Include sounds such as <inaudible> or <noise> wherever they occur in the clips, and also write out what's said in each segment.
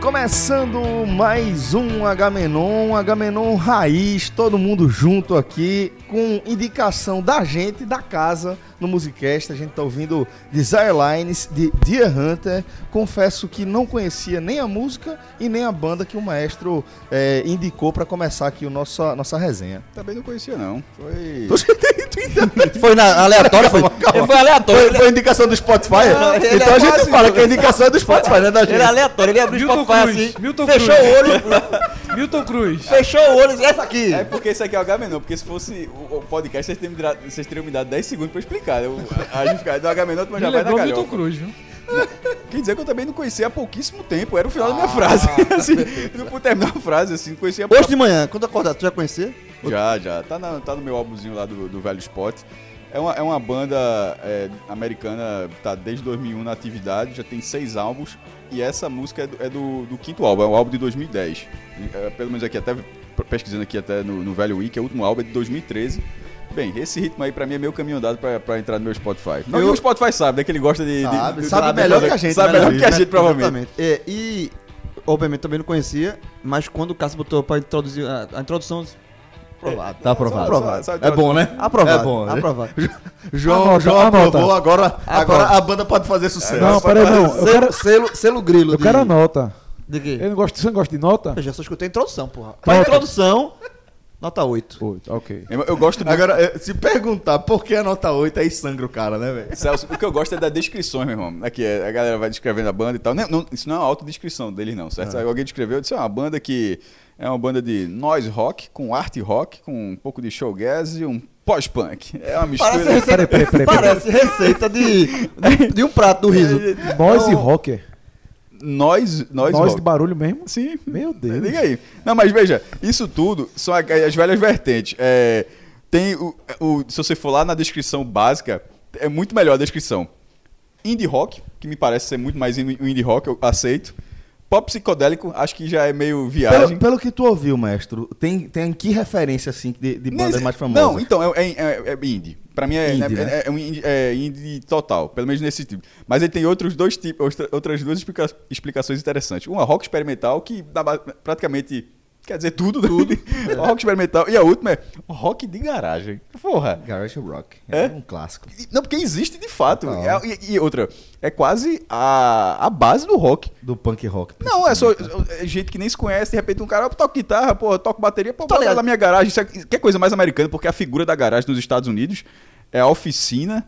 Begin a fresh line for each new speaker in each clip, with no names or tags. Começando mais um Agamenon, Agamenon Raiz, todo mundo junto aqui, com indicação da gente, da casa, no Musicast. A gente tá ouvindo Desire Lines de Deer Hunter. Confesso que não conhecia nem a música e nem a banda que o maestro eh, indicou para começar aqui a nossa, nossa resenha. <laughs>
Também não conhecia, não. Foi.
Foi na aleatória? Foi,
Calma.
foi aleatório.
Foi,
Então Ele,
foi indicação do Spotify?
Não, ele
então
é
a gente
quase-
fala que a indicação é do Spotify, né, da
ele
gente?
era aleatório. Ele abriu o
Milton
Spotify
Cruz,
assim,
Milton
fechou
Cruz.
o olho,
Milton Cruz.
fechou o olho. e Essa aqui.
É porque isso aqui é o Agamenon, porque se fosse o o podcast, vocês teriam me dado, vocês teriam me dado 10 segundos pra explicar. Eu, a a gente fica do Agamenon, mas
Me
já vai na
lembrou Milton
galhofa.
Cruz, viu?
Quer dizer que eu também não conhecia há pouquíssimo tempo, era o final da minha frase. <laughs> assim, não pude terminar a frase, assim, conhecia
Hoje de manhã, quando acordar, tu já conhecia?
Já, já. Tá, na- tá no meu álbumzinho lá do, do Velho Spot. É uma, é uma banda é, americana, tá desde 2001 na atividade, já tem seis álbuns. E essa música é do, é do- do quinto álbum, é o álbum de 2010. E, é, pelo menos aqui, até pesquisando aqui até no, no Velho Wiki, é o último álbum é de 2013. Bem, esse ritmo aí pra mim é meu caminho andado pra, pra entrar no meu Spotify. Não,
Eu-
o Spotify sabe, né? Que ele gosta de. de-
Sabe,
de-
sabe
de-
melhor
de-
que a gente,
Sabe
né,
melhor que a
Né?
gente, provavelmente.
Exatamente. É, e, obviamente, também não conhecia, mas quando o Cássio botou pra introduzir a, a introdução... Aprovado.
Tá aprovado.
Só- só- só-
É bom, né?
Aprovado.
É bom. né?
Aprovado.
João,
Anota,
Ah,
João
anota.
tá.
aprovou, agora, agora
Aprova.
a banda pode fazer sucesso.
Não, peraí, não. Eu
Selo,
quero,
selo, selo grilo.
eu quero a nota.
De
Eu
quê?
não gosto, você não gosta de nota?
Eu já só escutei a introdução, porra. Pra
Nota.
introdução, nota 8.
Oito, ok.
Eu, eu gosto muito.
Agora, eh, se perguntar por que a nota 8 aí sangra o cara, né, velho?
Celso, o que eu gosto é das descrições, meu irmão. Aqui, é, a galera vai descrevendo a banda e tal. Não, não, isso não é uma autodescrição deles, não, certo? Alguém descreveu, disse, é uma banda que é uma banda de noise rock, com art rock, com um pouco de showgaz e um pós-punk. É uma
Parece
mistura...
receita,
Peraí, peraí, peraí, peraí.
parece receita de, de, de um prato do riso.
Noise
Então,
rocker.
Noise, noise,
Noise
rock.
de barulho mesmo?
Sim.
Meu Deus.
Liga aí. Não, mas veja, isso tudo são a- as velhas vertentes. É, tem o, o- Se você for lá na descrição básica, é muito melhor a descrição. Indie rock, que me parece ser muito mais in- indie rock, eu aceito. Pop psicodélico, acho que já é meio viagem.
Pelo, pelo que tu ouviu, maestro, tem, tem que referência, assim, de, de bandas
Nesse-
mais famosas?
Não, então, é, é- é- é indie. Pra mim é,
Indie,
é-
né?
é um indie, é indie total, pelo menos nesse tipo. Mas ele tem outros dois tipos, outra- outras duas explica- explicações interessantes. Uma rock experimental, que dá ba- praticamente. Quer dizer, tudo, tudo. <laughs> rock experimental. E a última é rock de garagem. Porra.
Garage Rock. É,
É?
um clássico.
E- Não, porque existe de fato.
Total.
É- E, e outra, é quase a, a base do rock.
Do punk rock.
Não, é só é gente que nem se conhece, de repente um cara, eu toco guitarra, pô, eu toco bateria, pô,
Tá
bota
ligado.
na minha garagem. Isso é, que é coisa mais americana, porque a figura da garagem nos Estados Unidos é a oficina.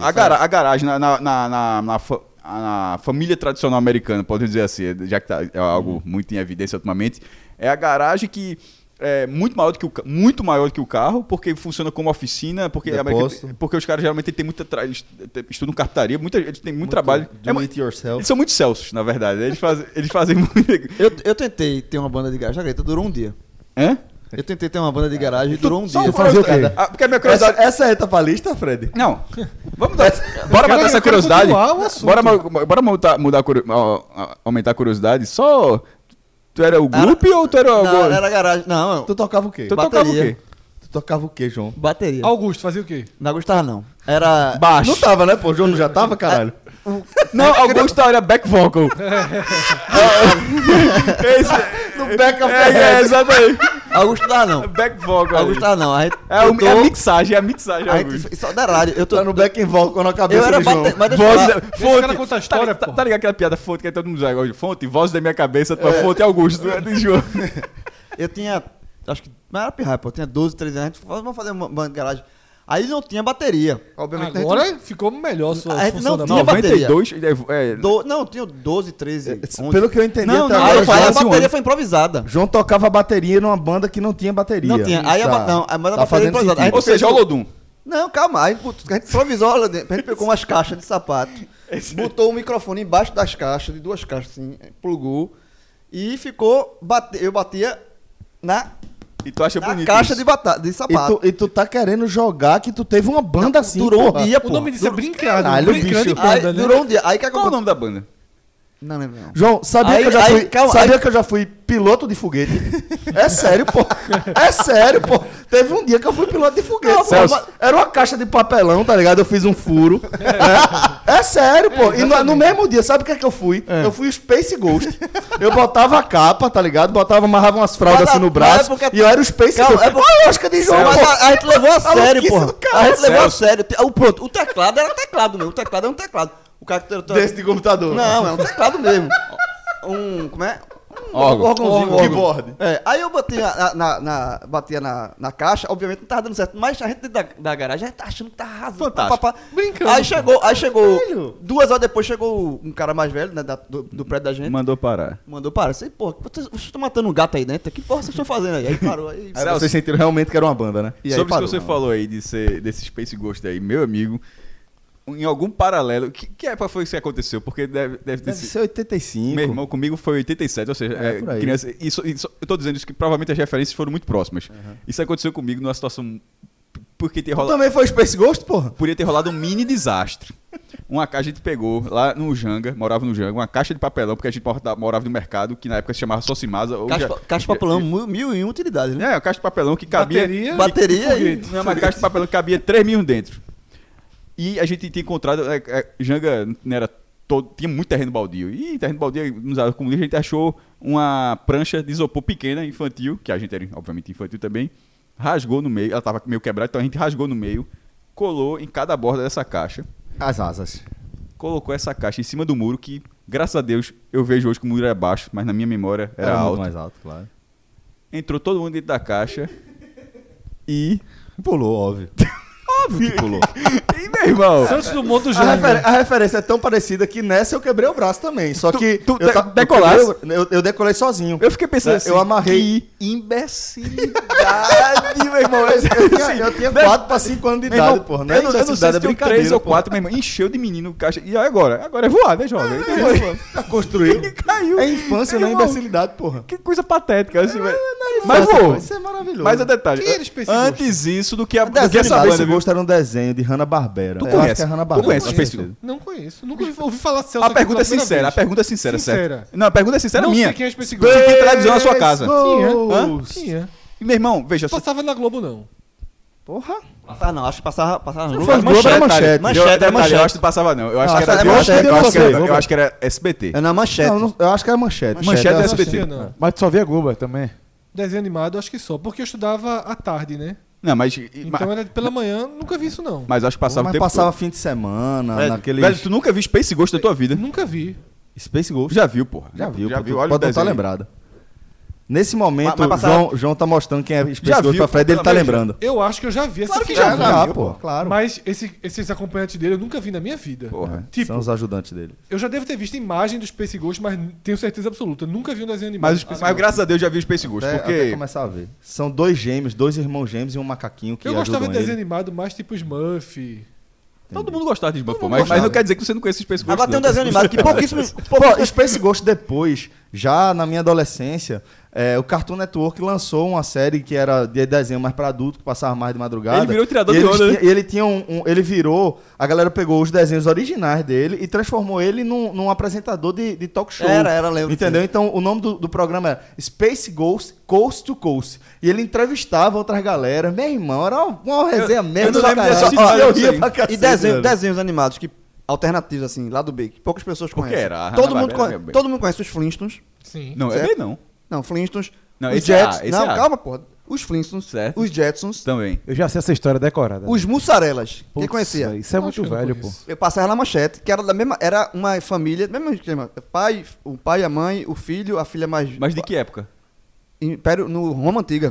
A, gara- a garagem na, na, na, na- na fa- na família tradicional americana, pode dizer assim, já que tá, é algo muito em evidência ultimamente, é a garagem que é muito maior do que o, ca- muito maior do que o carro, porque funciona como oficina, porque, a América-
Depósito.
porque os caras geralmente têm muita tra- eles estudam carpintaria, muita, eles têm muito, trabalho.
Do
É mu-
it yourself.
eles são muito Celsos, na verdade. Eles fazem, eles fazem muito.
Eu, eu tentei ter uma banda de garagem, acredita, durou um dia.
Hã?
Eu tentei ter uma banda de garagem e durou um
Só
dia.
uma
fazer o quê?
curiosidade. Ah, porque a minha
Essa, é-
curiosidade.
essa é a etapa lista, Fred?
Não. Vamos dar. Bora matar essa
eu quero
curiosidade.
continuar o assunto.
Bora, ma- bora montar, mudar, a curio- ó, ó, aumentar a curiosidade. Só. Tu era o
Era-
grupo ou tu era o.
Não, era garagem. Não,
Tu tocava o quê?
Tu
Tu,
tocava o
bateria.
quê?
tocava o quê, João?
bateria.
Augusto fazia o quê?
Não gostava, não. Era.
Baixo.
Não tava, né, pô? O João não já tava, caralho?
Não, Augusto era back vocal. <laughs> Esse-
No back of the
é, é,
head.
exatamente.
Augusto
<laughs>
dava, não.
Back vocal.
Augusto tá-
aí.
dava, não. A gente
É, o- é a
tentou-
mixagem, é a mixagem,
a gente
Augusto.
f- Só da rádio. Eu tô.
Tá no back and vocal na cabeça
Eu era
do João.
bater. Mas deixa eu
Voz,
falar.
fonte,
Esse cara conta a
tá,
história,
tá,
pô.
tá ligado aquela piada fonte que todo mundo já gosta de fonte? Voz da minha cabeça, tua fonte é Augusto, é do João. é-
Eu tinha. Acho que. Mas era pirraia, pô. Eu tinha 12, 13 anos. A gente falou, vamos fazer uma banda de garagem. Aí não tinha bateria. Obviamente
Agora
a gente.
ficou melhor a sua
A gente não
função da
tinha-
mão.
92? É, é,
Do... Não, eu tinha 12, 13. 11.
É, Pelo que eu entendi
Não,
até
não,
Aí
agora,
eu falei,
já
a
tinha um
bateria
ano.
foi improvisada.
João tocava bateria numa banda que não tinha bateria.
Não tinha. Aí a ba- não, a
tá
banda bateria
fazendo
improvisada.
sentido.
Ou seja, Olodum.
Não, calma. Aí putz, a gente improvisou, olha, a gente pegou umas caixas de sapato, botou o microfone embaixo das caixas, de duas caixas assim, plugou e ficou. Bate, eu batia na,
E tu acha
na
É bonito
caixa
isso.
de, bata, de
E
sapato.
tu, e tu tá querendo jogar que tu teve uma banda assim,
durou um
porra.
dia,
O
pô.
nome disso é brincado.
Caralho,
brincando
bicho.
e
Aí,
banda, né?
Durou um dia. Aí que
Qual o
aconteceu?
nome da banda?
Não lembro, não.
João, sabia,
Aí-
que, eu já
aí,
fui,
calma,
sabia que eu já fui piloto de foguete? É sério, pô. É sério, pô. Teve um dia que eu fui piloto de foguete. pô,
Celso.
mas era uma caixa de papelão, tá ligado? Eu fiz um furo. né? É, sério, pô. e no, no mesmo dia, sabe o que é que eu fui? Eu fui o Space Ghost. Eu botava a capa, tá ligado? Botava, amarrava umas fraldas
Mas a-
assim no
mas
braço.
é porque-
E eu era o Space
Calma,
Ghost. Ah,
é porque-
Olha a lógica de João,
Mas
pô.
a, a gente levou a sério,
maluquice
porra.
do cara.
A gente levou a
Celso.
sério. Te- O, pronto, o teclado era teclado mesmo. O teclado é um teclado. O cara que tá- tem-
Desse de computador.
Não, é um teclado mesmo. Um. Como é? Um
Órgão.
órgãozinho,
Órgão. Keyboard.
É, aí eu batia na, na, na- batia na, na caixa, obviamente não tava dando certo, mas a gente dentro da, da garagem, a gente tá achando que tá arrasando.
Fantástico.
Brincando. Aí chegou, aí chegou. Duas horas depois chegou um cara mais velho, né, da- do, do prédio da gente.
Mandou parar.
Mandou parar. Sei, porra, vocês vocês estão matando um gato aí dentro? Que porra vocês estão fazendo aí? Aí parou. Aí,
Aí
<laughs>
vocês sentiram realmente que era uma banda, né?
E aí
Sobre o
parou.
que você falou aí de ser, desse Space Ghost aí, meu amigo, em algum paralelo, que, que época foi isso que aconteceu? Porque deve, deve ter
Deve
sido.
ser 85.
Meu irmão, comigo foi 87, ou seja,
É,
é,
por aí.
criança. Isso, isso- eu tô dizendo isso que provavelmente as referências foram muito próximas. Isso aconteceu comigo numa situação. Porque ter
Tu
rolado.
também foi Space Ghost, porra?
Podia ter rolado um mini desastre. Uma caixa a gente pegou lá no Janga, morava no Janga, uma caixa de papelão, porque a gente morta- morava no mercado, que na época se chamava Socimasa. ou
Caixa,
já-
caixa de papelão, mil, mil e um utilidades, né?
É, uma caixa de papelão que cabia.
Bateria. e
Bateria e.
Não, uma caixa de papelão que cabia 3 mil dentro. E a gente tinha encontrado. É, é, Janga não era todo. Tinha muito terreno baldio. E terreno baldio não usava como lixo, a gente achou uma prancha de isopor pequena, infantil, que a gente era, obviamente, infantil também. Rasgou no meio, ela tava meio quebrada, então a gente rasgou no meio, colou em cada borda dessa caixa
As asas.
colocou essa caixa em cima do muro que, graças a Deus, eu vejo hoje que o muro era baixo, mas na minha memória era,
muito
alto.
mais alto, claro.
Entrou todo mundo dentro da caixa e...
Pulou, óbvio.
Óbvio que pulou. e, meu
um
irmão...
Santos Dumont
Ah,
do
<laughs> A, refer-
Janga.
a referência é tão parecida que nessa eu quebrei o braço também. Só
Tu-
que.
tu
eu
de-
ta-
decolasse?
Eu, quebrei o- eu- eu decolei sozinho.
Eu fiquei pensando assim,
eu amarrei.
que <laughs>
imbecilidade, meu irmão. Eu, eu tinha, eu tinha 4 pra 5 anos de
Meu irmão,
idade, porra. Né?
eu, não- eu não sei se
Imbecilidade
tem
brincadeira,
três ou
pô.
quatro, meu irmão. Encheu de menino caixa. E aí agora? Agora é voar, né, <laughs> jovem? Entendeu?
Tá construído.
Ele caiu.
<laughs> É infância, não é
Meu irmão,
imbecilidade, porra.
Que coisa patética. Assim, velho.
Infância,
mas voou.
pô, Isso é maravilhoso.
Mas é detalhe.
Quem era esse Space Ghost?
Antes isso do que, a, do
Desenho
que
de-
essa banda,
Esse
viu?
gosto era um desenho de Hanna-Barbera.
Tu
Eu acho
conhece?
que é
Tu
Hanna-Barbera.
conhece o Space
Conheço.
Ghost?
Não conheço. Nunca ouvi- ouvi falar Celso
A pergunta é
pela primeira
sincera, a
vez.
pergunta é sincera,
Sincera.
certo? Não, a pergunta é sincera
Não
minha.
sei quem é esse Space
Tem
Ghost.
que televisão na sua casa.
é. Ghost.
Tinha.
E, Meu irmão, veja só.
Não passava na Globo, não.
Porra.
Passava Ah, não, acho que passava, passava no
Não foi
lugar.
Globo era manchete.
Eu,
Manchete, era
detalhe, eu acho
manchete.
que não passava não. Eu acho
Ah,
que era
essa é
eu acho-
manchete,
eu acho
eu
que era-
sei.
eu acho que era SBT.
É na manchete.
Não, não- eu acho que era manchete.
Manchete
era
era
assim.
SBT.
Tinha, não.
Mas tu só via Globo também.
Desenho animado, acho que só. Porque eu estudava à tarde, né?
Não, mas e-
Então
mas,
era pela manhã, nunca vi isso, não.
mas eu acho que passava o
Mas
tempo
passava É,
todo.
fim de semana,
Velho,
naquele
Velho, tu nunca viu Space Ghost na tua vida?
Nunca vi.
Space Ghost.
Já viu, porra.
Já viu,
já
pô,
viu.
tu
Olha o
pode não estar
desenho.
lembrada. Nesse momento,
Mas- mas passava-
João, João tá mostrando quem é Space
Já
Ghost
viu,
pra Fred,
pô,
ele tá
pelo
lembrando.
Eu acho que eu já vi essa
Claro que já,
figura.
já viu,
pô, claro.
Mas esse- esses acompanhantes dele eu nunca vi na minha vida.
Porra.
Tipo,
São os ajudantes dele.
eu já devo ter visto imagem do Space Ghost, mas tenho certeza absoluta. eu Nunca vi um desenho animado.
Mas,
do Space
mas
Ghost.
graças a Deus já vi o Space Ghost,
Até, até
porque
começar a ver. São dois gêmeos, dois irmãos gêmeos e um macaquinho que
Eu gostava de
ajudam
desenho
ele.
animado mais tipo Smurf.
todo mundo gostava de Buffalo, mas, mas não quer dizer que você não conhece Space Ghost.
Agora tem um
não.
desenho animado
<laughs>
que pouquíssimos. <laughs>
Pô, Space Ghost depois, já na minha adolescência, é, o Cartoon Network lançou uma série que era de desenho mais pra adulto, que passava mais de madrugada.
Ele virou o tirador
E
de
eles
onda, né?
tinham- E ele tinha um, um- Ele virou. A galera pegou os desenhos originais dele e transformou ele num, num apresentador de, de talk show.
Era, era, lembro.
Entendeu? Então o nome do, do programa era Space Ghost Coast to Coast. E ele entrevistava outras galera. Meu irmão, era uma, uma resenha mesmo.
não
pra
lembro dessa
caralho. Ó,
imagem,
eu
isso
ria
aí.
pra cacete,
E desenho,
velho.
desenhos animados que alternativos assim, lá do B, que poucas pessoas
Porque
conhecem.
era a
todo
Hanna-Barbera
mundo conhece,
mesmo, bem.
todo mundo conhece os Flintstones.
Sim.
Não, é bem não.
Não, Flintstones.
Não,
os
esse é A,
Jetsons.
esse
não,
é A. É.
calma, porra. Os Flintstones,
Certo.
os Jetsons,
Também.
Eu já sei essa história decorada.
os Mussarelas. Quem
Putz,
conhecia?
velho, Isso é
Acho
muito
que eu não
velho, pô.
conheço.
Eu passava na manchete, que era da mesma, era uma família, mesmo esquema, pai, o pai, a mãe, o filho, a filha mais
Mas de que época?
Império no
<laughs>
Roma Antiga.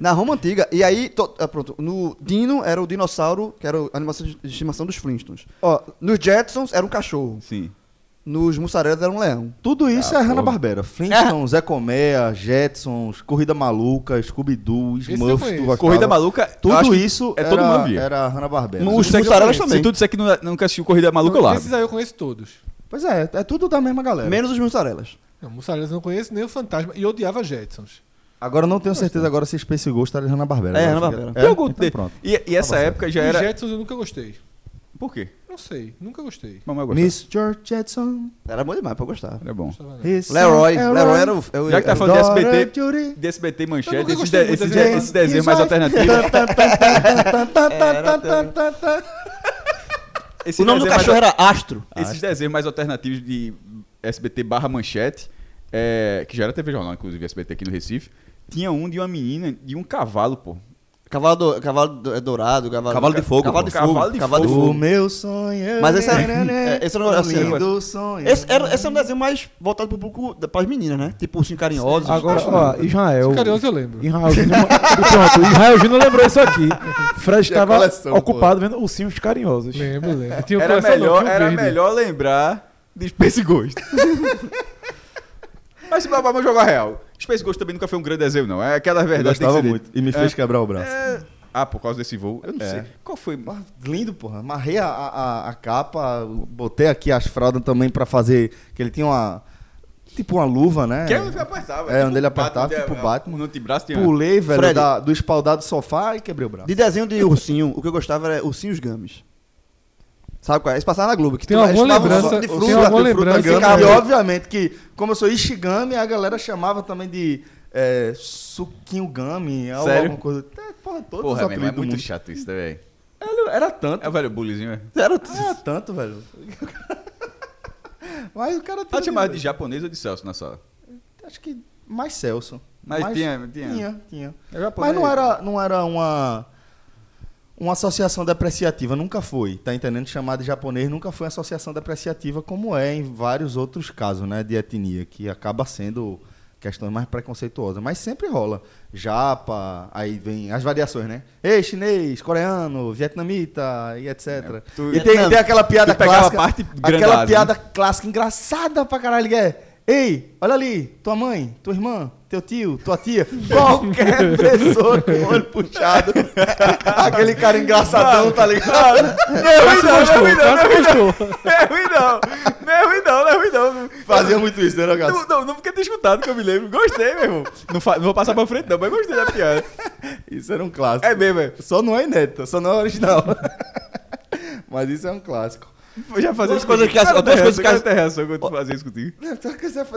na Roma Antiga. E aí, to- ah, pronto, no Dino era o dinossauro, que era a animação de estimação dos Flintstones.
Ó,
Nos Jetsons era um cachorro.
Sim.
Nos Mussarelas era um leão.
Tudo isso
Ah,
é
porra.
Hanna-Barbera. Flintstones, Zé Colmeia, Jetsons, Corrida Maluca, Scooby-Doo,
eu
Smurfs,
conheço.
tu gostava.
Corrida Maluca, eu acho
Tudo
que
isso
é
era,
todo mundo via.
era Hanna-Barbera.
Os
Se tu disser que-
Mussarelas
Se
também.
tu disser que nu- nunca assistiu Corrida Maluca, eu
Não,
largo.
esses aí eu conheço todos.
Pois é, é tudo da mesma galera.
Menos os Mussarelas.
Não, Mussarelas eu não conheço, nem o Fantasma. E eu odiava Jetsons.
Agora eu não tenho certeza agora se Space Ghost era Hanna-Barbera.
É, Tá
Eu acho que-
Hanna-Barbera.
É?
Perguntei.
Então pronto.
E, e essa época já
E
era.
Jetsons eu nunca gostei.
Por quê?
Não não sei. Nunca gostei.
Mas eu gosto.
Mr. Jetson.
Era bom demais pra eu gostar.
Ele é bom.
Gostava, não.
his
Leroy.
son
Leroy era o. é o-
Já que tá
era o-
falando de
Dora
SBT,
Judy.
de SBT
Eu
Manchete,
nunca
esses,
gostei
de-
muito
esses,
desse
de- esses desenhos
é
mais
<laughs>
alternativos. tá, Esses
O nome do
desenhos mais-
cachorro era Astro.
Esses desenhos mais alternativos de SBT barra manchete, é, que já era TV Jornal, inclusive, SBT aqui no Recife, tinha um de uma menina de um cavalo, pô.
Cavalo, do- cavalo do- é dourado, cavalo,
Cavalo de fogo,
Cavalo
pô.
de fogo.
Cavalo de
cavalo de
O
fogo.
meu sonho.
Mas esse
<laughs>
é- é, esse é um negócio assim,
Lindo sonho.
Esse, era, esse é um desenho mais voltado pro público, da- pras meninas, né? Tipo, ursinho carinhosos.
Agora, ó, Israel.
Os carinhosos é eu
<laughs>
lembro.
Israel Júnior. e pronto, Israel Júnior lembrou isso aqui. Fred estava
coleção,
ocupado vendo ursinhos carinhosos.
Lembro, lembro. Tinha um
Era
coleção, não,
melhor,
tinha o
era
verde.
melhor lembrar de Space Ghost. <laughs> Mas se vamos jogar real. Space Ghost também nunca foi um grande desenho, não. É aquela
Eu
verdade. tem que
gostava
ser dita.
muito. E me fez quebrar o braço.
É... Ah, por causa desse voo? Eu não
É.
sei. Qual foi?
Mas Lindo, porra. Amarrei a, a, a capa, botei aqui as fraldas também pra fazer. Que ele tinha uma. Tipo uma luva, né?
Que é onde ele apertava.
É, onde ele apertava,
Batman,
tipo
é,
Batman.
No antebraço tinha...
Pulei, velho,
Fred.
da- do espaldado do sofá e quebrei o braço.
De desenho de ursinho, o que eu gostava era ursinhos games. Sabe qual é? Esse passava na Globo. Que
Tem
tu- eles
alguma
davam
lembrança-
suco de
tem
fruta,
alguma
de fruta
lembrança
gama.
Gama.
E Então, assim, obviamente que, como eu sou Ishigami, a galera chamava também de é, Suquinho Gami, ou
Sério?
alguma coisa. É, porra, todos os
Porra, meu,
apelidos
é
do
muito
mundo.
chato isso, né, velho?
Era, era tanto.
É o velho bullyzinho, é?
Era
Era tanto, velho. <laughs> Mas o cara
Ela
tinha.
chamava de japonês ou de Celso na sala?
Acho que mais Celso.
Mas tinha- tinha.
Tinha, tinha.
É japonês.
Mas não era, não era uma. Uma associação depreciativa nunca foi, tá entendendo? Chamada de japonês nunca foi uma associação depreciativa, como é em vários outros casos, né? De etnia, que acaba sendo questões mais preconceituosas. Mas sempre rola. Japa, aí vem as variações, né? Ei, chinês, coreano, vietnamita e etc.
tu-
e tem,
Vietnam.
tem aquela piada
Tu pegava
clássica.
a parte grandada, né?
aquela piada clássica, engraçada pra caralho, que é. Ei, olha ali, tua mãe, tua irmã, teu tio, tua
<laughs>
tia, qualquer pessoa com o olho puxado. <laughs> Aquele cara engraçadão, tá ligado?
Essa gostou, essa gostou.
Não <laughs> é ruim não, não é ruim não, não é ruim não.
Fazia muito isso, né, negócio?
Não, não, não porque ter escutado que eu me lembro. Gostei, meu irmão. Não, fa- não vou passar pra frente, não, mas gostei da piada.
Isso era um clássico.
É mesmo, é.
Só não é inédito, só não é original. <laughs> Mas isso é um clássico.
Vou já fazer
Duas
isso
coisas
comigo.
que-
Quero
duas
ter reação,
coisas
quero
que-
ter reação quando tu fazer isso contigo.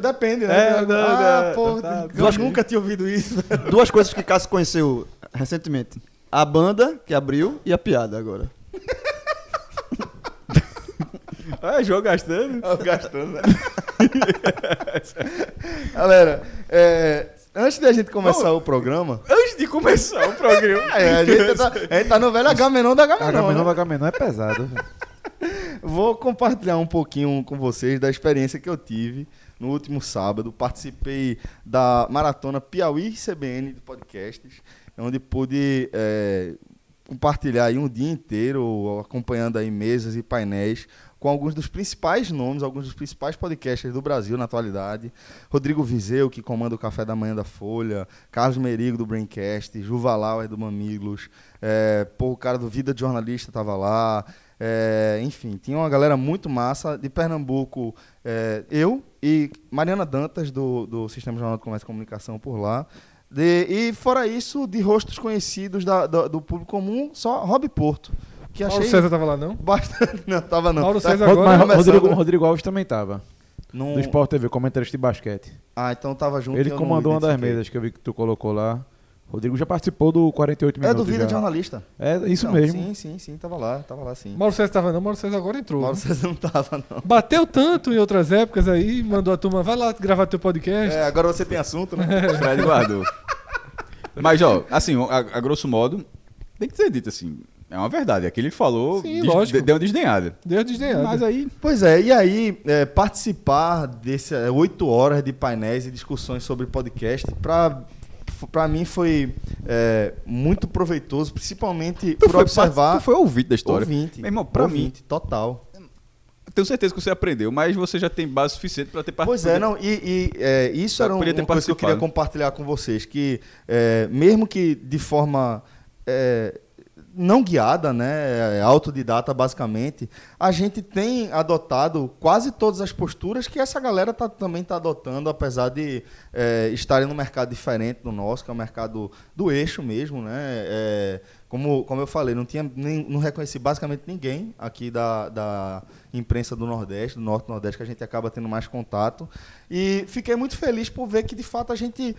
Depende, né?
É, não,
ah,
não,
pô,
tá, tá,
eu
tá.
nunca tinha ouvido isso.
Duas coisas que Cássio conheceu recentemente. A banda, que abriu, e a piada agora.
Ah, João gastando.
Tava gastando, né? <laughs> Galera, é, antes da gente começar o programa.
Antes de começar o <laughs> programa.
É, a, gente tá, a gente tá no velho Agamenon da Agamenon.
Agamenon,
né?
Agamenon é pesado. velho.
Vou compartilhar um pouquinho com vocês da experiência que eu tive no último sábado. Participei da maratona Piauí CBN de podcasts, onde pude é, compartilhar aí um dia inteiro, acompanhando aí mesas e painéis com alguns dos principais nomes, alguns dos principais podcasters do Brasil na atualidade. Rodrigo Vizeu, que comanda o Café da Manhã da Folha, Carlos Merigo do Braincast, Juvalauer do Mamilos, é, pô, o cara do Vida de Jornalista estava lá, é, enfim, tinha uma galera muito massa de Pernambuco. é, eu e Mariana Dantas, do, do Sistema Jornal de Comércio e Comunicação, por lá. De- e fora isso, de rostos conhecidos da- da- do público comum, só Rob Porto. Que
Paulo
achei
César tava lá, não?
bastante. <laughs> Não, tava não.
Mauro
Tá-
César
Rod-
agora...
Mas
começando.
Rodrigo, Rodrigo Alves também tava.
não-
Do Sport TV, comentarista de basquete.
Ah, então tava É. junto. e
Ele
eu não
comandou uma das
identifiquei.
mesas que eu vi que tu colocou lá. Rodrigo já participou do 48
É do
minutos.
Vida
já.
de Jornalista.
É isso
Não,
mesmo.
Sim, sim, sim, tava lá, tava lá sim.
Mauro César tava não, Mauro César agora entrou.
Mauro César não tava, não.
Bateu tanto em outras épocas aí, mandou a turma, vai lá gravar teu podcast.
É, agora você tem assunto,
<laughs>
né?
Fred guardou. Mas, ó, assim, a, a grosso modo, tem que ser dito assim. É uma verdade. Aquele falou,
Sim, lógico.
deu uma desdenhada.
Deu desdenhado.
Mas aí,
Pois é, e aí é, participar desse é, oito horas de painéis e discussões sobre podcast para para mim foi é, muito proveitoso, principalmente
tu
por
foi,
observar
tu foi ouvinte da história.
ouvinte,
Meu irmão, pra mim,
ouvinte, total.
eu tenho certeza que você aprendeu, mas você já tem base suficiente pra ter
Pois é, não, e, e, é, isso
Eu
era um-
podia ter
uma coisa que eu queria
participado.
compartilhar com vocês, que é, mesmo que de forma é, não guiada, né, é, autodidata basicamente, a gente tem adotado quase todas as posturas que essa galera tá- também está adotando, apesar de é, estarem num mercado diferente do nosso, que é o mercado do eixo mesmo, né, é, Como, como eu falei, não, tinha nem, não reconheci basicamente ninguém aqui da, da imprensa do Nordeste, do Norte Nordeste, que a gente acaba tendo mais contato. E fiquei muito feliz por ver que, de fato, a gente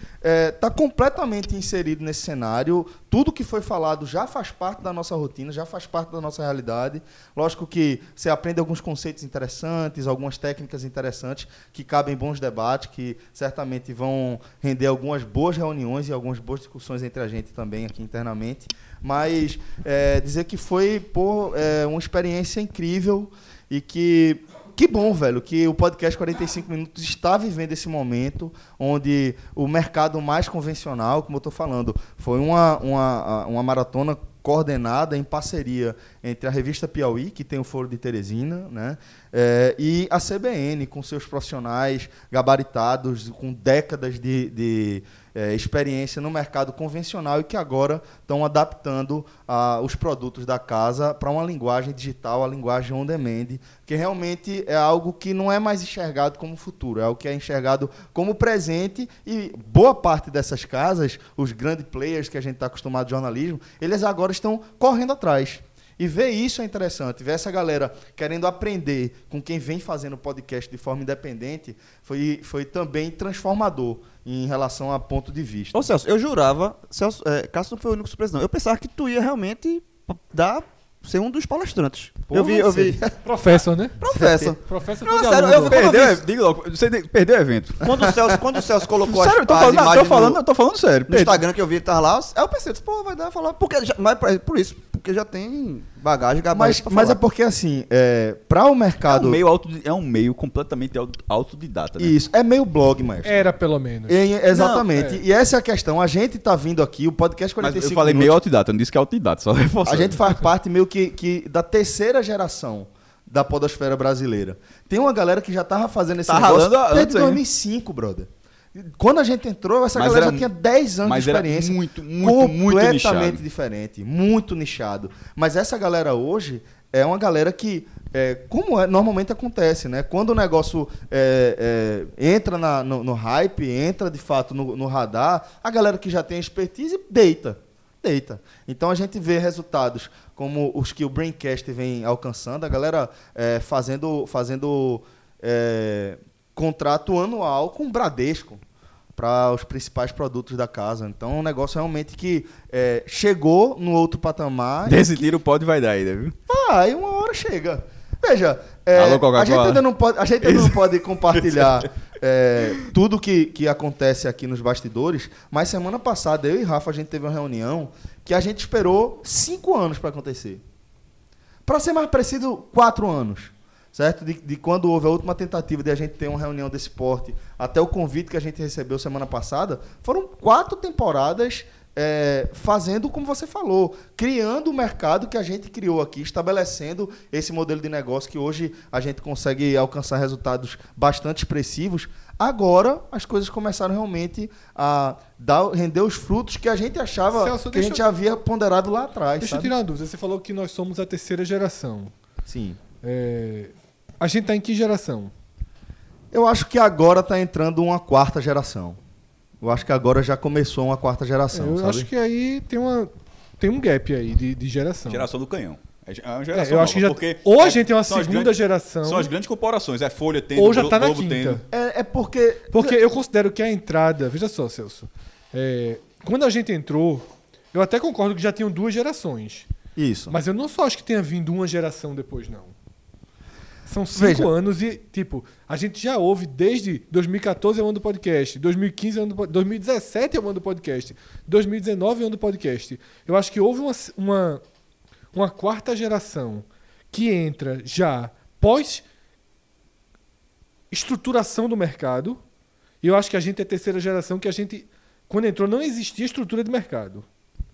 está completamente inserido nesse cenário. Tudo que foi falado já faz parte da nossa rotina, já faz parte da nossa realidade. Lógico que você aprende alguns conceitos interessantes, algumas técnicas interessantes que cabem em bons debates, que certamente vão render algumas boas reuniões e algumas boas discussões entre a gente também aqui internamente. Mas é, dizer que foi pô, é, uma experiência incrível e que que bom, velho, que o podcast 45 minutos está vivendo esse momento onde o mercado mais convencional, como eu estou falando, foi uma, uma, uma maratona coordenada em parceria entre a revista Piauí, que tem o Foro de Teresina, né, é, e a CBN, com seus profissionais gabaritados, com décadas de, de é, experiência no mercado convencional e que agora estão adaptando ah, os produtos da casa para uma linguagem digital, a linguagem on-demand, que realmente é algo que não é mais enxergado como futuro, é algo que é enxergado como presente e boa parte dessas casas, os grandes players que a gente está acostumado de jornalismo, eles agora estão correndo atrás. E ver isso é interessante, ver essa galera querendo aprender com quem vem fazendo podcast de forma independente foi, foi também transformador em relação a ponto de vista.
Ô Celso, eu jurava, Celso, é, Cássio não foi o único surpresa, não. Eu pensava que tu ia realmente p- dar ser um dos palestrantes. eu vi, eu vi.
Professor, né?
Professor.
Professor
Não,
todo
sério,
aluno.
eu vi-
Perdeu,
vi
é- diga logo, você de- perdeu o evento.
Quando o Celso, quando o Celso colocou
sério, eu
as,
tô
as
falando, eu
imagens
tô falando,
no-
eu tô falando sério.
no
É.
perdeu.
Instagram que eu vi ele tava lá, é aí eu pensei, eu disse, pô, vai dar pra falar. Porque já- mas pra- por isso, porque já tem bagagem,
Mas,
gabarito pra
mas é
falar.
porque, assim, é, para o
É
mercado.
um meio, auto, é um meio completamente auto- autodidata, né?
Isso, é meio blog, mas.
Era pelo menos.
exatamente.
Não, é.
E essa é a questão. A gente tá vindo aqui, o podcast
Mas
45
eu falei meio
minutos,
autodidata, eu não disse que é autodidata, só <laughs> reforçando.
A gente faz parte meio que, que da terceira geração da podosfera brasileira. Tem uma galera que já tava fazendo esse
Tá
negócio
ralando a- antes
desde
aí, né?
2005, brother. Quando a gente entrou, essa
Mas
galera
era-
já tinha 10 anos
mas
de
era
experiência.
muito, muito, muito nichado.
completamente diferente, muito nichado. Mas essa galera hoje é uma galera que, é, como é- normalmente acontece, né? Quando o negócio é, é, entra na- no, no hype, entra de fato no, no radar, a galera que já tem expertise deita. Deita. Então a gente vê resultados como os que o Braincast vem alcançando, a galera é, fazendo, fazendo é, contrato anual com o Bradesco para os principais produtos da casa. Então, é um negócio realmente que é, chegou no outro patamar.
Desse tiro pode vai dar ainda, viu?
Vai, uma hora chega. Veja, é,
Alô, Coca-Cola.
a gente ainda não pode, a gente ainda não pode
<laughs>
compartilhar é, tudo que, que acontece aqui nos bastidores, mas semana passada eu e Rafa a gente teve uma reunião que a gente esperou cinco anos para acontecer. Para ser mais preciso, quatro anos. Certo? De, de quando houve a última tentativa de a gente ter uma reunião desse porte até o convite que a gente recebeu semana passada, foram quatro temporadas é, fazendo como você falou, criando o mercado que a gente criou aqui, estabelecendo esse modelo de negócio que hoje a gente consegue alcançar resultados bastante expressivos. Agora as coisas começaram realmente a dar, render os frutos que a gente achava
Celso,
que a
deixa
gente
eu-
havia ponderado lá atrás.
Deixa eu
sabe?
tirar uma dúvida. Você falou que nós somos a terceira geração.
Sim.
É, A gente tá em que geração?
Eu acho que agora está entrando uma quarta geração. Eu acho que agora já começou uma quarta geração,
eu
sabe?
acho que aí tem, uma, tem um gap aí de, de geração.
Geração do canhão. É ge- é uma
É,
geração
eu
nova,
acho que já.
porque
Ou a
é-
gente tem uma
são as
segunda
grandes-
geração.
São as grandes corporações, é Folha tendo,
Ou já
Glo-
tá na
Globo
quinta.
tendo.
É, é porque...
Porque eu considero que a entrada. Veja só, Celso. é, quando a gente entrou, eu até concordo que já tinham duas gerações.
Isso.
Mas eu não só acho que tenha vindo uma geração depois, não. São cinco
Veja.
anos e, tipo, a gente já ouve desde 2014 é o ano do podcast, 2015 é o ano do pod- 2017 é o ano do podcast, 2019 é o ano do podcast. Eu acho que houve uma, s- uma, uma quarta geração que entra já pós estruturação do mercado. E eu acho que a gente é a terceira geração que a gente, quando entrou, não existia estrutura de mercado.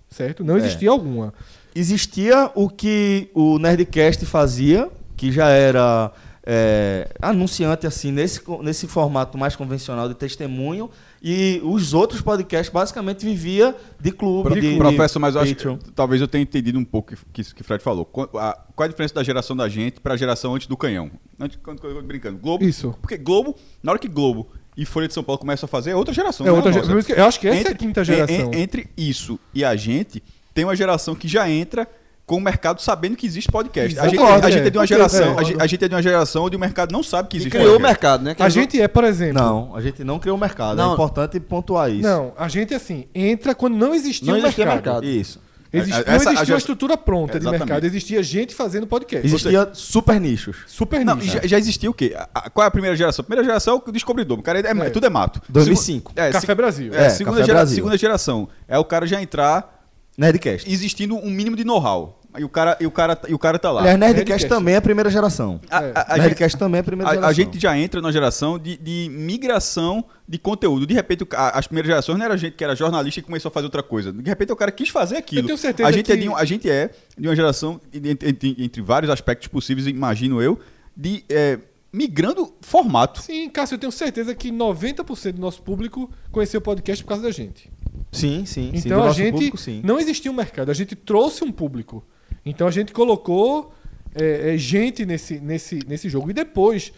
Certo?
É.
Não existia alguma.
Existia o que o Nerdcast fazia, que já era é, anunciante assim nesse, co- nesse formato mais convencional de testemunho, e os outros podcasts basicamente vivia de clube. de, de
Professor, mas eu acho
Patreon.
que talvez eu tenha entendido um pouco que- que isso que o Fred falou. Qu- a- qual é a diferença da geração da gente para a geração antes do canhão? Antes, quando, quando, quando- brincando. Globo.
Isso.
Porque Globo, na hora que Globo e Folha de São Paulo começam a fazer, é outra geração.
É
não
outra
a
ge-
nossa.
por isso que eu acho que essa é a quinta
en-
geração.
en- entre isso e a gente, tem uma geração que já entra com o mercado sabendo que existe podcast. A gente,
Exatamente,
a gente é de uma
é.
geração,
Concordo.
a gente, a gente é de uma geração onde o mercado não sabe que
E
existe
criou o
podcast.
mercado, né?
A gente é, por exemplo.
Não, a gente não criou o mercado.
Não.
É importante pontuar isso.
Não, a gente, assim, entra quando não existia
Não
o
existia
um mercado.
mercado.
Isso.
Exist-
Essa-
não
a
existia
gera-
uma estrutura pronta
Exatamente.
de mercado, existia gente fazendo podcast.
Existia super nichos.
Super
Não,
nicho.
já, já existia o quê? A- a- qual é a primeira geração? A primeira geração é o descobridor. O cara é, é-
É.
tudo é mato.
2005.
Segu- é,
Café
se-
Brasil.
é,
É,
segunda,
Café
gera-
Brasil.
segunda geração. É o cara já entrar
Nerdcast.
existindo um mínimo de know-how. E o cara, e o cara, e o cara tá lá.
Aliás, Nerdcast,
Nerdcast.
também é a primeira geração.
A-
É.
a- a gente-
Nerdcast também é a primeira
A,
geração.
a gente já entra numa geração de, de migração de conteúdo. De repente, o ca- as primeiras gerações não era gente que era jornalista e começou a fazer outra coisa. De repente, o cara quis fazer aquilo.
Eu tenho certeza
a gente, é
que-
de, um- a gente é de uma geração, de- entre, entre- entre vários aspectos possíveis, imagino eu, de é, migrando formato.
Sim, Cássio, eu tenho certeza que 90% do nosso público conheceu o podcast por causa da gente.
Sim, sim. sim, do
Então a
nosso
gente
público, sim.
não existia um mercado, a gente trouxe um público. Então a gente colocou é, é, gente nesse, nesse, nesse jogo. E depois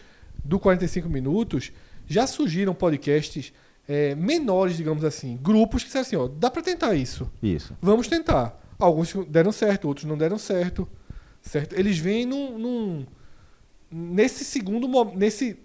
do 45 minutos, já surgiram podcasts é, menores, digamos assim, grupos que disseram assim, ó, dá pra tentar isso.
Isso.
Vamos tentar. Alguns deram certo, outros não deram certo. Certo? Eles vêm num, num- nesse segundo mo- nesse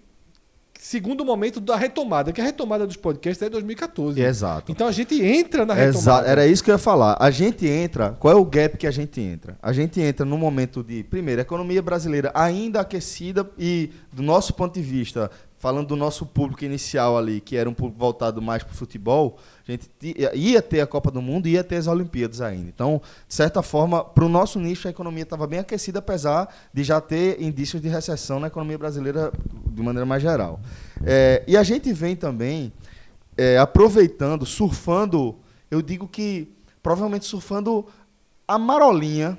segundo momento da retomada, que a retomada dos podcasts é 2014.
Exato.
Então a gente entra na retomada.
Exato, era isso que eu ia falar. A gente entra, qual é o gap que a gente entra? A gente entra no momento de, primeiro, a economia brasileira ainda aquecida e, do nosso ponto de vista, falando do nosso público inicial ali, que era um público voltado mais para o futebol, a gente ti- ia ter a Copa do Mundo e ia ter as Olimpíadas ainda. Então, de certa forma, para o nosso nicho, a economia estava bem aquecida, apesar de já ter indícios de recessão na economia brasileira de maneira mais geral. É, e a gente vem também é, aproveitando, surfando, eu digo que provavelmente surfando a marolinha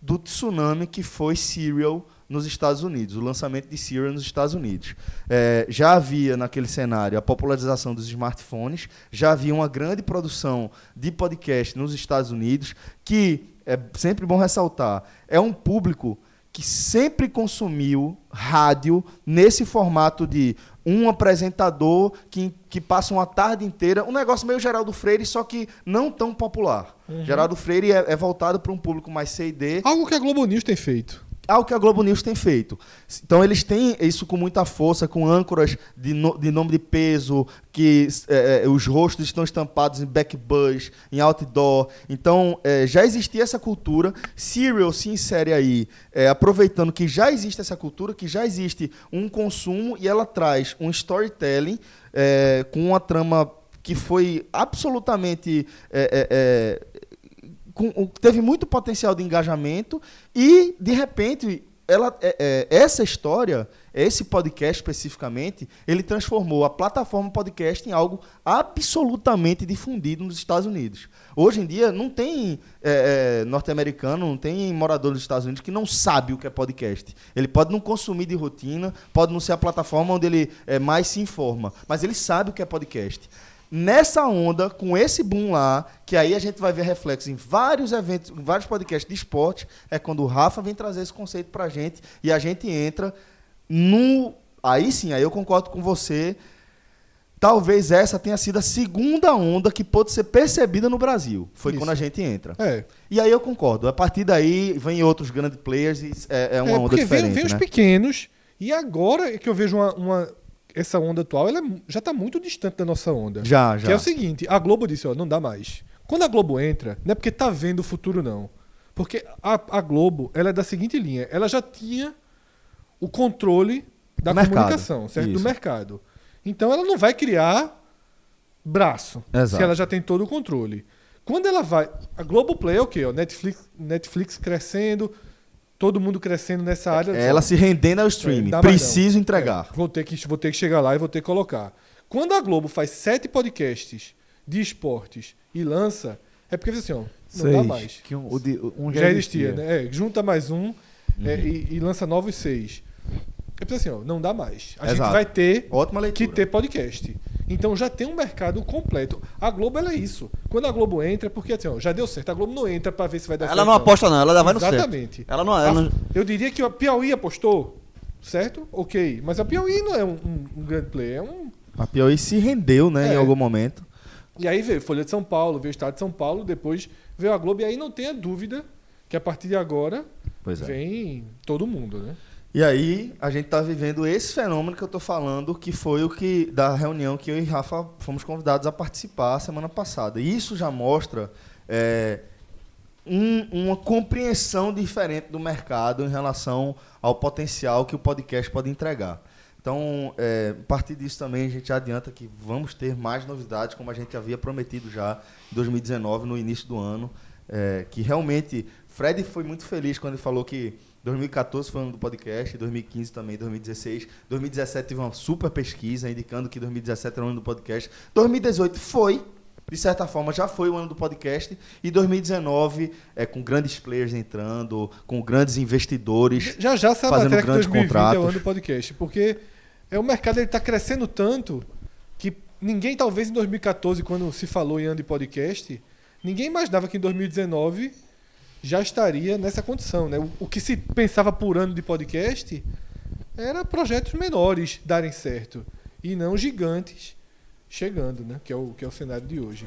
do tsunami que foi Serial nos Estados Unidos, o lançamento de Serial nos Estados Unidos. É, já havia naquele cenário a popularização dos smartphones, já havia uma grande produção de podcast nos Estados Unidos, que é sempre bom ressaltar, é um público que sempre consumiu rádio nesse formato de um apresentador que, que passa uma tarde inteira, um negócio meio Geraldo Freire, só que não tão popular. Geraldo Freire é, é voltado para um público mais C e D,
Algo que a Globo News tem feito.
ao que a Globo News tem feito. Então eles têm isso com muita força, com âncoras de, no- de nome de peso, que eh, eh, os rostos estão estampados em backbuzz, em outdoor. Então eh, já existia essa cultura. Serial se insere aí, eh, aproveitando que já existe essa cultura, que já existe um consumo e ela traz um storytelling eh, com uma trama que foi absolutamente eh, eh, eh, com- o- teve muito potencial de engajamento e, de repente, ela, é- é, essa história, esse podcast especificamente, ele transformou a plataforma podcast em algo absolutamente difundido nos Estados Unidos. Hoje em dia, não tem é, é, norte-americano, não tem morador dos Estados Unidos que não sabe o que é podcast. Ele pode não consumir de rotina, pode não ser a plataforma onde ele é, mais se informa, mas ele sabe o que é podcast nessa onda, com esse boom lá, que aí a gente vai ver reflexo em vários eventos, em vários podcasts de esporte, é quando o Rafa vem trazer esse conceito pra gente e a gente entra no. Aí sim, aí eu concordo com você. Talvez essa tenha sido a segunda onda que pôde ser percebida no Brasil. Foi
Isso.
quando a gente entra.
É.
E aí eu concordo. A partir daí vem outros grandes players e é, é uma
É,
onda
porque
diferente.
vem, vem os
né?
pequenos e agora é que eu vejo uma, uma- essa onda atual, ela é mu- já está muito distante da nossa onda.
Já, já.
Que é o seguinte, a Globo disse, ó, não dá mais. Quando a Globo entra, não é porque tá vendo o futuro não. Porque a, a Globo, ela é da seguinte linha, ela já tinha o controle da
Do mercado.
comunicação, certo? Do
Isso.
mercado. Então ela não vai criar braço,
Exato.
se ela já tem todo o controle. Quando ela vai, a Globoplay é o quê? O Netflix, Netflix crescendo, todo mundo crescendo nessa área.
É Ela se rendendo ao streaming.
dá mais
Preciso
não.
entregar.
É, vou, ter que, vou ter que chegar lá e vou ter que colocar. Quando a Globo faz sete podcasts de esportes e lança, é porque diz assim, ó, não dá mais.
Que um, o de- um
já existia, né? É, junta mais um é, e, e lança novos seis. É porque assim, ó, não dá mais. A gente
Exato.
vai ter
Ótima
que
leitura.
ter podcast. Então já tem um mercado completo. A Globo ela é isso. Quando a Globo entra, é porque assim, ó, já deu certo. A Globo não entra pra ver se vai dar certo.
Ela não aposta, não, ela vai no certo.
Exatamente. Ah,
Ela não. é, Ela
A-
não-
Eu diria que a Piauí apostou, certo? Ok. Mas a Piauí não é um, um- um grande player, é um.
A Piauí se rendeu, né,
É.
em algum momento.
E aí veio Folha de São Paulo, veio o Estado de São Paulo, depois veio a Globo. E aí não tenha dúvida que a partir de agora
Pois é.
vem todo mundo, né?
E aí, a gente tá vivendo esse fenômeno que eu tô falando, que foi o que da reunião que eu e Rafa fomos convidados a participar semana passada. E isso já mostra é, um- uma compreensão diferente do mercado em relação ao potencial que o podcast pode entregar. Então, é, a partir disso também, a gente adianta que vamos ter mais novidades, como a gente havia prometido já em 2019, no início do ano. é, que realmente, Fred foi muito feliz quando ele falou que 2014 foi o ano do podcast, 2015 também, 2016. 2017 teve uma super pesquisa indicando que 2017 era o ano do podcast. 2018 foi, de certa forma, já foi o ano do podcast. E 2019, é, com grandes players entrando, com grandes investidores.
Já já sabe
Fazendo
até que
grandes
2020 é o
contratos.
ano do podcast, porque é o mercado ele está crescendo tanto que ninguém talvez em 2014 quando se falou em ano de podcast, ninguém imaginava que em 2019 já estaria nessa condição, né? O, o que se pensava por ano de podcast era projetos menores darem certo e não gigantes chegando, né? Que é o que é o cenário de hoje.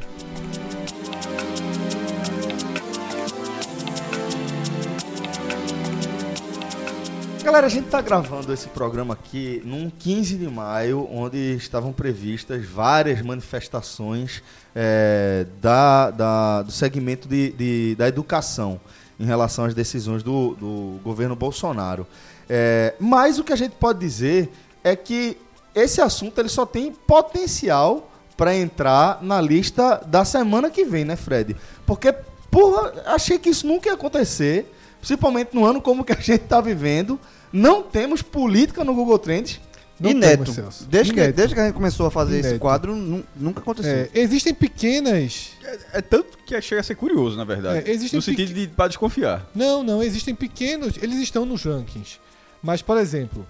Galera, a gente está gravando esse programa aqui num 15 de maio, onde estavam previstas várias manifestações é, da, da- do segmento de, de- da educação em relação às decisões do, do governo Bolsonaro. É, mas o que a gente pode dizer é que esse assunto ele só tem potencial para entrar na lista da semana que vem, né, Fred? Porque, porra, achei que isso nunca ia acontecer, principalmente no ano como que a gente está vivendo. Não temos política no Google Trends.
Não
Inédito.
temos, Celso.
Desde que,
assim. Inédito.
desde que a gente começou a fazer esse
Inédito.
quadro, nu- nunca aconteceu.
É, existem pequenas
É, é tanto que chega a ser curioso, na verdade.
É, existe
no
pique-
sentido de pra desconfiar.
Não, não, existem pequenos, eles estão nos rankings. Mas, por exemplo,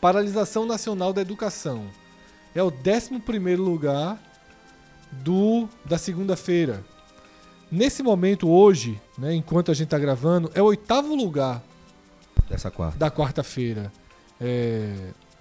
Paralisação Nacional da Educação é o 11º lugar do da segunda-feira. Nesse momento hoje, né, enquanto a gente está gravando, é o oitavo lugar
Dessa quarta.
da quarta-feira. É,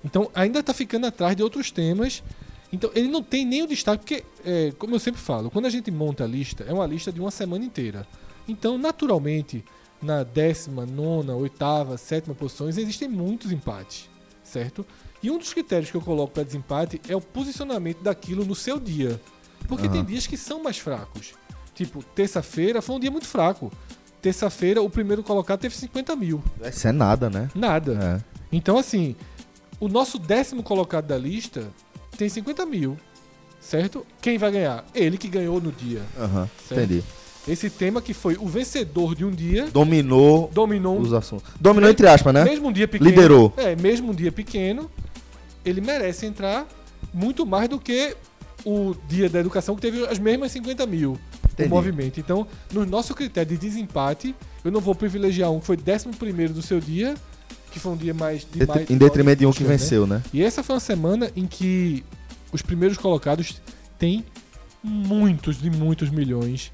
Então ainda está ficando atrás de outros temas. Então ele não tem nem o destaque, porque, é, como eu sempre falo, quando a gente monta a lista, é uma lista de uma semana inteira. Então, naturalmente, na décima, nona, oitava, sétima posições, existem muitos empates, certo? E um dos critérios que eu coloco para desempate é o posicionamento daquilo no seu dia. Porque tem dias que são mais fracos. Tipo, terça-feira foi um dia muito fraco. Terça-feira, o primeiro colocado teve 50 mil.
Isso é nada, né?
Nada.
É.
Então, assim, o nosso décimo colocado da lista tem 50 mil, certo? Quem vai ganhar? Ele que ganhou no dia.
Aham,
Certo.
entendi.
Esse tema que foi o vencedor de um dia,
Dominou
dominou um
os assuntos. Dominou entre aspas, né?
mesmo um dia pequeno.
Liderou.
É, mesmo um dia pequeno, ele merece entrar muito mais do que o dia da educação que teve as mesmas 50 mil
Entendi.
o movimento. Então, no nosso critério de desempate, eu não vou privilegiar um que foi 11 primeiro do seu dia, que foi um dia mais... de mais-
Detri- Em detrimento de um que
né?
venceu, né?
E essa foi uma semana em que os primeiros colocados têm muitos e muitos milhões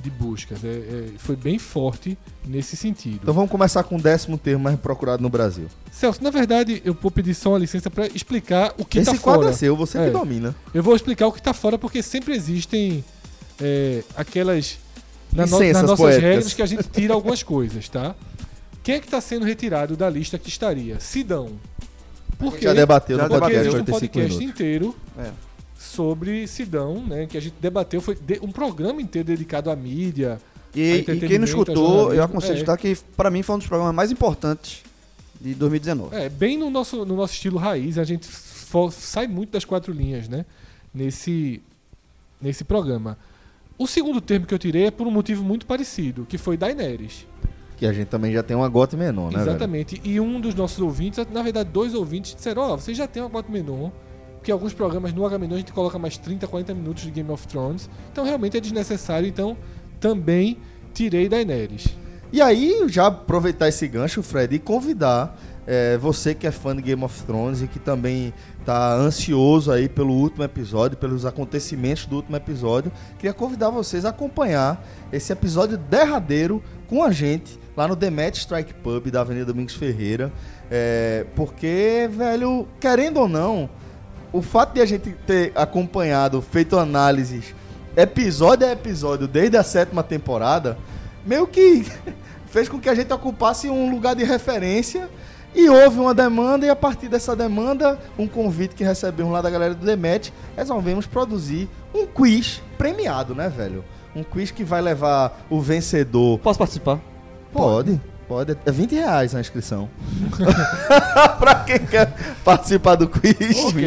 de buscas. É- é- foi bem forte nesse sentido.
Então vamos começar com o décimo termo mais procurado no Brasil.
Celso, na verdade, eu vou pedir só uma licença para explicar o que
Esse
está
quadro
fora.
é seu, você
É.
que domina.
Eu vou explicar o que está fora, porque sempre existem é, aquelas. Na no-
Licenças
nas nossas
poéticas.
regras que a gente tira algumas coisas, tá? Quem é que está sendo retirado da lista que estaria? Sidão. Por quê?
Já debateu
Já
no podcast
Porque existe um
45
podcast
minutos.
inteiro
É.
sobre Sidão, né? Que a gente debateu, foi de- um programa inteiro dedicado à mídia.
E,
É
e quem não
entretenimento,
escutou,
é
eu aconselho
jornalismo,
a escutar que pra mim foi um dos programas mais importantes de 2019.
É, bem no nosso, no nosso estilo raiz, a gente fo- sai muito das quatro linhas, né? Nesse, nesse programa. O segundo termo que eu tirei é por um motivo muito parecido, que foi Daenerys.
Que a gente também já tem uma gota menor, né? velho?
Exatamente. E um dos nossos ouvintes, na verdade, dois ouvintes disseram: Ó, vocês já tem uma Quatro Menon. Porque alguns programas no H-Menon a gente coloca mais 30, 40 minutos de Game of Thrones. Então realmente é desnecessário. Então também tirei Daenerys.
E aí, já aproveitar esse gancho, Fred, e convidar eh, você que é fã de Game of Thrones e que também tá ansioso aí pelo último episódio, pelos acontecimentos do último episódio, queria convidar vocês a acompanhar esse episódio derradeiro com a gente lá no The Match Strike Pub É, da Avenida Domingos Ferreira. Eh, porque, velho, querendo ou não, o fato de a gente ter acompanhado, feito análises episódio a episódio desde a sétima temporada, meio que <laughs> fez com que a gente ocupasse um lugar de referência. E houve uma demanda, e a partir dessa demanda, um convite que recebemos lá da galera do Demet, resolvemos produzir um quiz premiado, né, velho? Um quiz que vai levar o vencedor
Posso participar?
Pode. Pode. É 20 reais a inscrição. <laughs> pra quem quer participar do quiz.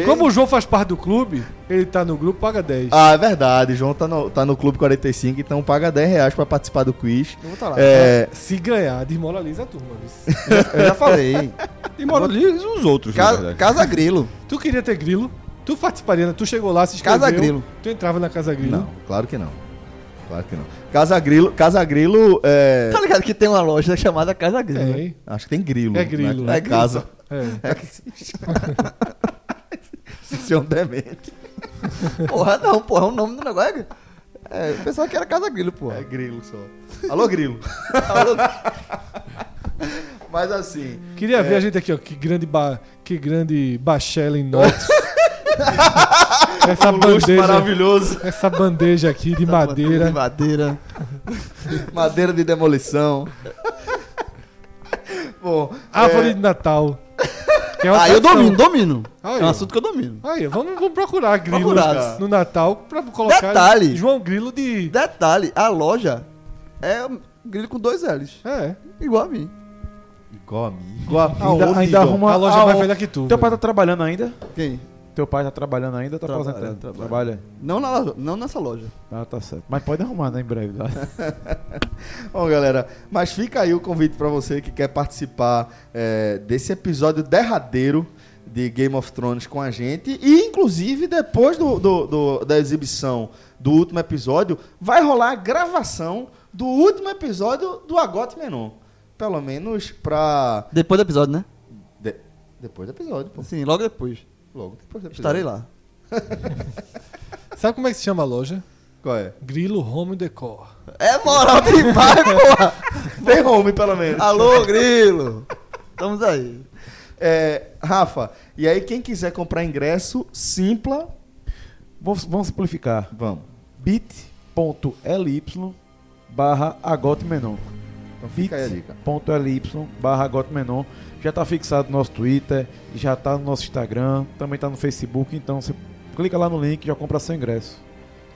Como o João faz parte do clube, ele tá no grupo, paga 10.
Ah, é verdade. João tá no, tá no Clube 45, então paga 10 reais pra participar do quiz.
Eu vou tá lá.
É,
Se ganhar, desmoraliza a turma. viu?
Eu já falei.
E moraliza os outros,
É
na
Ca
verdade.
Casa Grilo.
tu queria ter grilo, tu participaria, né? tu chegou lá, se inscreveu.
Casa Grilo.
Tu entrava na Casa Grilo.
não, claro que não. Claro que não. Casa Grilo, Casa Grilo é.
Tá ligado que tem uma loja chamada Casa Grilo. né?
É,
Acho que tem grilo.
É grilo.
Né? É
É
casa.
é.
<laughs> Esse é um demente.
Porra, não, porra, o nome do negócio é. é eu pensava que era Casa Grilo,
É
porra.
grilo só. Alô, grilo. <laughs> Mas assim.
Queria ver a gente aqui, ó. Que grande, ba... que grande bachela em notas. essa
Luxo
bandeja.
maravilhoso.
Essa bandeja aqui de
De
madeira.
madeira.
Madeira de demolição. Bom,
Árvore de Natal. Que é uma
Ah, eu
tradição.
domino, domino.
Aí,
é um
ó.
assunto que eu domino.
Aí, vamos, vamos procurar grilo
Procurar.
no Natal pra colocar
Detalhe.
João Grilo de.
Detalhe, a loja é um grilo com dois L's.
É.
Igual a mim.
Igual a mim.
Ainda, ainda arruma
A loja mais
o-
velha que tu.
Teu pai
velho.
tá trabalhando ainda?
Quem?
Teu pai tá trabalhando ainda ou tá
Trabalha,
aposentando?
trabalha.
Trabalha.
Não, na loja- não nessa loja.
Ah, tá certo. Mas pode arrumar, né, em breve. lá.
Bom, galera, mas fica aí o convite pra você que quer participar é, desse episódio derradeiro de Game of Thrones com a gente. E, inclusive, depois do, do- do- da exibição do último episódio, vai rolar a gravação do último episódio do Agote Menon. Pelo menos pra.
Depois do episódio, né?
de- Depois do episódio, pô.
Sim, logo depois.
Logo depois do episódio.
Estarei lá.
Sabe como é que se chama a loja?
Qual é? <laughs>
Grilo Home Decor.
É moral demais, <laughs> porra!
Tem home, pelo menos.
Alô, grilo! Estamos aí.
É, Rafa, e aí quem quiser comprar ingresso, simpla.
<laughs> vamos, vamos simplificar.
Vamos.
bit.ly barra agotemenon.
Então fica aí a dica.
bit.ly barra agotemenon. Já tá fixado no nosso Twitter, já tá no nosso Instagram, também tá no Facebook, então você clica lá no link e já compra seu ingresso.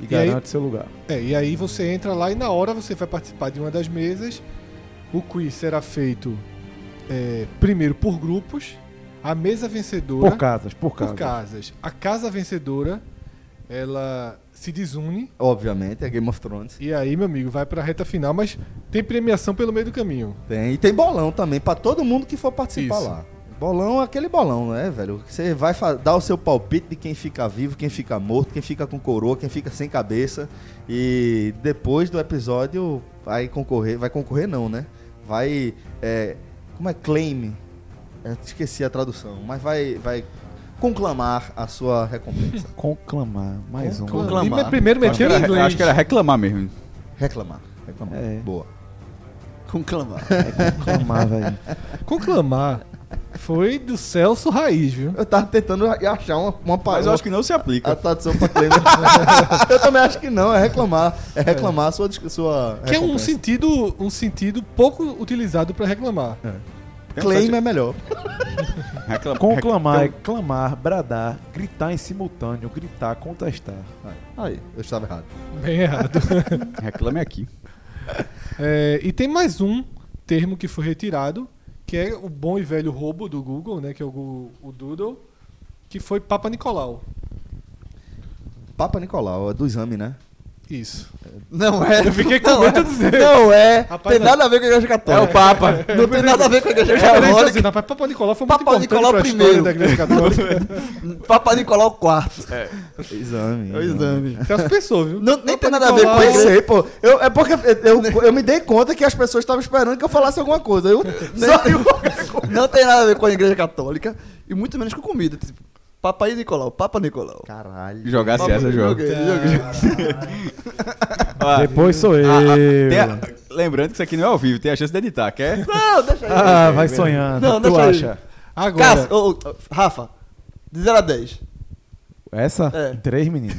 E,
aí?
garante seu lugar.
É, e aí você entra lá e na hora você vai participar de uma das mesas. O quiz será feito é, primeiro por grupos. A mesa vencedora
Por casas, por
por
casas.
casas. A casa vencedora, ela se desune.
Obviamente, é Game of Thrones.
E aí, meu amigo, vai pra reta final, mas tem premiação pelo meio do caminho.
Tem, e tem bolão também, pra todo mundo que for participar
Isso.
lá. Bolão é aquele bolão, né, velho? Você vai fa- dar o seu palpite de quem fica vivo, quem fica morto, quem fica com coroa, quem fica sem cabeça. E depois do episódio vai concorrer. Vai concorrer, não, né? Vai. é, como é claim? É, esqueci a tradução, mas vai, vai conclamar a sua recompensa.
<laughs>
Conclamar, mais um.
Conclamar.
E me- primeiro
Acho que,
meteu em
era,
inglês.
acho que era reclamar mesmo.
Reclamar. Reclamar.
É.
Boa.
Conclamar.
Conclamar, velho.
Conclamar foi do Celso Raiz, viu?
Eu tava tentando achar uma, uma
Mas
palavra.
eu acho que não se
A
aplica.
tradução pra Kleber. <laughs> eu também acho que não, é reclamar. É reclamar a sua. dis- sua
Que é um
recompensa.
sentido, um sentido pouco utilizado pra reclamar.
Tem um
Claim é
site-
melhor.
Reclam-
Conclamar é
reclam-
clamar, bradar, gritar em simultâneo, gritar, contestar.
Aí, eu estava errado.
É.
Bem errado.
Reclame aqui.
É, e tem mais um termo que foi retirado, que é o bom e velho roubo do Google, né? Que é o, Gu- o Doodle, que foi Papa Nicolau.
Papa Nicolau, é do exame, né?
Isso.
Não é. Eu
fiquei com
não
medo
é,
de dizer.
Não é.
Rapaz,
tem
não-
nada a ver com a Igreja Católica. É o Papa. Não tem nada a ver com a
<laughs>
Igreja
Peraí, só assim,
Católica.
rapaz, Papa Nicolau foi muito
Papa
importante
Nicolau
pra
primeiro.
história da Igreja Católica.
Papa Nicolau IV.
Exame.
É o exame.
Celso pensou, viu?
Não, nem tem
Papa
nada a ver com
Nicolau-
a Igreja.
Pensei, pô. Eu, é porque eu, eu, eu me dei conta que as pessoas estavam esperando que eu falasse alguma coisa. Eu
<laughs>
só eu-
Não tem nada a ver com a Igreja Católica. E muito menos com comida. Tipo, Papai Nicolau. Papa Nicolau.
Caralho. <laughs>
Jogasse
Papai-
Assim, essa, jogo.
Joguei, joguei.
Ah,
Depois sou eu.
tem a- lembrando que isso aqui não é ao vivo, tem a chance de editar, é quer?
Não, deixa aí.
É,
Ah, vai sonhando.
Não,
tu
deixa aí.
acha?
Agora,
Cássio, ô, ô, Rafa, de 0 a 10.
Essa?
É.
Três, menino.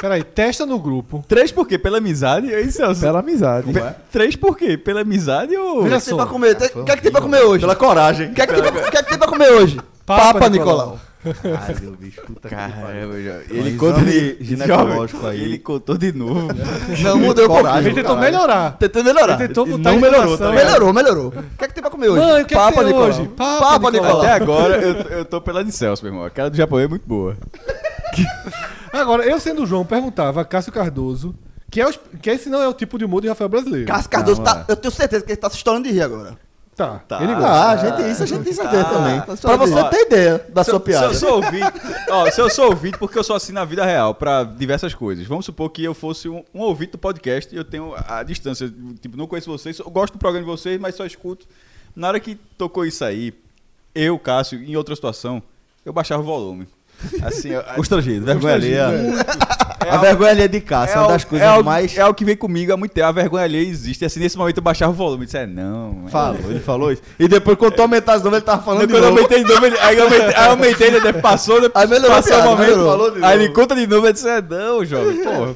Peraí, testa no grupo.
Três por quê? Pela amizade? É isso, Celso?
Pela amizade.
Pe- Três por quê? Pela amizade ou...
Veja
que tem
só.
pra comer? Tem- O que é que tem pra comer hoje? Pela coragem. O que é que tem pra- o que é que tem pra comer hoje?
Papa,
Papa,
Nicolau.
Nicolau.
Caralho, bicho, puta que pariu.
Caramba, já-
Um
ele conta
exame
de...
ginecológico aí.
Ele contou de novo.
Não mudou um
Ele
pouquinho.
tentou melhorar.
Tentando melhorar.
Ele tentou
Ele
botar
não
em
melhorou,
relação-
tá ligado?
Melhorou, melhorou. O que é que tem pra comer hoje?
Mãe, o que é que tem
Nicolau.
hoje? Papa
Papa
Nicolau.
Nicolau.
Até agora, eu, eu tô pela de Celso, meu irmão. A cara do japonês é muito boa.
Agora, eu sendo o João, perguntava a Cássio Cardoso, que, é os- que esse não é o tipo de humor de Rafael Brasileiro.
Cássio Cardoso,
Não,
tá,
é.
eu tenho certeza que ele tá se estourando de rir agora.
Tá,
Tá.
ele gosta.
Ah, a gente, isso a gente tem certeza também.
Tá se
Pra
estourando de
você
rir.
ter ideia da
Se
sua
eu-
piada.
Se eu sou ouvinte, ó, se eu sou ouvinte, porque eu sou assim na vida real, pra diversas coisas. Vamos supor que eu fosse um, um ouvinte do podcast e eu tenho a, a distância. eu, Tipo, não conheço vocês, eu gosto do programa de vocês, mas só escuto. Na hora que tocou isso aí, eu, Cássio, em outra situação, eu baixava o volume. Assim, eu-
<laughs> Constrangido, vergonha
Constrangido,
alheia.
é
A
algo-
vergonha alheia de caça, é uma
algo-
das coisas
é algo-
mais.
É o que vem comigo há muito tempo. A vergonha alheia existe. Assim, nesse momento eu baixava o volume. Eu Disse, é, não. é-
Falou, ele falou isso. E depois, quando tu aumentasse o número, ele tava falando de
quando eu
novo.
aumentei de novo, ele, aí eu aumentei, aí eu aumentei, né, deve- passou, né,
Aí melhorou a
passou o
piada,
momento,
melhorou.
falou
de
aí ele
novo.
conta de novo, eu disse, é
<laughs>
não, jovem, porra.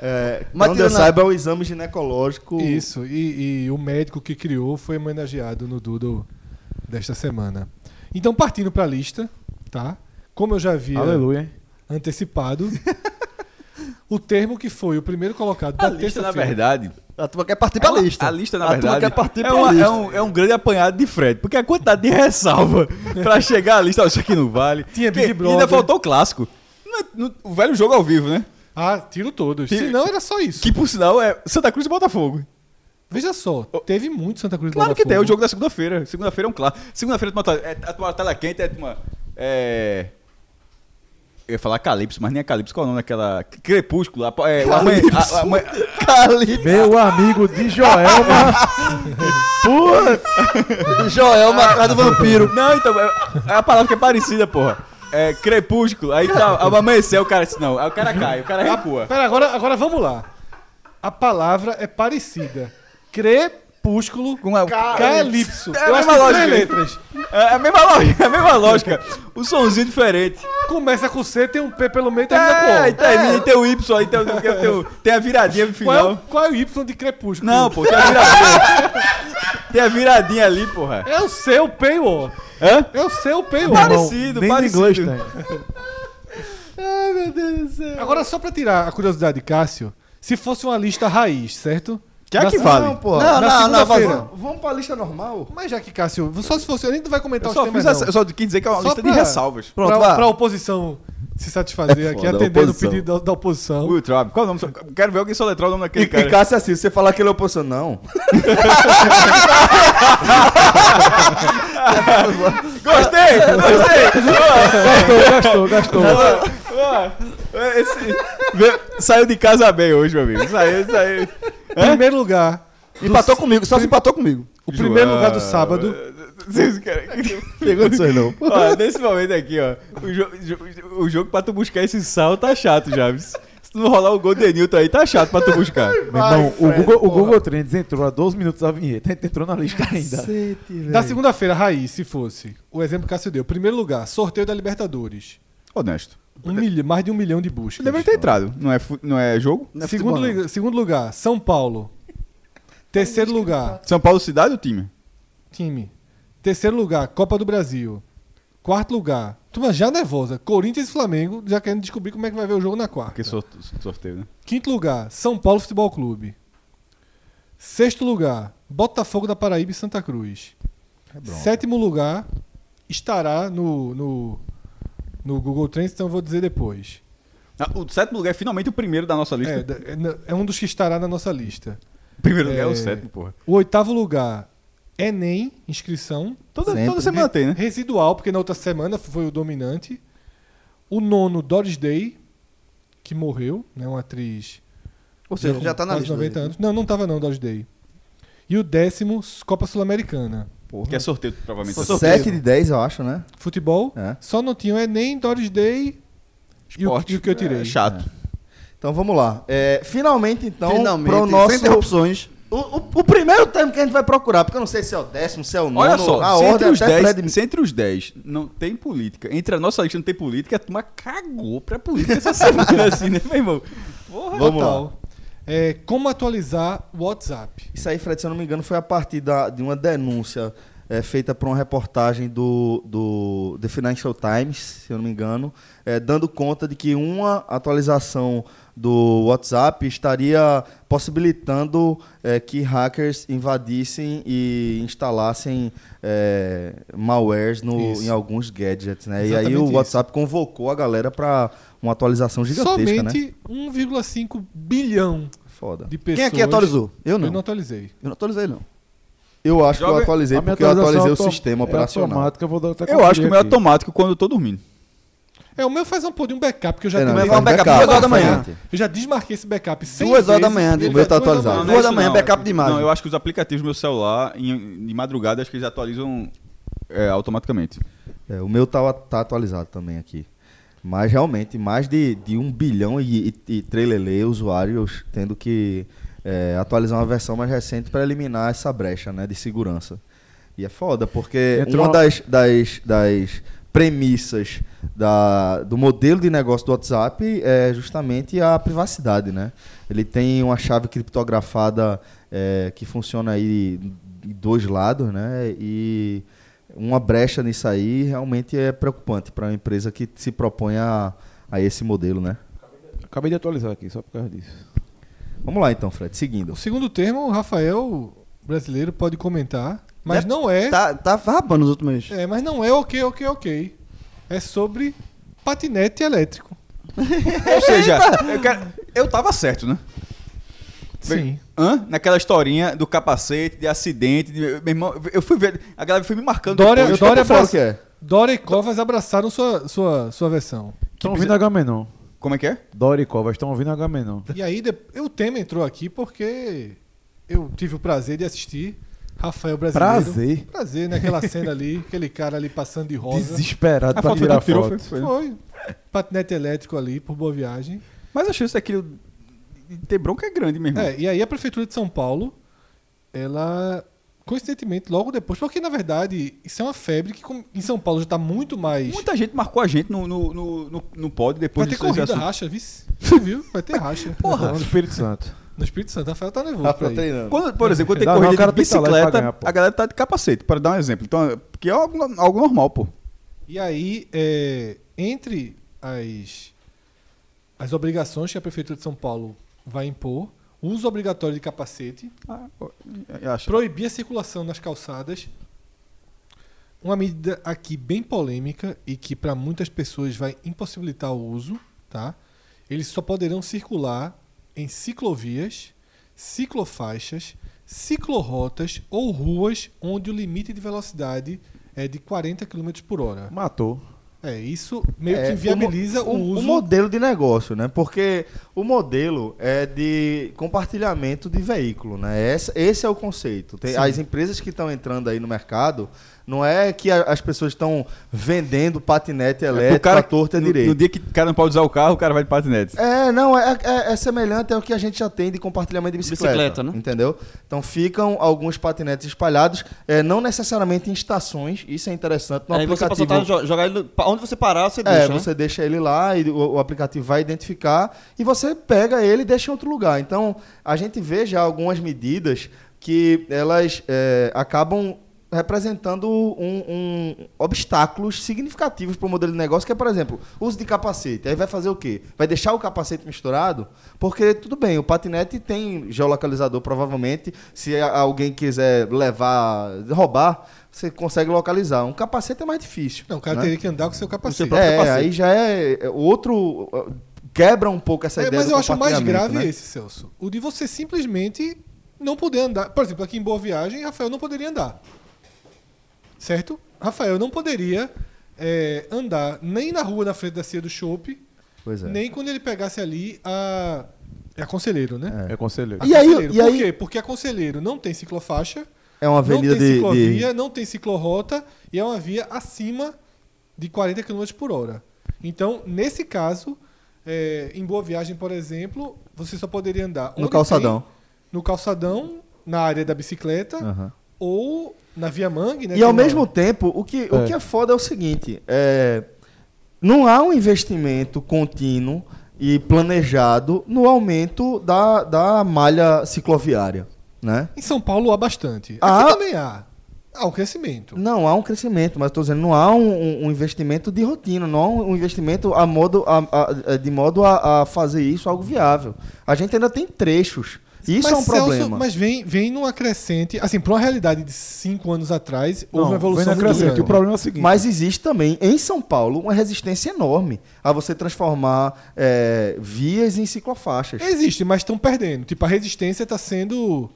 É,
Mas
onde eu
tirando a-
saiba, é o exame ginecológico.
Isso, e, e o médico que criou foi homenageado no Doodle desta semana. Então, partindo pra lista, tá? Como eu já havia
Aleluia, hein?
<laughs>
antecipado, o termo que foi o primeiro colocado
A
da
lista, na
terça-feira.
verdade,
A turma quer partir pra
é uma-
lista.
a lista, na
A turma
verdade,
quer partir
é,
pra
uma-
lista.
é um, é um grande apanhado de Fred, porque a quantidade de
<laughs>
ressalva pra chegar à lista, ó, isso aqui não vale.
Tinha
Porque
Big
Ainda
Brother.
faltou o clássico. Não é- não- o velho jogo ao vivo, né?
Ah, tiro todos.
Tiro-
Se não, era só isso.
Que, por sinal, é Santa Cruz e Botafogo.
Veja só, teve muito Santa Cruz e
Claro que tem, é
Botafogo.
o jogo da segunda-feira. Segunda-feira é um clássico. Segunda-feira a turma tá- é, a turma tela quente, é uma. É. Eu ia falar Calypso, mas nem é Calypso, qual é o nome daquela. Crepúsculo. A, é, o amanhe- a- a- amanhe-
Cali,
Meu amigo de
<laughs>
Joelma. Putz!
é
Joel, atrás do vampiro.
Ah. Não, então, é, é a palavra que é parecida, porra. É crepúsculo. Aí <laughs> tá, ao amanhecer, o cara disse, não. Aí o cara cai, o cara repua.
Pera, agora, agora vamos lá. A palavra é parecida. Crepúsculo
Com a-
calipso.
É a
Eu acho
mesma
que
lógica.
três letras.
É a mesma lógica, é a mesma lógica. O somzinho diferente.
Começa com C, tem um P pelo meio e
É, aí
termina com O.
termina, e tem o Y, aí tem, o- tem, o- tem a viradinha no
Qual é, o,
final.
qual é o Y de crepúsculo?
Não, pô, tem a viradinha. tem a viradinha ali, porra.
É o C, o P e o O.
Hã? Tá
É o C, o P e o
Parece-
O.
Irmão,
Parecido,
nem
parecido.
no inglês tem.
Ai, meu Deus do céu.
Agora, só pra tirar a curiosidade de Cássio, se fosse uma lista raiz, certo?
Que é
Na-
que vale?
Não, pô.
Não, não,
Na
não,
segunda-feira.
Vamos- Vamos pra lista normal?
Mas já que Cássio, só se fosse, a gente não vai comentar
Eu
os
só,
temas
fiz
não.
essa, eu só quis dizer que é uma
Só
lista
pra-
de ressalvas.
Pronto,
pra,
vá.
pra oposição se satisfazer
É
aqui,
foda,
atendendo o
oposição.
pedido da, da oposição.
Will Traub, qual é o nome? do seu- Quero ver alguém soletrar o nome
E,
daquele
e
cara.
Cássio assim, você falar que ele é oposição, não.
Gostei!
Gastou, gastou, gastou.
Gostei! Esse... <laughs> Vê- Saiu de casa bem hoje, meu amigo. Saiu, saiu.
Primeiro lugar.
Empatou comigo, só se empatou comigo.
O primeiro
João.
lugar do sábado.
<laughs> Vocês <laughs> querem-
Pegou disso aí, não.
Ó, nesse momento aqui, ó, o, jo- jo- o jogo pra tu buscar esse sal tá chato, Javes. Se tu não rolar o gol do Denilton aí, tá chato pra tu buscar.
Meu irmão, o Google, o Google Trends entrou há 12 minutos a vinheta. Entrou na lista ainda.
Da segunda-feira, raiz, se fosse. O exemplo que Cássio deu. Primeiro lugar, sorteio da Libertadores.
Honesto.
Um milhão, mais de um milhão de buscas.
Ele deve ter entrado. Não é, fu- não é jogo?
Não é
Segundo,
futebol,
liga- segundo lugar, São Paulo. Terceiro lugar,
São Paulo cidade ou time?
time. Terceiro lugar, Copa do Brasil. Quarto lugar, turma já nervosa, Corinthians e Flamengo, já querendo descobrir como é que vai ver o jogo na quarta.
Porque sorte- sorteio, né?
Quinto lugar, São Paulo Futebol Clube. Sexto lugar, Botafogo da Paraíba e Santa Cruz.
É
Sétimo lugar, estará no, no, no Google Trends, então eu vou dizer depois.
Ah, o sétimo lugar é finalmente o primeiro da nossa lista.
É, da- é na- é um dos que estará na nossa lista.
O primeiro lugar é,
É.
o sétimo, porra.
O oitavo lugar, Enem, inscrição.
Toda,
Sempre.
toda semana tem, né?
Residual, porque na outra semana foi o dominante. O nono, Doris Day, que morreu, né? Uma atriz.
Ou seja,
de
já tá na
quase
lista.
90 anos. Não, não tava não, Doris Day. E o décimo, Copa Sul-Americana.
Que é sorteio, provavelmente.
Sete de 10, eu acho, né?
Futebol,
É.
só não tinha o Enem, Doris Day e o,
Esporte.
e o que eu tirei.
É chato.
Então vamos lá. É, finalmente, então,
Finalmente,
pro nosso
sem interrupções.
O, o- o primeiro termo que a gente vai procurar, porque eu não sei se é o décimo, se é o nono,
Olha só,
a
se
ordem
entre, os
até
10,
Fred...
se entre os 10 não tem política, entre a nossa lista não tem política, a turma cagou pra política essa <laughs> semana, assim, né, meu irmão? Porra,
Vamos lá.
Total. É, como atualizar o WhatsApp?
Isso aí, Fred, se eu não me engano, foi a partir da- de uma denúncia é, feita por uma reportagem do, do The Financial Times, se eu não me engano, é, dando conta de que uma atualização do WhatsApp estaria possibilitando é, que hackers invadissem e instalassem é, malwares no-
Isso.
em alguns gadgets, né? e aí
Exatamente
o
isso.
WhatsApp convocou a galera para uma atualização gigantesca, né?
Somente 1,5 bilhão
Foda.
de pessoas.
Quem aqui atualizou? Eu
Eu
não.
não atualizei.
Eu não atualizei, não.
Eu acho que eu
Jovem-
atualizei
A minha
porque eu
atualização
atualizei o
autom-
sistema
é
operacional.
automática, eu vou dar
Eu
até
acho que
conferir
o meu é
aqui.
automático quando eu tô dormindo.
É, o meu faz um pouco de um backup que eu já
É, não, mas
tenho. feito.
faz um backup,
duas
faz
horas da manhã.
diferente.
Eu já desmarquei esse backup. cem
Duas horas da
vezes,
manhã,
ele
o meu
vai
tá
duas horas da
atualizado.
manhã.
Duas
é
da
isso
manhã, backup de imagem.
Não, eu acho que os aplicativos do meu celular, em, de madrugada, acho que eles atualizam é, <laughs> automaticamente.
É, o meu tá, tá atualizado também aqui. Mas realmente, mais de, de um bilhão e, e, e trelelê usuários tendo que é, atualizar uma versão mais recente para eliminar essa brecha né, de segurança. E é foda, porque
Entrou
uma
uma-
das, das, das premissas da, do modelo de negócio do WhatsApp é justamente a privacidade, né? Ele tem uma chave criptografada é, que funciona aí de dois lados, né? E uma brecha nisso aí realmente é preocupante para uma empresa que se propõe a, a esse modelo, né?
Acabei de atualizar aqui, só por causa disso.
Vamos lá então, Fred, seguindo.
O segundo termo, o Rafael, brasileiro, pode comentar, mas não é,
Tá, tá rapando os últimos.
é. Mas não é ok, ok, ok. É sobre patinete elétrico.
Ou seja, eu, quero- eu tava certo, né?
Sim.
Hã? Naquela historinha do capacete, de acidente. de- meu irmão, eu fui ver. A galera foi me marcando.
Dória-
depois.
Dória
Qual
abraça-
que é?
Dória e Covas abraçaram sua, sua, sua versão.
Estão ouvindo Agamenon.
Como é que é?
Dora e Covas estão ouvindo Agamenon.
E aí, de- eu- o tema entrou aqui porque eu tive o prazer de assistir Rafael Brasileiro.
Prazer.
Prazer, naquela cena ali, <laughs> aquele cara ali passando de rosa.
Desesperado pra
foto que
tirar
tu tirou
foto.
foi- foi.
Foi. Patinete elétrico ali, por boa viagem.
Mas a chance daquilo de ter bronca é grande, meu irmão.
É, e aí a Prefeitura de São Paulo, ela, coincidentemente, logo depois, porque na verdade isso é uma febre que com- em São Paulo já tá muito mais.
Muita gente marcou a gente no, no, no, no, no pod depois
Vai ter
disso, esse
corrida,
assunto.
racha, vice. Você viu? Vai ter racha.
Porra. No Então, Espírito Santo.
No Espírito Santo, Rafael tá nervoso.
Tá
pra ir.
treinando.
Quando, por exemplo, quando tem
Não,
corrida
não, o cara
de
tem que tá lá pra
bicicleta,
ganhar, pô.
a galera tá de capacete, para dar um exemplo. Então, que é algo, algo normal, pô.
E aí, é, entre as, as obrigações que a Prefeitura de São Paulo vai impor, o uso obrigatório de capacete,
Ah, eu- eu acho.
proibir a circulação nas calçadas. Uma medida aqui bem polêmica e que para muitas pessoas vai impossibilitar o uso, tá? Eles só poderão circular em ciclovias, ciclofaixas, ciclorotas ou ruas onde o limite de velocidade é de 40 km por hora.
Matou.
É, isso meio
É,
que viabiliza
mo-
o, uso.
modelo de negócio, né? Porque o modelo é de compartilhamento de veículo, né? Esse, esse é o conceito. Tem-
Sim.
as empresas que estão entrando aí no mercado, não é que a- as pessoas estão vendendo patinete elétrico,
É, o cara-
à torta e à
no,
direita.
no dia que o cara não pode usar o carro, o cara vai de patinete.
É, não, é, é- é semelhante ao que a gente já tem de compartilhamento de bicicleta.
Bicicleta, né?
Entendeu? Então ficam alguns patinetes espalhados, é, não necessariamente em estações, isso é interessante. No
Aí você
aplicativo
pode soltar, jo- jogar ele. pa- Onde você parar, você
é,
deixa. né?
você deixa ele lá e o, o aplicativo vai identificar e você pega ele e deixa em outro lugar. Então, a gente vê já algumas medidas que elas é, acabam representando um, um- obstáculos significativos para o modelo de negócio, que é, por exemplo, uso de capacete. Aí vai fazer o quê? Vai deixar o capacete misturado? Porque, tudo bem, o patinete tem geolocalizador, provavelmente. Se a- alguém quiser levar, roubar, você consegue localizar. Um capacete é mais difícil.
Não, o cara
né?
teria que andar com seu capacete.
É, aí já é é outro. uh, Quebra um pouco essa
É,
ideia
mas
do
eu acho mais
compartilhamento,
grave
né?
esse, Celso. O de você simplesmente não poder andar. Por exemplo, aqui em Boa Viagem, Rafael não poderia andar. Certo? Rafael não poderia é, andar nem na rua na frente da ceia do chopp,
Pois é.
nem quando ele pegasse ali a. É a conselheiro, né?
É conselheiro.
E aí-
Conselheiro.
e aí-
Por quê? Porque a conselheiro não tem ciclofaixa,
É uma avenida
não tem
de, de-
ciclovia, né, não tem ciclorrota e é uma via acima de 40 km por hora. Então, nesse caso, é, em Boa Viagem, por exemplo, você só poderia andar... onde
No calçadão.
tem- no calçadão na área da bicicleta
Aham.
ou na Via Mangue, né?
E ao
tem uma-
mesmo tempo, o que, o
É.
que é foda é o seguinte: é, não há um investimento contínuo e planejado no aumento da, da malha cicloviária. Né?
Em São Paulo há bastante. Aqui
Ah.
também há. Há um crescimento.
Não há um crescimento, mas estou dizendo, não há um- um, um investimento de rotina, não há um investimento a modo, a- a- a- de modo a, a fazer isso algo viável. A gente ainda tem trechos. e Isso
mas,
é um
Celso,
problema.
mas vem, vem numa crescente. Assim, para uma realidade de cinco anos atrás, houve
Não,
uma evolução
vem na
muito
crescente.
grande.
O problema é o seguinte.
Mas existe também, em São Paulo, uma resistência enorme a você transformar eh, vias em ciclofaixas.
Existe, mas estão perdendo. Tipo, a resistência está sendo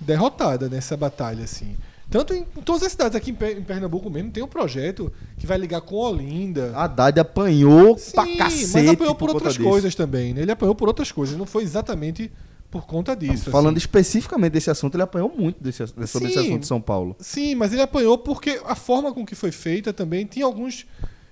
derrotada nessa batalha, assim. Tanto em, em todas as cidades, aqui em Pe- em Pernambuco mesmo, tem um projeto que vai ligar com Olinda.
A Haddad apanhou
Sim,
Ah, pra cacete.
mas apanhou por,
conta
outras
disso.
coisas também. Né? Ele apanhou por outras coisas, não foi exatamente por conta disso.
Falando
assim.
especificamente desse assunto, ele apanhou muito desse, ass- sobre esse
Sim.
assunto de São Paulo.
Sim, mas ele apanhou porque a forma com que foi feita também tinha alguns.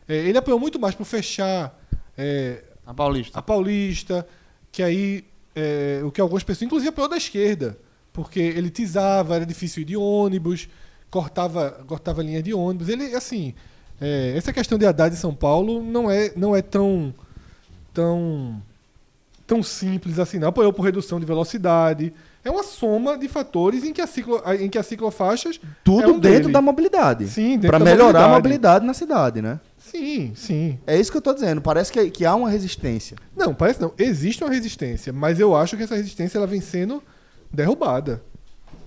é, ele apanhou muito mais por fechar é,
A Paulista.
a Paulista, que aí é, o que algumas pessoas, inclusive apoiou da esquerda, porque ele tisava, era difícil ir de ônibus, cortava, cortava linha de ônibus. Ele, assim, é, essa questão de Haddad em São Paulo não é, não é tão, tão, tão simples assim. Não apoiou por redução de velocidade. É uma soma de fatores em que a, ciclo, em que as ciclofaixas.
Tudo
é um
dentro
dele.
da mobilidade.
Sim, dentro
Pra
da
melhorar a
mobilidade.
mobilidade na cidade, né?
Sim, sim.
É isso que eu tô dizendo. Parece que, que há uma resistência.
Não, parece não. Existe uma resistência, mas eu acho que essa resistência ela vem sendo derrubada.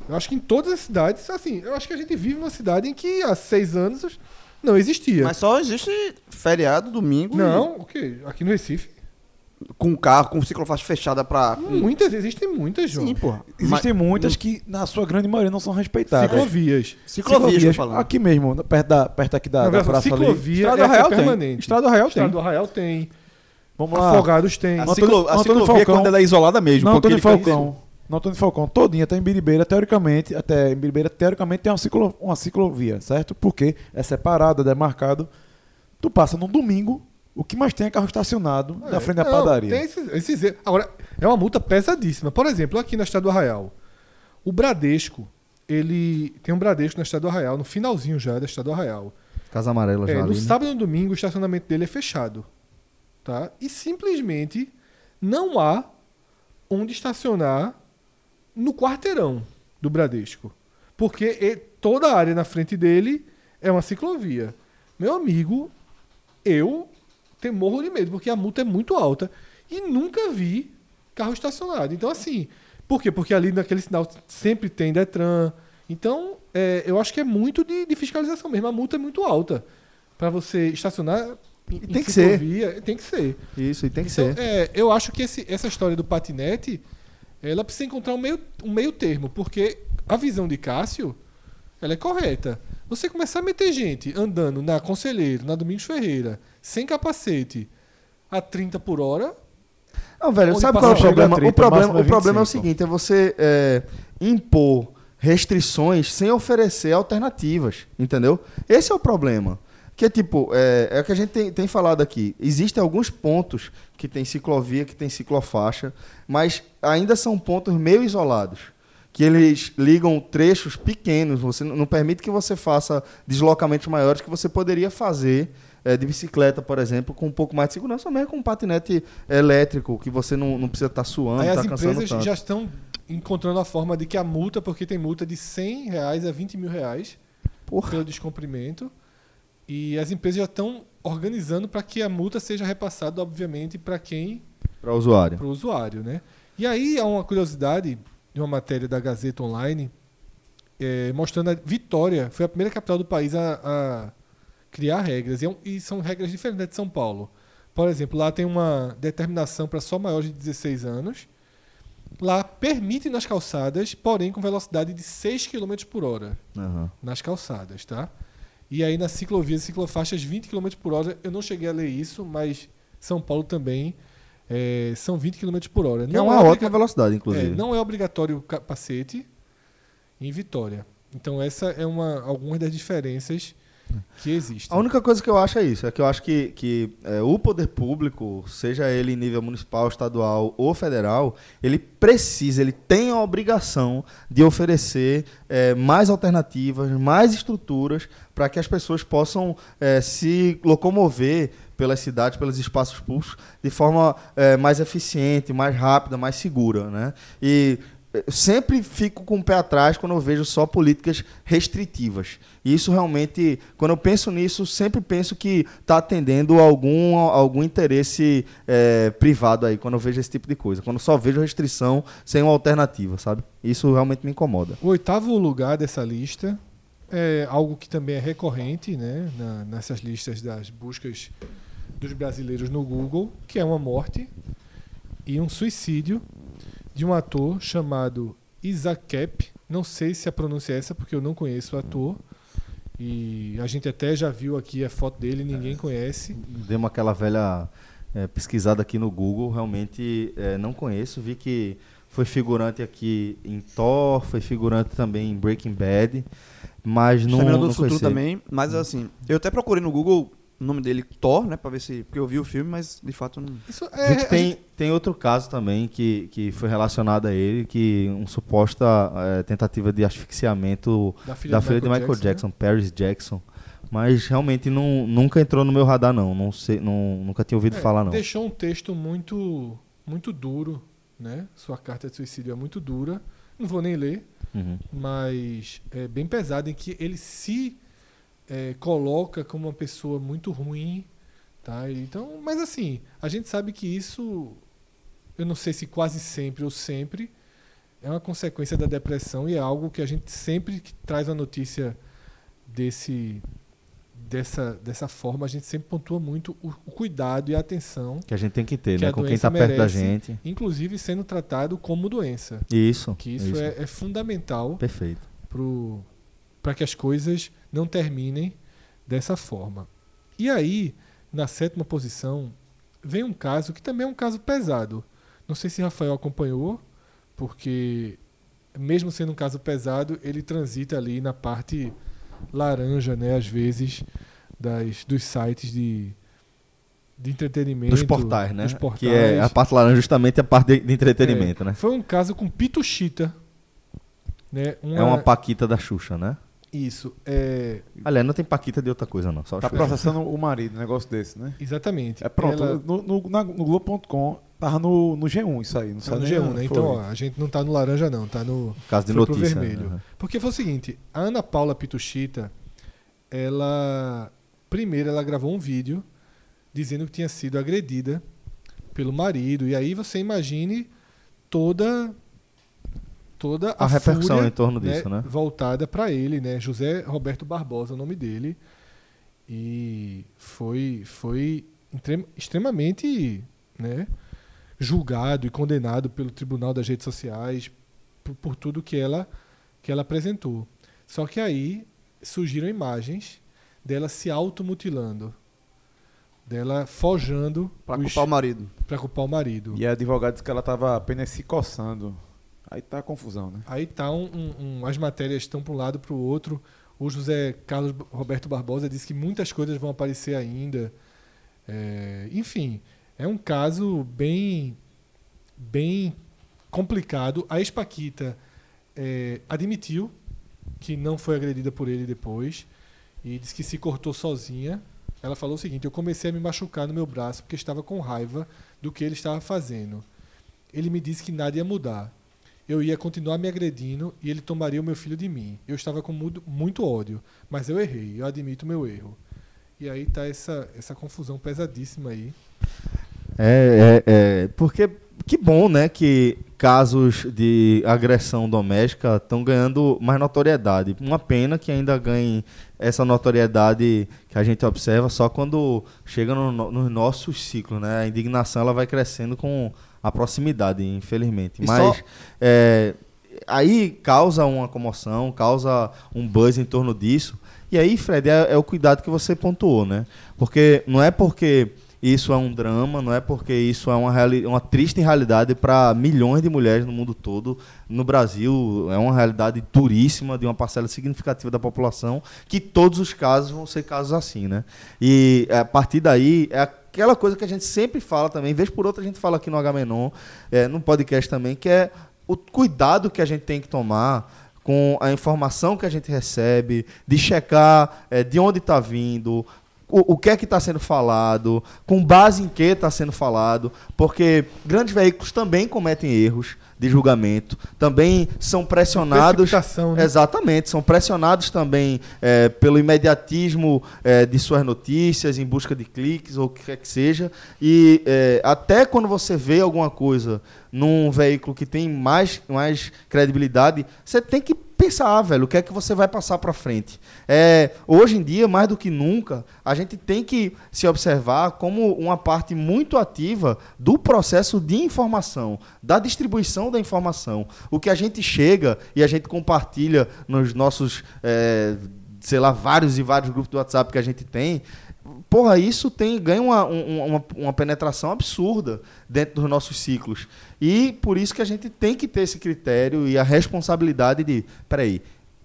Eu acho que em todas as cidades, assim, eu acho que a gente vive numa cidade em que há seis anos não existia.
Mas só existe feriado, domingo.
não, o quê? Aqui no Recife,
e- Com carro, com ciclofaixa fechada pra.
muitas, existem muitas, João.
Sim, porra.
Existem
Mas-
muitas que, na sua grande maioria, não são respeitadas.
Ciclovias.
Ciclovias, tô falando.
Aqui mesmo, na- perto, da, perto aqui da,
Na
da
verdade,
praça ali.
ciclovia
Estrada
essa é
Real tem.
permanente.
Estrada Real tem.
Estado do Arraial tem,
Vamos lá.
Afogados tem. Assim,
A,
Antônio-
ciclo, a
Antônio
ciclovia é
Falcão.
quando ela é isolada mesmo.
Não,
com
Antônio
aquele
Falcão. Não, Antônio Falcão. Todinha até em Biribeira, teoricamente, até em Biribeira, teoricamente, tem uma, ciclo- uma ciclovia, certo? Porque é separada, demarcado. Tu passa num domingo, o que mais tem é carro estacionado na frente da
Não,
padaria.
Tem esses, esses erros. Agora, é uma multa pesadíssima. Por exemplo, aqui na Estrada do Arraial, o Bradesco, ele tem um Bradesco na Estrada do Arraial, no finalzinho já da Estrada do Arraial.
Casa Amarela já
É, no
ali, né?
sábado e no domingo o estacionamento dele é fechado. Tá? E simplesmente não há onde estacionar no quarteirão do Bradesco. Porque e- toda a área na frente dele é uma ciclovia. Meu amigo, eu te morro de medo, porque a multa é muito alta. E nunca vi carro estacionado. Então, assim, por quê? Porque ali naquele sinal sempre tem Detran. Então, é, eu acho que é muito de, de fiscalização mesmo. A multa é muito alta. Para você estacionar em, em
tem que ser.
ciclovia, ser. tem que ser.
Isso, e tem que
Então,
ser.
é, eu acho que esse- essa história do patinete, ela precisa encontrar um meio, um meio termo, porque a visão de Cássio, ela é correta. Você começar a meter gente andando na Conselheiro, na Domingos Ferreira, sem capacete, a 30 por hora,
Não, velho,
Onde
sabe
passa
qual é o
chega a
problema?
30,
o problema,
máximo é
o problema é o
25.
seguinte, é você é, impor restrições sem oferecer alternativas, entendeu? Esse é o problema. Que é tipo, é, é o que a gente tem, tem falado aqui. Existem alguns pontos que tem ciclovia, que tem ciclofaixa, mas ainda são pontos meio isolados. Que eles ligam trechos pequenos, você não não permite que você faça deslocamentos maiores que você poderia fazer é, de bicicleta, por exemplo, com um pouco mais de segurança, ou mesmo com um patinete elétrico, que você não, não precisa estar suando,
aí
estar
as
cansando
empresas
tanto.
já estão encontrando a forma de que a multa, porque tem multa de 100 reais a 20 mil reais
Porra.
pelo descumprimento, e as empresas já estão organizando para que a multa seja repassada, obviamente, para quem
Para o usuário.
para o usuário, né? E aí há uma curiosidade de uma matéria da Gazeta Online eh, mostrando a Vitória foi a primeira capital do país a, a criar regras e, é um- e são regras diferentes da de São Paulo. Por exemplo, lá tem uma determinação para só maiores de 16 anos. Lá permite nas calçadas, porém com velocidade de 6 km por hora
Aham.
nas calçadas, tá? E aí nas ciclovias, ciclofaixas 20 km por hora, eu não cheguei a ler isso, mas São Paulo também é, são 20 km por hora.
é uma
obriga-
ótima velocidade,
é,
inclusive.
não é obrigatório o capacete em Vitória. Então essa é uma algumas das diferenças que existe.
A única coisa que eu acho é isso, é que eu acho que, que é, o poder público, seja ele em nível municipal, estadual ou federal, ele precisa, ele tem a obrigação de oferecer é, mais alternativas, mais estruturas para que as pessoas possam é, se locomover pelas cidades, pelos espaços públicos de forma é, mais eficiente, mais rápida, mais segura, né? E eu sempre fico com o pé atrás quando eu vejo só políticas restritivas. E isso realmente, quando eu penso nisso, sempre penso que está atendendo algum, algum interesse eh, privado aí, quando eu vejo esse tipo de coisa. Quando eu só vejo restrição sem uma alternativa, sabe? Isso realmente me incomoda.
O oitavo lugar dessa lista é algo que também é recorrente né, na- nessas listas das buscas dos brasileiros no Google, que é uma morte e um suicídio de um ator chamado Isakep. Não sei se a pronúncia é essa, porque eu não conheço o ator. E a gente até já viu aqui a foto dele,
É.
ninguém conhece.
Demos aquela velha eh, pesquisada aqui no Google, realmente eh, não conheço. Vi que foi figurante aqui em Thor, foi figurante também em Breaking Bad, mas não,
Exterminador
não
do Futuro
conheci ele.
também, mas assim, eu até procurei no Google o nome dele, Thor, né, pra ver se... Porque eu vi o filme, mas de fato não...
Isso
A
é,
gente tem, tem outro caso também que, que foi relacionado a ele, que uma suposta eh, tentativa de asfixiamento
Da filha
da
de
filha de
Michael
Michael Jackson,
Jackson, né?
Paris Jackson. Mas realmente não, nunca entrou no meu radar, não. não, sei, não nunca tinha ouvido
É,
falar, não.
Deixou um texto muito, muito duro, né? Sua carta de suicídio é muito dura. Não vou nem ler,
Uhum.
mas é bem pesado em que ele se é, coloca como uma pessoa muito ruim, tá? Então, mas assim, a gente sabe que isso, eu não sei se quase sempre ou sempre é uma consequência da depressão e é algo que a gente sempre que traz uma notícia desse dessa dessa forma a gente sempre pontua muito o, o cuidado e a atenção,
Que a gente tem que ter,
Que
né?
a
Com quem
doença
tá perto da
merece.
gente.
inclusive sendo tratado como doença,
Isso.
que isso, É, é fundamental
Perfeito.
para que as coisas não terminem dessa forma. E aí, na sétima posição, vem um caso que também é um caso pesado. Não sei se Rafael acompanhou, porque mesmo sendo um caso pesado, ele transita ali na parte laranja, né, às vezes, das, dos sites de, de entretenimento.
Dos portais, né?
Dos portais.
Que é a parte laranja justamente é a parte de, de entretenimento,
É,
né?
Foi um caso com Pituchita. Né?
É uma paquita da Xuxa, né?
Isso. É,
Aliás, não tem paquita de outra coisa, não. Só
Tá
Xuxa.
processando o marido, um negócio desse, né?
exatamente.
É pronto,
Ela- tá
no, no, na- no Globo.com, tava no, no G1 isso aí, não
tá
sei
no
nem
G1,
onde
né?
um, foi.
Então, ó, a gente não tá no laranja, não. Tá no.
Caso de
Foi pro
notícia.
vermelho.
Uhum.
Porque foi o seguinte: a Ana Paula Pituchita, ela. Primeiro, ela gravou um vídeo dizendo que tinha sido agredida pelo marido. E aí você imagine toda. Toda a,
A repercussão
então.
fúria,
em torno disso, né?
Voltada para ele, né? José Roberto Barbosa é o nome dele. E foi, foi extrem- extremamente né, julgado e condenado pelo Tribunal das Redes Sociais por, por tudo que ela, que ela apresentou. Só que aí surgiram imagens dela se automutilando, dela forjando
Pra culpar o marido.
pra culpar o marido.
E a advogada disse que ela tava apenas se coçando. Aí tá a confusão, né?
Aí tá um, um- um- as matérias estão para um lado para o outro. O José Carlos B- Roberto Barbosa disse que muitas coisas vão aparecer ainda. É, enfim, é um caso bem, bem complicado. A ex-Paquita é, admitiu que não foi agredida por ele depois e disse que se cortou sozinha. Ela falou o seguinte: eu comecei a me machucar no meu braço porque estava com raiva do que ele estava fazendo. Ele me disse que nada ia mudar eu ia continuar me agredindo e ele tomaria o meu filho de mim. Eu estava com muito, muito ódio, mas eu errei, eu admito meu erro. E aí tá essa, essa confusão pesadíssima aí.
É, é, é, porque que bom, né, que casos de agressão doméstica estão ganhando mais notoriedade. Uma pena que ainda ganhem essa notoriedade que a gente observa só quando chega no, no- nos nossos ciclos, né? A indignação ela vai crescendo com a proximidade, infelizmente.
E
Mas
só-
é, aí causa uma comoção, causa um buzz em torno disso. E aí, Fred, é, é o cuidado que você pontuou, né? Porque não é porque Isso é um drama, não é? Porque isso é uma, reali- uma triste realidade para milhões de mulheres no mundo todo. No Brasil, é uma realidade duríssima de uma parcela significativa da população, que todos os casos vão ser casos assim, né? E a partir daí, é aquela coisa que a gente sempre fala também, vez por outra a gente fala aqui no Agamenon, é, no podcast também, que é o cuidado que a gente tem que tomar com a informação que a gente recebe, de checar eh, de onde está vindo, o, o que é que está sendo falado, com base em que está sendo falado, porque grandes veículos também cometem erros de julgamento, também são pressionados.
Precipitação, né?
Exatamente, são pressionados também eh, pelo imediatismo eh, de suas notícias, em busca de cliques ou o que quer que seja. E eh, até quando você vê alguma coisa num veículo que tem mais, mais credibilidade, você tem que pensar, velho, o que é que você vai passar para frente. É, hoje em dia, mais do que nunca, a gente tem que se observar como uma parte muito ativa do processo de informação, da distribuição da informação. O que a gente chega e a gente compartilha nos nossos, é, sei lá, vários e vários grupos do WhatsApp que a gente tem, porra, isso tem ganha uma, um- uma, uma penetração absurda dentro dos nossos ciclos. E por isso que a gente tem que ter esse critério e a responsabilidade de, peraí,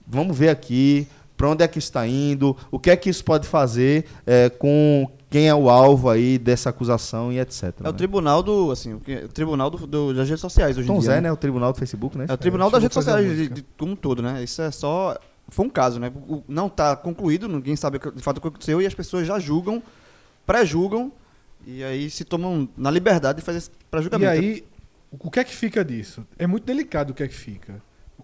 vamos ver aqui para onde é que isso está indo, o que é que isso pode fazer eh, com quem é o alvo aí dessa acusação e etc.
É
né?
o tribunal do, assim, o que- o tribunal do, do- das redes sociais hoje em
Tom
dia.
Zé, né? O tribunal do Facebook, né?
É o tribunal das
Deixa
redes
eu fazer a
sociais de,
música.
de- como um todo, né? Isso é só. Foi um caso, né? O- não tá concluído, ninguém sabe o que- de fato o que aconteceu e as pessoas já julgam, pré-julgam e aí se tomam na liberdade de fazer esse
E
pré-julgamento.
aí, o que é que fica disso? É muito delicado o que é que fica.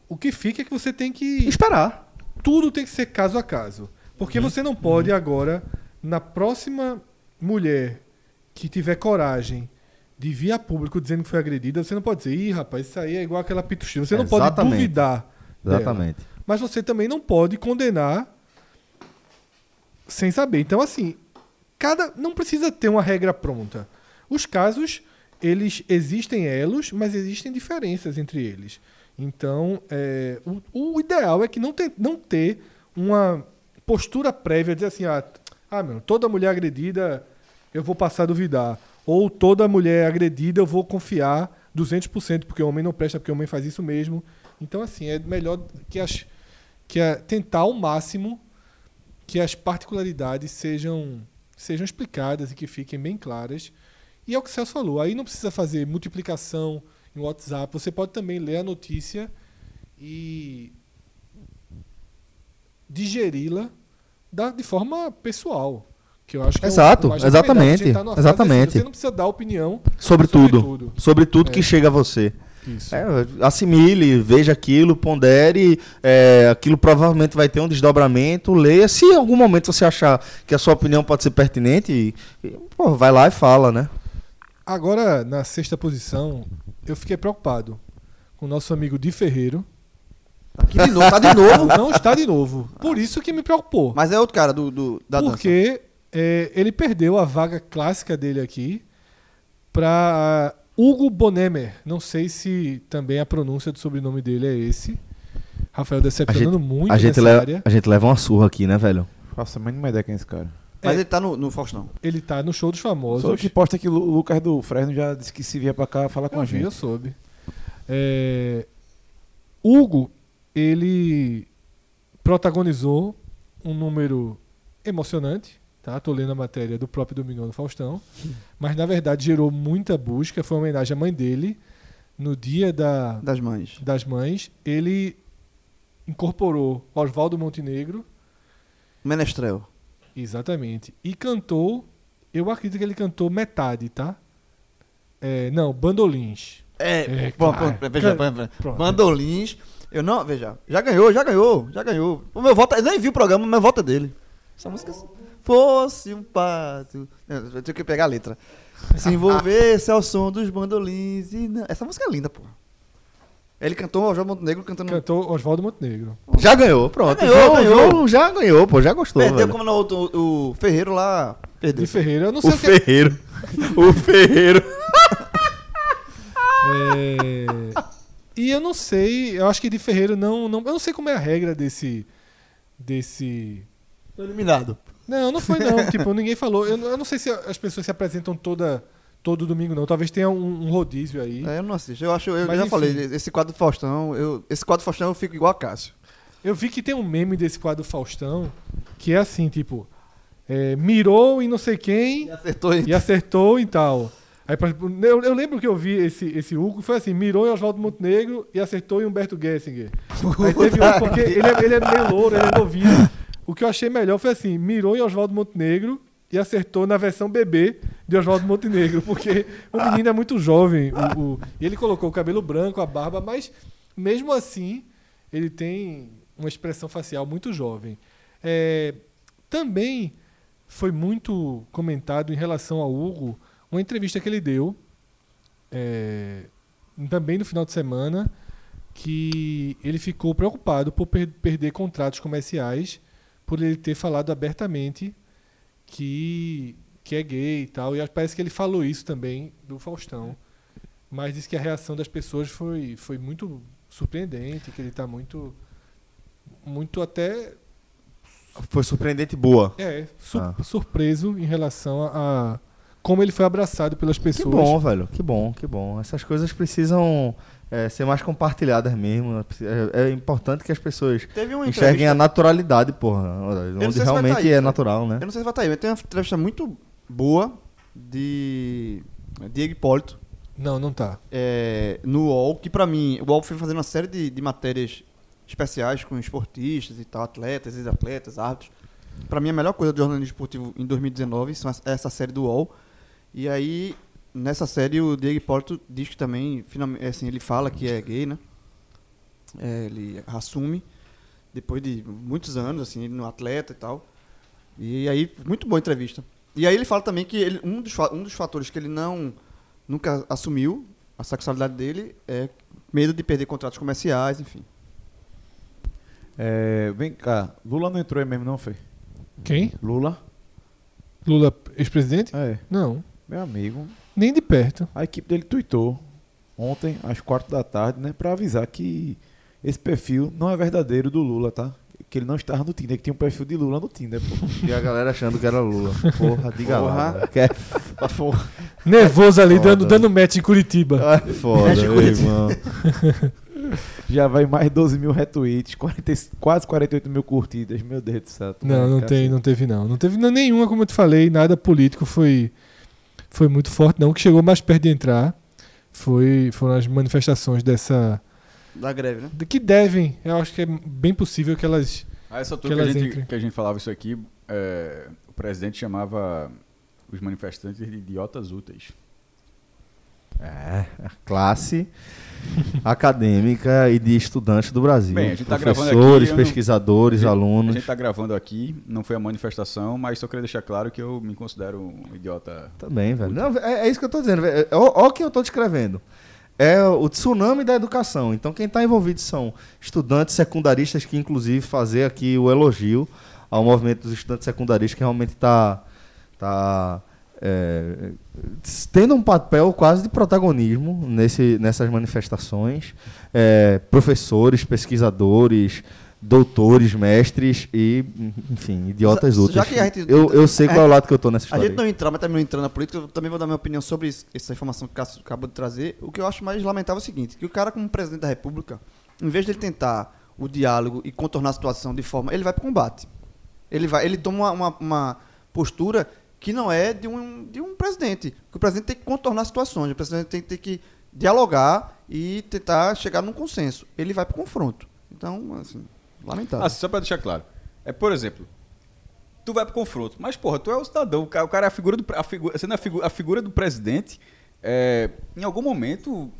O que fica é que você tem que.
Esperar. Uhum.
tudo tem que ser caso a caso. Porque você não pode agora, na próxima mulher que tiver coragem de vir a público dizendo que foi agredida, você não pode dizer, ih, rapaz, isso aí é igual aquela pituxinha. Você não pode
Exatamente.
duvidar. dela.
Exatamente.
Mas você também não pode condenar sem saber. Então, assim, cada não precisa ter uma regra pronta. Os casos, eles existem elos, mas existem diferenças entre eles. Então, é, o, o ideal é que não, te, não ter uma postura prévia, dizer assim, ah, t- ah, meu, toda mulher agredida eu vou passar a duvidar. Ou toda mulher agredida eu vou confiar 200%, porque o homem não presta, porque o homem faz isso mesmo. Então, assim, é melhor que, as, que a, tentar ao máximo que as particularidades sejam, sejam explicadas e que fiquem bem claras. E é o que o Celso falou, aí não precisa fazer multiplicação em WhatsApp, você pode também ler a notícia e digeri-la da- de forma pessoal. Que eu acho que é o-
Exato,
o mais recomendado. A gente
exatamente,
tá numa fase assim,
exatamente.
Você não precisa dar opinião
Sobre tudo.
tudo.
Sobre tudo
É.
que chega a você.
Isso.
É, assimile, veja aquilo, pondere, é, aquilo provavelmente vai ter um desdobramento, leia. Se em algum momento você achar que a sua opinião pode ser pertinente, e- e, pô, vai lá e fala, né?
Agora, na sexta posição, eu fiquei preocupado com o nosso amigo Di Ferreiro.
Aqui de novo, tá
<laughs>
de novo.
Não está de novo. Por isso que me preocupou.
Mas é outro cara do, do- da dança.
porque é, ele perdeu a vaga clássica dele aqui para Hugo Bonemer. Não sei se também a pronúncia do sobrenome dele é esse. Rafael decepcionando muito
a, gente
nessa
leva,
área.
a gente leva uma surra aqui, né, velho?
Faço a mínima ideia quem é esse cara.
Mas
É.
ele tá no, no Faustão.
Ele tá no show dos
Só o
famosos.
que posta que o Lu- Lucas do Fresno já disse que se vier pra cá falar com
eu
a
vi,
gente.
eu soube. É, Hugo, ele protagonizou um número emocionante, tá? Tô lendo a matéria do próprio Domingão do
<laughs>
Faustão, mas na verdade gerou muita busca, foi uma homenagem à mãe dele no dia da,
Das mães.
das mães. Ele incorporou Oswaldo Montenegro,
Menestrel.
exatamente, e cantou, eu acredito que ele cantou metade, tá? É, não, Bandolins.
É,
É,
pô,
claro.
pô, veja, pô,
Pronto.
Mandolins. Eu não, veja. Já ganhou, já ganhou, já ganhou. O meu voto, eu nem vi o programa, mas meu voto é dele. Essa música. é assim. Fosse um pato. Eu eu tenho que pegar a letra. Se envolver, esse é o som dos bandolins. E não- Essa música é linda, pô. Ele cantou o João Montenegro cantando.
Cantou Oswaldo Montenegro.
Já ganhou, pronto.
Já ganhou,
João-
ganhou.
João já ganhou, pô, já gostou,
perdeu
velho.
como é no outro, o, o Ferreiro lá. Perdeu.
De Ferreira, eu não sei
O
o que é-
ferreiro. o ferreiro.
É, E eu não sei, eu acho que de Ferreira não, não. Eu não sei como é a regra desse. Desse.
Eliminado.
Não, não foi não. tipo, ninguém falou. Eu, eu não sei se as pessoas se apresentam toda, todo domingo, não. Talvez tenha um, um rodízio aí.
É, eu não assisto. Eu acho, eu
Mas
já
enfim.
falei, esse quadro do Faustão, eu, esse quadro do Faustão eu fico igual a Cássio.
Eu vi que tem um meme desse quadro Faustão, que é assim, tipo, é, mirou em não sei quem
E acertou em
e acertou e tal. Aí, por exemplo, eu, eu lembro que eu vi esse, esse Hugo, foi assim, mirou em Oswaldo Montenegro e acertou em Humberto Gessinger. Aí teve outro, porque ele é, ele é meio louro, ele é novinho. O que eu achei melhor foi assim, mirou em Oswaldo Montenegro e acertou na versão bebê de Oswaldo Montenegro, porque o menino é muito jovem. o- o- e ele colocou o cabelo branco, a barba, mas mesmo assim ele tem uma expressão facial muito jovem. É, também foi muito comentado em relação ao Hugo uma entrevista que ele deu é, também no final de semana que ele ficou preocupado por per- perder contratos comerciais por ele ter falado abertamente que que é gay e tal e acho- parece que ele falou isso também do Faustão mas disse que a reação das pessoas foi foi muito surpreendente que ele está muito muito até
Foi surpreendente boa.
é, su-
Ah.
surpreso em relação a, a como ele foi abraçado pelas
Que
pessoas.
bom, velho. Que bom, que bom. Essas coisas precisam é, ser mais compartilhadas mesmo. É, é importante que as pessoas
Teve uma
enxerguem
entrevista.
a naturalidade, porra.
sei
Onde
se vai
realmente
tá aí,
é
cara.
natural, né?
Eu não sei se vai estar aí, mas tem uma entrevista muito boa de Diego Hipólito
Não, não tá.
é, no UOL, que pra mim, o UOL foi fazendo uma série de, de matérias especiais com esportistas e tal, atletas, ex-atletas, árbitros. Pra mim, a melhor coisa do jornalismo esportivo em 2019 são as- é essa série do UOL. E aí, nessa série, o Diego Porto diz que também, finalmente, assim, ele fala que é gay, né? É, ele assume, depois de muitos anos, assim, no atleta e tal. E aí, muito boa entrevista. E aí ele fala também que ele- um, dos, fa- um dos fatores que ele não nunca assumiu a sexualidade dele é medo de perder contratos comerciais, enfim.
É, vem cá, Lula não entrou aí mesmo, não foi?
Quem?
Lula?
Lula, ex-presidente?
É,
Não,
meu amigo.
nem de perto.
A equipe dele tuitou ontem, às quatro da tarde, né? Pra avisar que esse perfil não é verdadeiro do Lula, tá? Que ele não estava no Tinder, que tinha um perfil de Lula no Tinder, pô.
E a galera achando que era Lula. Porra, diga lá.
Porra.
velho. Que é
Tá
Nervoso ali,
Foda.
né?
dando, dando match em Curitiba.
é foda, meu irmão.
Já vai mais 12 mil retweets, 40 e- quase 48 mil curtidas. Meu Deus do céu.
Ah,
tu
Não,
vai
não,
ficar
tem,
assim.
não teve não. Não teve n- nenhuma, como eu te falei, nada político foi, foi muito forte não. O que chegou mais perto de entrar foi, foram as manifestações dessa...
Da greve, né?
de- que devem, eu acho que é bem possível que elas...
A essa
Que
altura que, a
elas
gente,
entrem.
que a gente falava isso aqui, é, o presidente chamava os manifestantes de idiotas úteis.
É, a classe acadêmica e de estudante do Brasil.
Bem, a gente tá gravando aqui,
Professores,
eu não-
pesquisadores,
a gente- A
alunos.
gente tá gravando aqui, não foi a manifestação, mas só queria deixar claro que eu me considero um idiota.
Também, Tá velho. Não, é, é isso que eu tô dizendo. velho. É- Ó, ó quem eu tô descrevendo. É o tsunami da educação. Então, quem tá envolvido são estudantes secundaristas, que inclusive fazer aqui o elogio ao movimento dos estudantes secundaristas, que realmente tá, tá é, tendo um papel quase de protagonismo nesse, nessas manifestações. É, professores, pesquisadores, doutores, mestres e, enfim, idiotas
Já-
úteis.
já que a gente-
eu, eu sei
a
qual é o lado que eu tô nessa
A
história.
gente não entrar, mas também não entrando na política, eu também vou dar minha opinião sobre isso- essa informação que o Cássio acabou de trazer. O que eu acho mais lamentável é o seguinte, que o cara como presidente da república, em vez dele tentar o diálogo e contornar a situação de forma... Ele vai pro combate. Ele, vai, ele toma uma, uma- uma postura que não é de um, de um presidente. Que o presidente tem que contornar situações, o presidente tem, tem que dialogar e tentar chegar num consenso. Ele vai pro confronto. Então, assim, lamentável.
Ah, só pra deixar claro. É, por exemplo, tu vai pro confronto, mas porra, tu é o cidadão, o cara, o cara é a figura do. pre- A figura, sendo a, figu- a figura do presidente, é, em algum momento.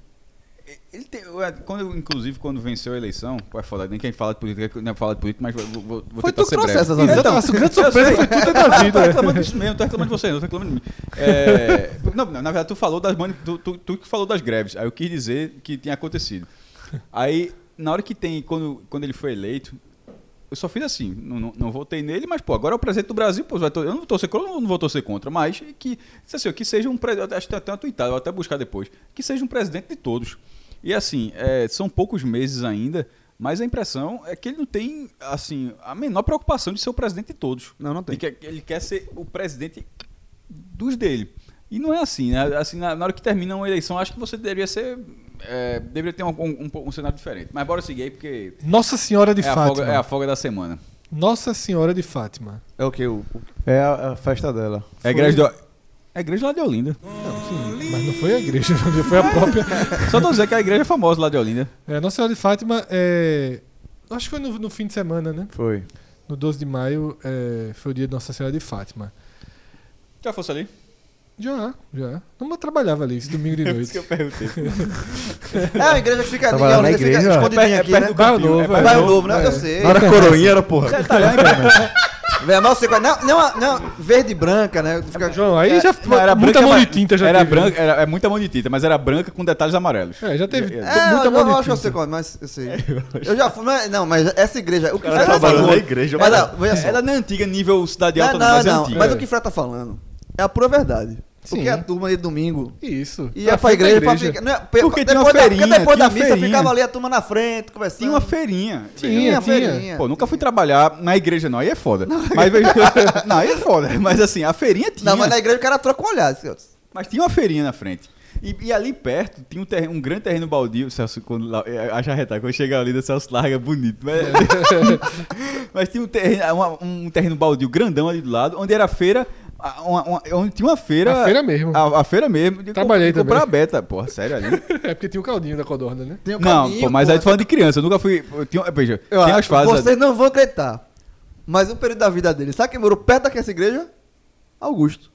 e- Ele tem, ué, quando, inclusive, quando venceu a eleição, vai falar, nem quem fala de política, nem fala de política, mas vou, vou, vou
Foi
tentar
tu que
ser
trouxe
breve.
essas
Então,
Então,
a
<laughs>
grande surpresa foi tudo da
Eu tô
vida.
reclamando disso mesmo, não tô reclamando de você, não tô reclamando de mim. É, não, não, na verdade, tu falou das mani- tu, tu, tu que falou das greves. Aí eu quis dizer que tinha acontecido. Aí, na hora que tem, quando, quando ele foi eleito, eu só fiz assim, não, não, não votei nele, mas, pô, agora é o presidente do Brasil, pô, vai to- eu não vou torcer contra, eu não vou torcer contra, mas que, se assim, que seja um presidente, acho que tem até uma tweetada, vou até buscar depois, que seja um presidente de todos. E assim, é, são poucos meses ainda, Mas a impressão é que ele não tem, assim, a menor preocupação de ser o presidente de todos.
Não, não tem.
Ele quer, ele quer ser o presidente dos dele. E não é assim, né? Assim, na, na hora que termina uma eleição, acho que você deveria ser. é, deveria ter um, um, um- um cenário diferente. Mas bora seguir aí, porque
Nossa Senhora de
é a, folga,
Fátima.
é a folga da semana.
Nossa Senhora de Fátima.
É o que? O, o-
É a, a festa dela.
É a igreja, de, é a igreja lá de Olinda.
Mas não foi a igreja, <laughs> foi a própria.
Só tô dizendo que a igreja é famosa lá de Olinda.
É, Nossa Senhora de Fátima é. Acho que foi no, no fim de semana, né?
Foi.
No 12 de maio é, foi o dia de Nossa Senhora de Fátima.
Já fosse ali?
Já, já. Não trabalhava ali,
<laughs>
esse domingo de noite.
perguntei.
É a igreja que fica ali,
Trabalhar
a
na
igreja fica
igreja,
escondidinha
é
aqui,
perto
né?
do
Bairro
Campinho,
Novo,
é
é.
Bairro
Bairro
Novo, né? Eu
Na
sei.
hora coroinha era, porra.
tá
Véi, mas você conhece- Não, não, a- não, verde e branca, né? Fica-
João, aí já
Não,
era muita mão
mas-
de tinta já
era
teve, né?
branca, era, é muita mão de tinta, mas era branca com detalhes amarelos.
É, já teve
É,
É,
muita
eu
mão
não
de
acho que você
tinta.
come, mas
<laughs>
eu sei. Eu já fui, mas- não, mas essa igreja, o que o
cara
Fred tá
trabalhando
falando.
na
igreja,
mas,
mano.
não, veja só.
Ela não é antiga nível cidade alta,
não,
não, mas é
não,
antiga.
mas o que o Fred tá falando é a pura verdade.
Sim.
Porque a turma de domingo
Isso.
Tá
ia pra igreja, pra ficar. Não, é- pe-
Porque tinha
depois
uma
da, porque
feirinha,
depois da
tinha
missa
feirinha.
ficava ali a turma na frente, conversando.
Tinha uma feirinha.
Tinha,
Tinha,
tinha.
feirinha.
Pô, nunca fui trabalhar na igreja, não. Aí é foda. Mas veja- <laughs> não, aí é foda. Mas assim, a feirinha tinha.
Não, mas na igreja o cara troca um olhar. assim, ó.
Mas tinha uma feirinha na frente. E, e ali perto tinha um, terreno, um grande terreno baldio. Celso, quando, lá- é, acha retar, quando chega ali, o Celso larga bonito.
<laughs>
Mas, mas tinha um terreno, uma- um terreno baldio grandão ali do lado, onde era a feira. a- uma- uma- onde tinha uma feira.
A feira mesmo.
A, a feira mesmo. de
Trabalhei
co- de comprar
também.
beta, porra, sério ali.
<laughs> É porque tinha o caldinho da codorna, né?
Tem o
não,
um caminho,
pô, mas
pô. é
aí tu falando de criança, eu nunca fui. Eu tinha, veja,
Eu
tem
acho-
as fases.
Vocês não vão acreditar. Mas um período da vida dele, sabe quem morou perto daquela igreja? Augusto.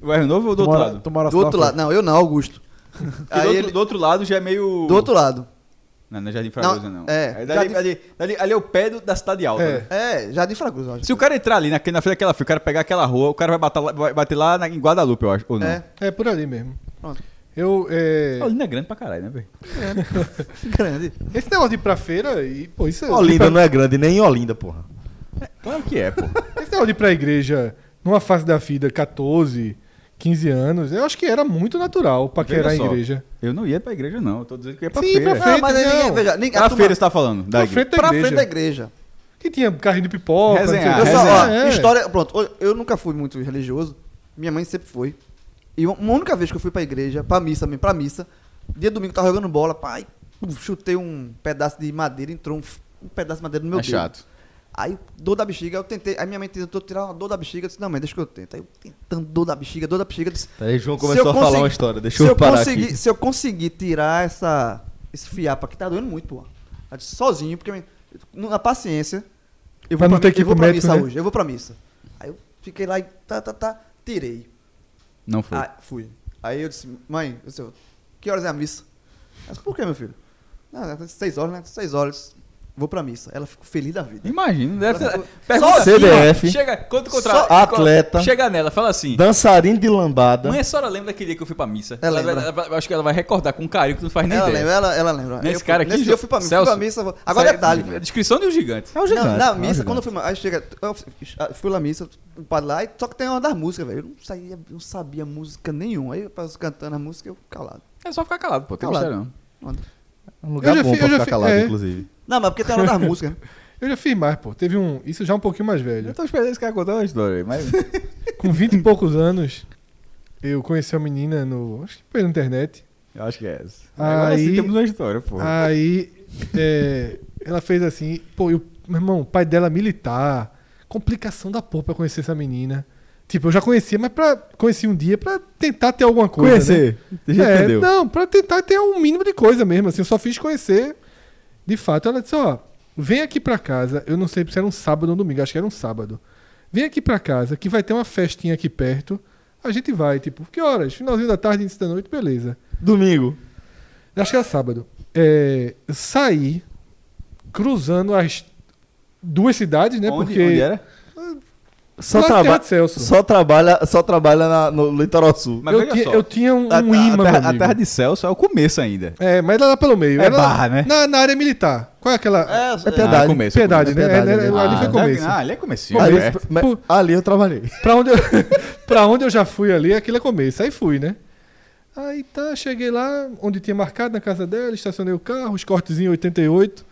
O R novo ou do
Tu
outro
mora-
lado?
tu mora
Do outro
lá,
lado. Não, eu não, Augusto.
Porque do,
Aí
outro,
ele.
do outro lado já é meio.
Do outro lado.
Não, não é Jardim Fragoso, não.
Não, é.
dali,
Jardim-
dali- dali- ali é o pé do- da cidade alta,
É.
né?
É, Jardim Fragoso, eu acho.
Se o cara entrar ali naquele, na frente daquela fila, o cara pegar aquela rua, o cara vai bater lá, vai bater lá na- em Guadalupe, eu acho, ou não?
É.
É por ali mesmo.
<laughs>
Pronto.
Eu. é,
Olinda é grande pra caralho, né, velho?
Grande.
Esse negócio de ir pra feira e. Pô, isso é.
Olinda não é grande, nem em Olinda, porra.
Claro que
<laughs>
é, pô.
Esse negócio de ir pra igreja numa fase da vida, 14, 15 anos, eu acho que era muito natural paquerar a
Veja só,
igreja.
Eu não ia pra igreja, não. Eu tô dizendo que eu ia pra
Sim,
feira.
pra
Pra,
feira.
Não, mas aí
não.
ninguém, veja, ninguém, a turma-
feira você tá falando, da
Pra
igreja. Ah,
frente da
pra
igreja.
frente da igreja.
Que tinha carrinho de pipoca,
Resenhar,
não sei o
Pessoal,
quê.
ó,
É.
história. Pronto, eu- eu nunca fui muito religioso. Minha mãe sempre foi. E uma uma única vez que eu fui pra igreja, pra missa mesmo, pra missa, dia domingo eu tava jogando bola, pai, chutei um pedaço de madeira, entrou um, f- um pedaço de madeira no meu
é
dedo.
chato.
Aí, dor da bexiga, eu tentei. Aí minha mãe tentou tirar uma dor da bexiga. Eu disse, não, mãe, deixa que eu tento. Aí eu tentando dor da bexiga, dor da bexiga. eu Disse,
Tá,
Aí João
começou Se eu a falar consegui- uma
história,
se eu conseguir, Se eu conseguir tirar essa, esse fiapo aqui, tá doendo muito, pô. Eu disse, Sozinho, porque minha- na paciência, eu
Pra
vou
não
pra,
ter
mi-
que ir
eu vou
pro
pra
médico,
missa
né?
hoje, eu vou pra missa. Aí eu fiquei lá e tá, tá, tá, tirei.
Não foi.
Ah, fui. Aí eu disse, mãe, eu disse, que horas é a missa? Ela disse, por que, meu filho? Não, é seis horas, né? Seis horas. Eu disse, Vou pra missa. Ela ficou feliz da vida.
Imagina, deve
Só-
ser. Pergunta assim,
Só- CDF.
ó, Chega, quanto
Só-
contrato?
Atleta.
Chega nela, fala assim.
Dançarino de lambada.
Mãe, a senhora lembra daquele dia que eu fui pra missa?
Ela
vai-
lembra.
vai- eu acho que ela vai recordar com carinho que tu não faz nem
Ela
ideia.
lembra, ela, ela lembra.
Nesse
Eu fui-
cara aqui,
Nesse dia eu fui pra missa. Fui pra
Celso,
missa. vou- Agora
Sai-
detalhe.
A descrição de um gigante.
É um
Não,
é
na
um
missa,
gigante.
quando eu fui, aí chega, eu fui lá na missa, o padre lá, e só que tem uma das músicas, velho. Eu não saía, não sabia música nenhuma. Aí eu passo cantando a música, eu calado.
É só ficar calado, pô. Tem
Calado.
mistério, não.
Mano.
É um lugar
Eu já
bom
fi- eu
pra
já
ficar
fi-
calado,
é.
inclusive.
Não, mas porque tem uma das músicas.
<laughs>
né?
Eu já fiz mais, pô. Teve um. Isso já um pouquinho mais velho.
Eu tô esperando esse cara contar uma história aí, mas.
<laughs>
Com 20 e poucos anos, eu conheci uma menina no. Acho que pela internet.
Eu acho que é essa.
Aí-
Agora sim temos uma história, pô.
Aí é, ela fez assim, pô, eu, meu irmão, o pai dela é militar, complicação da porra pra conhecer essa menina. Tipo, eu já conhecia, mas pra conheci um dia pra tentar ter alguma coisa. né?
já
É,
entendeu.
Não, pra tentar ter um mínimo de coisa mesmo. Assim, eu só fiz conhecer. De fato, ela disse, ó, vem aqui pra casa. Eu não sei se era um sábado ou um domingo, acho que era um sábado. Vem aqui pra casa, que vai ter uma festinha aqui perto. A gente vai, tipo, que horas? Finalzinho da tarde, início da noite, beleza.
Domingo.
Acho que era sábado. É, eu saí cruzando as duas cidades, né?
Onde,
porque.
onde era?
Só,
Lá
traba
perto de Celso.
só trabalha, só trabalha na- no litoral sul.
Mas
eu,
veja
tinha,
só.
eu tinha um,
a,
um
a-
imã,
a,
meu
terra, a
amigo.
terra de Celso é o começo ainda.
É, mas era lá pelo meio.
É
era
barra, né?
Na, na área militar. Qual é aquela.
É,
Ah,
piedade.
começo,
piedade,
começo.
né?
Piedade,
É, né?
ali.
ali foi
tá-
começo.
Ah, ali é comecinho.
Começo.
é.
Mas-
Pô.
ali eu trabalhei. <laughs>
Pra onde, eu, <laughs> pra onde eu já fui ali, aquilo é começo. Aí fui, né? Aí tá, cheguei lá, onde tinha marcado na casa dela, estacionei o carro, os cortezinhos 88.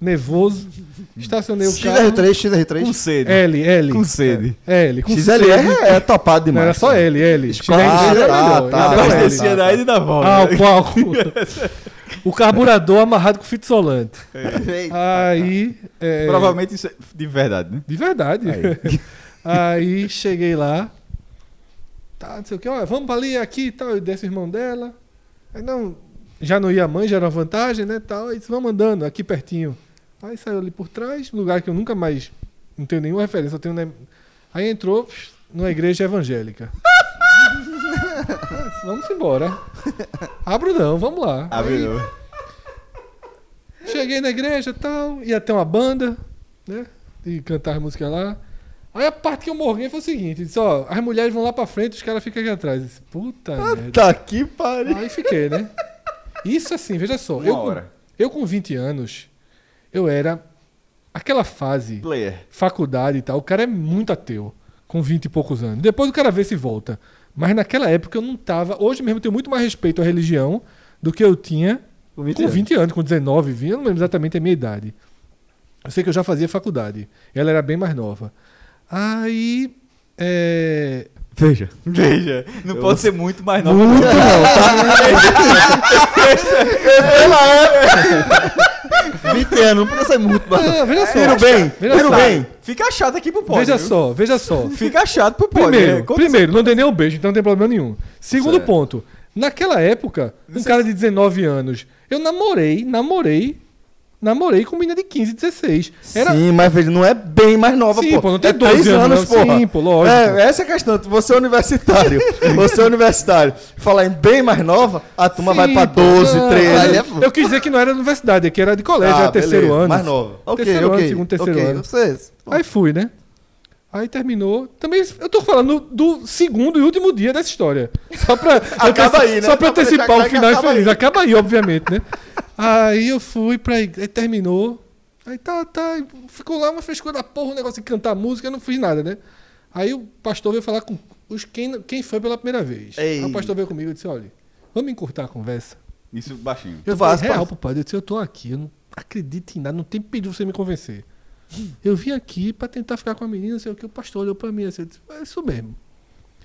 nervoso. Estacionei o
XR3,
carro.
Com né?
XR3.
sede.
L, L.
Com sede.
É, L. Com sede.
XLR é topado
Não,
demais.
era só L, L.
Escola-
XR3 era
Ah,
melhor.
tá,
Esse era
tá,
L.
tá.
descia daí e da volta.
Ah, o palco. <laughs> o carburador amarrado com fita isolante.
É
Ah.
Eita.
Aí. é,
Provavelmente isso é de verdade, né?
De verdade. <laughs> Aí, cheguei lá. Tá, não sei o que, ó, vamos pra ali aqui e tal. Eu desço o irmão dela. Aí não, já não ia a mãe, já era uma vantagem, né? Tal, aí disse, vamos andando aqui pertinho. Aí saiu ali por trás, um lugar que eu nunca mais. Não tenho nenhuma referência, só tenho. né? Aí entrou psh, numa igreja evangélica. <laughs> Ah, disse, vamos embora. Abro não, vamos lá.
Abriu.
Cheguei na igreja e tal, ia ter uma banda, né? E cantar música lá. Aí a parte que eu morri foi o seguinte: disse, ó, as mulheres vão lá pra frente, os caras ficam aqui atrás. Eu Disse, Puta merda.
Tá que pariu.
Aí fiquei, né? Isso assim, veja só.
Uma
Eu com,
hora.
eu com 20 anos, eu era. Aquela fase,
Player.
faculdade e tal, o cara é muito ateu, com 20 e poucos anos. Depois o cara vê se volta. Mas naquela época eu não tava. Hoje mesmo eu tenho muito mais respeito à religião do que eu tinha
Com 20
com
anos.
20 anos, com 19, 20, eu não lembro exatamente a minha idade. Eu sei que eu já fazia faculdade. Ela era bem mais nova. Aí.
<laughs>
É...
Veja.
Veja, não pode ser muito mais novo.
Muito não.
20 anos, não podia ser muito mais.
Ah, veja só.
Tiro bem,
Veja
tiro
só.
bem.
Fica chato aqui pro
<laughs>
pódio.
veja
viu?
só, veja só.
Fica chato
é,
pro pódio.
Primeiro,
né? Conta
primeiro não dei nem um beijo, então não tem problema nenhum. Segundo
Certo.
ponto, naquela época, um cara de 19 anos, eu namorei, namorei, namorei com menina de 15, 16. Era
Sim, mas veja, não é bem mais nova,
Sim,
pô.
pô, não tem
É três
12 anos, não. Sim, pô, lógico.
É, essa é a questão. Você é
<laughs>
universitário. você é universitário. Falar em bem mais nova, a turma
Sim,
vai pra
pô,
12,
não.
13.
Aí é
Ah, Eu quis dizer que não era universidade, é que era de colégio,
Ah,
era terceiro
beleza,
ano.
Mais nova.
Ok,
Terceiro ano,
ok.
segundo, terceiro
ok, é
ano.
Vocês.
Aí fui, né? Aí terminou. Também eu tô falando do segundo e último dia dessa história.
<laughs>
Só pra, eu
Acaba
anteci-
aí, né?
só pra
Só pra
antecipar
deixar
o final e
acaba
feliz.
aí.
Acaba aí, obviamente, né? Aí eu fui pra igreja, aí terminou. Aí tá, tá. e Ficou lá uma frescura da porra, um negócio de cantar música, eu não fiz nada, né? Aí o pastor veio falar com os, quem, quem foi pela primeira vez. Aí o
Ei.
pastor veio comigo e disse: olha, vamos encurtar a conversa.
Isso baixinho.
Eu
Vasco,
falei, real, papai. Eu disse, eu tô aqui, eu não acredito em nada, não tem perigo você me convencer. Eu vim aqui pra tentar ficar com a menina, não sei o que, o pastor olhou pra mim, assim, eu disse, é isso mesmo.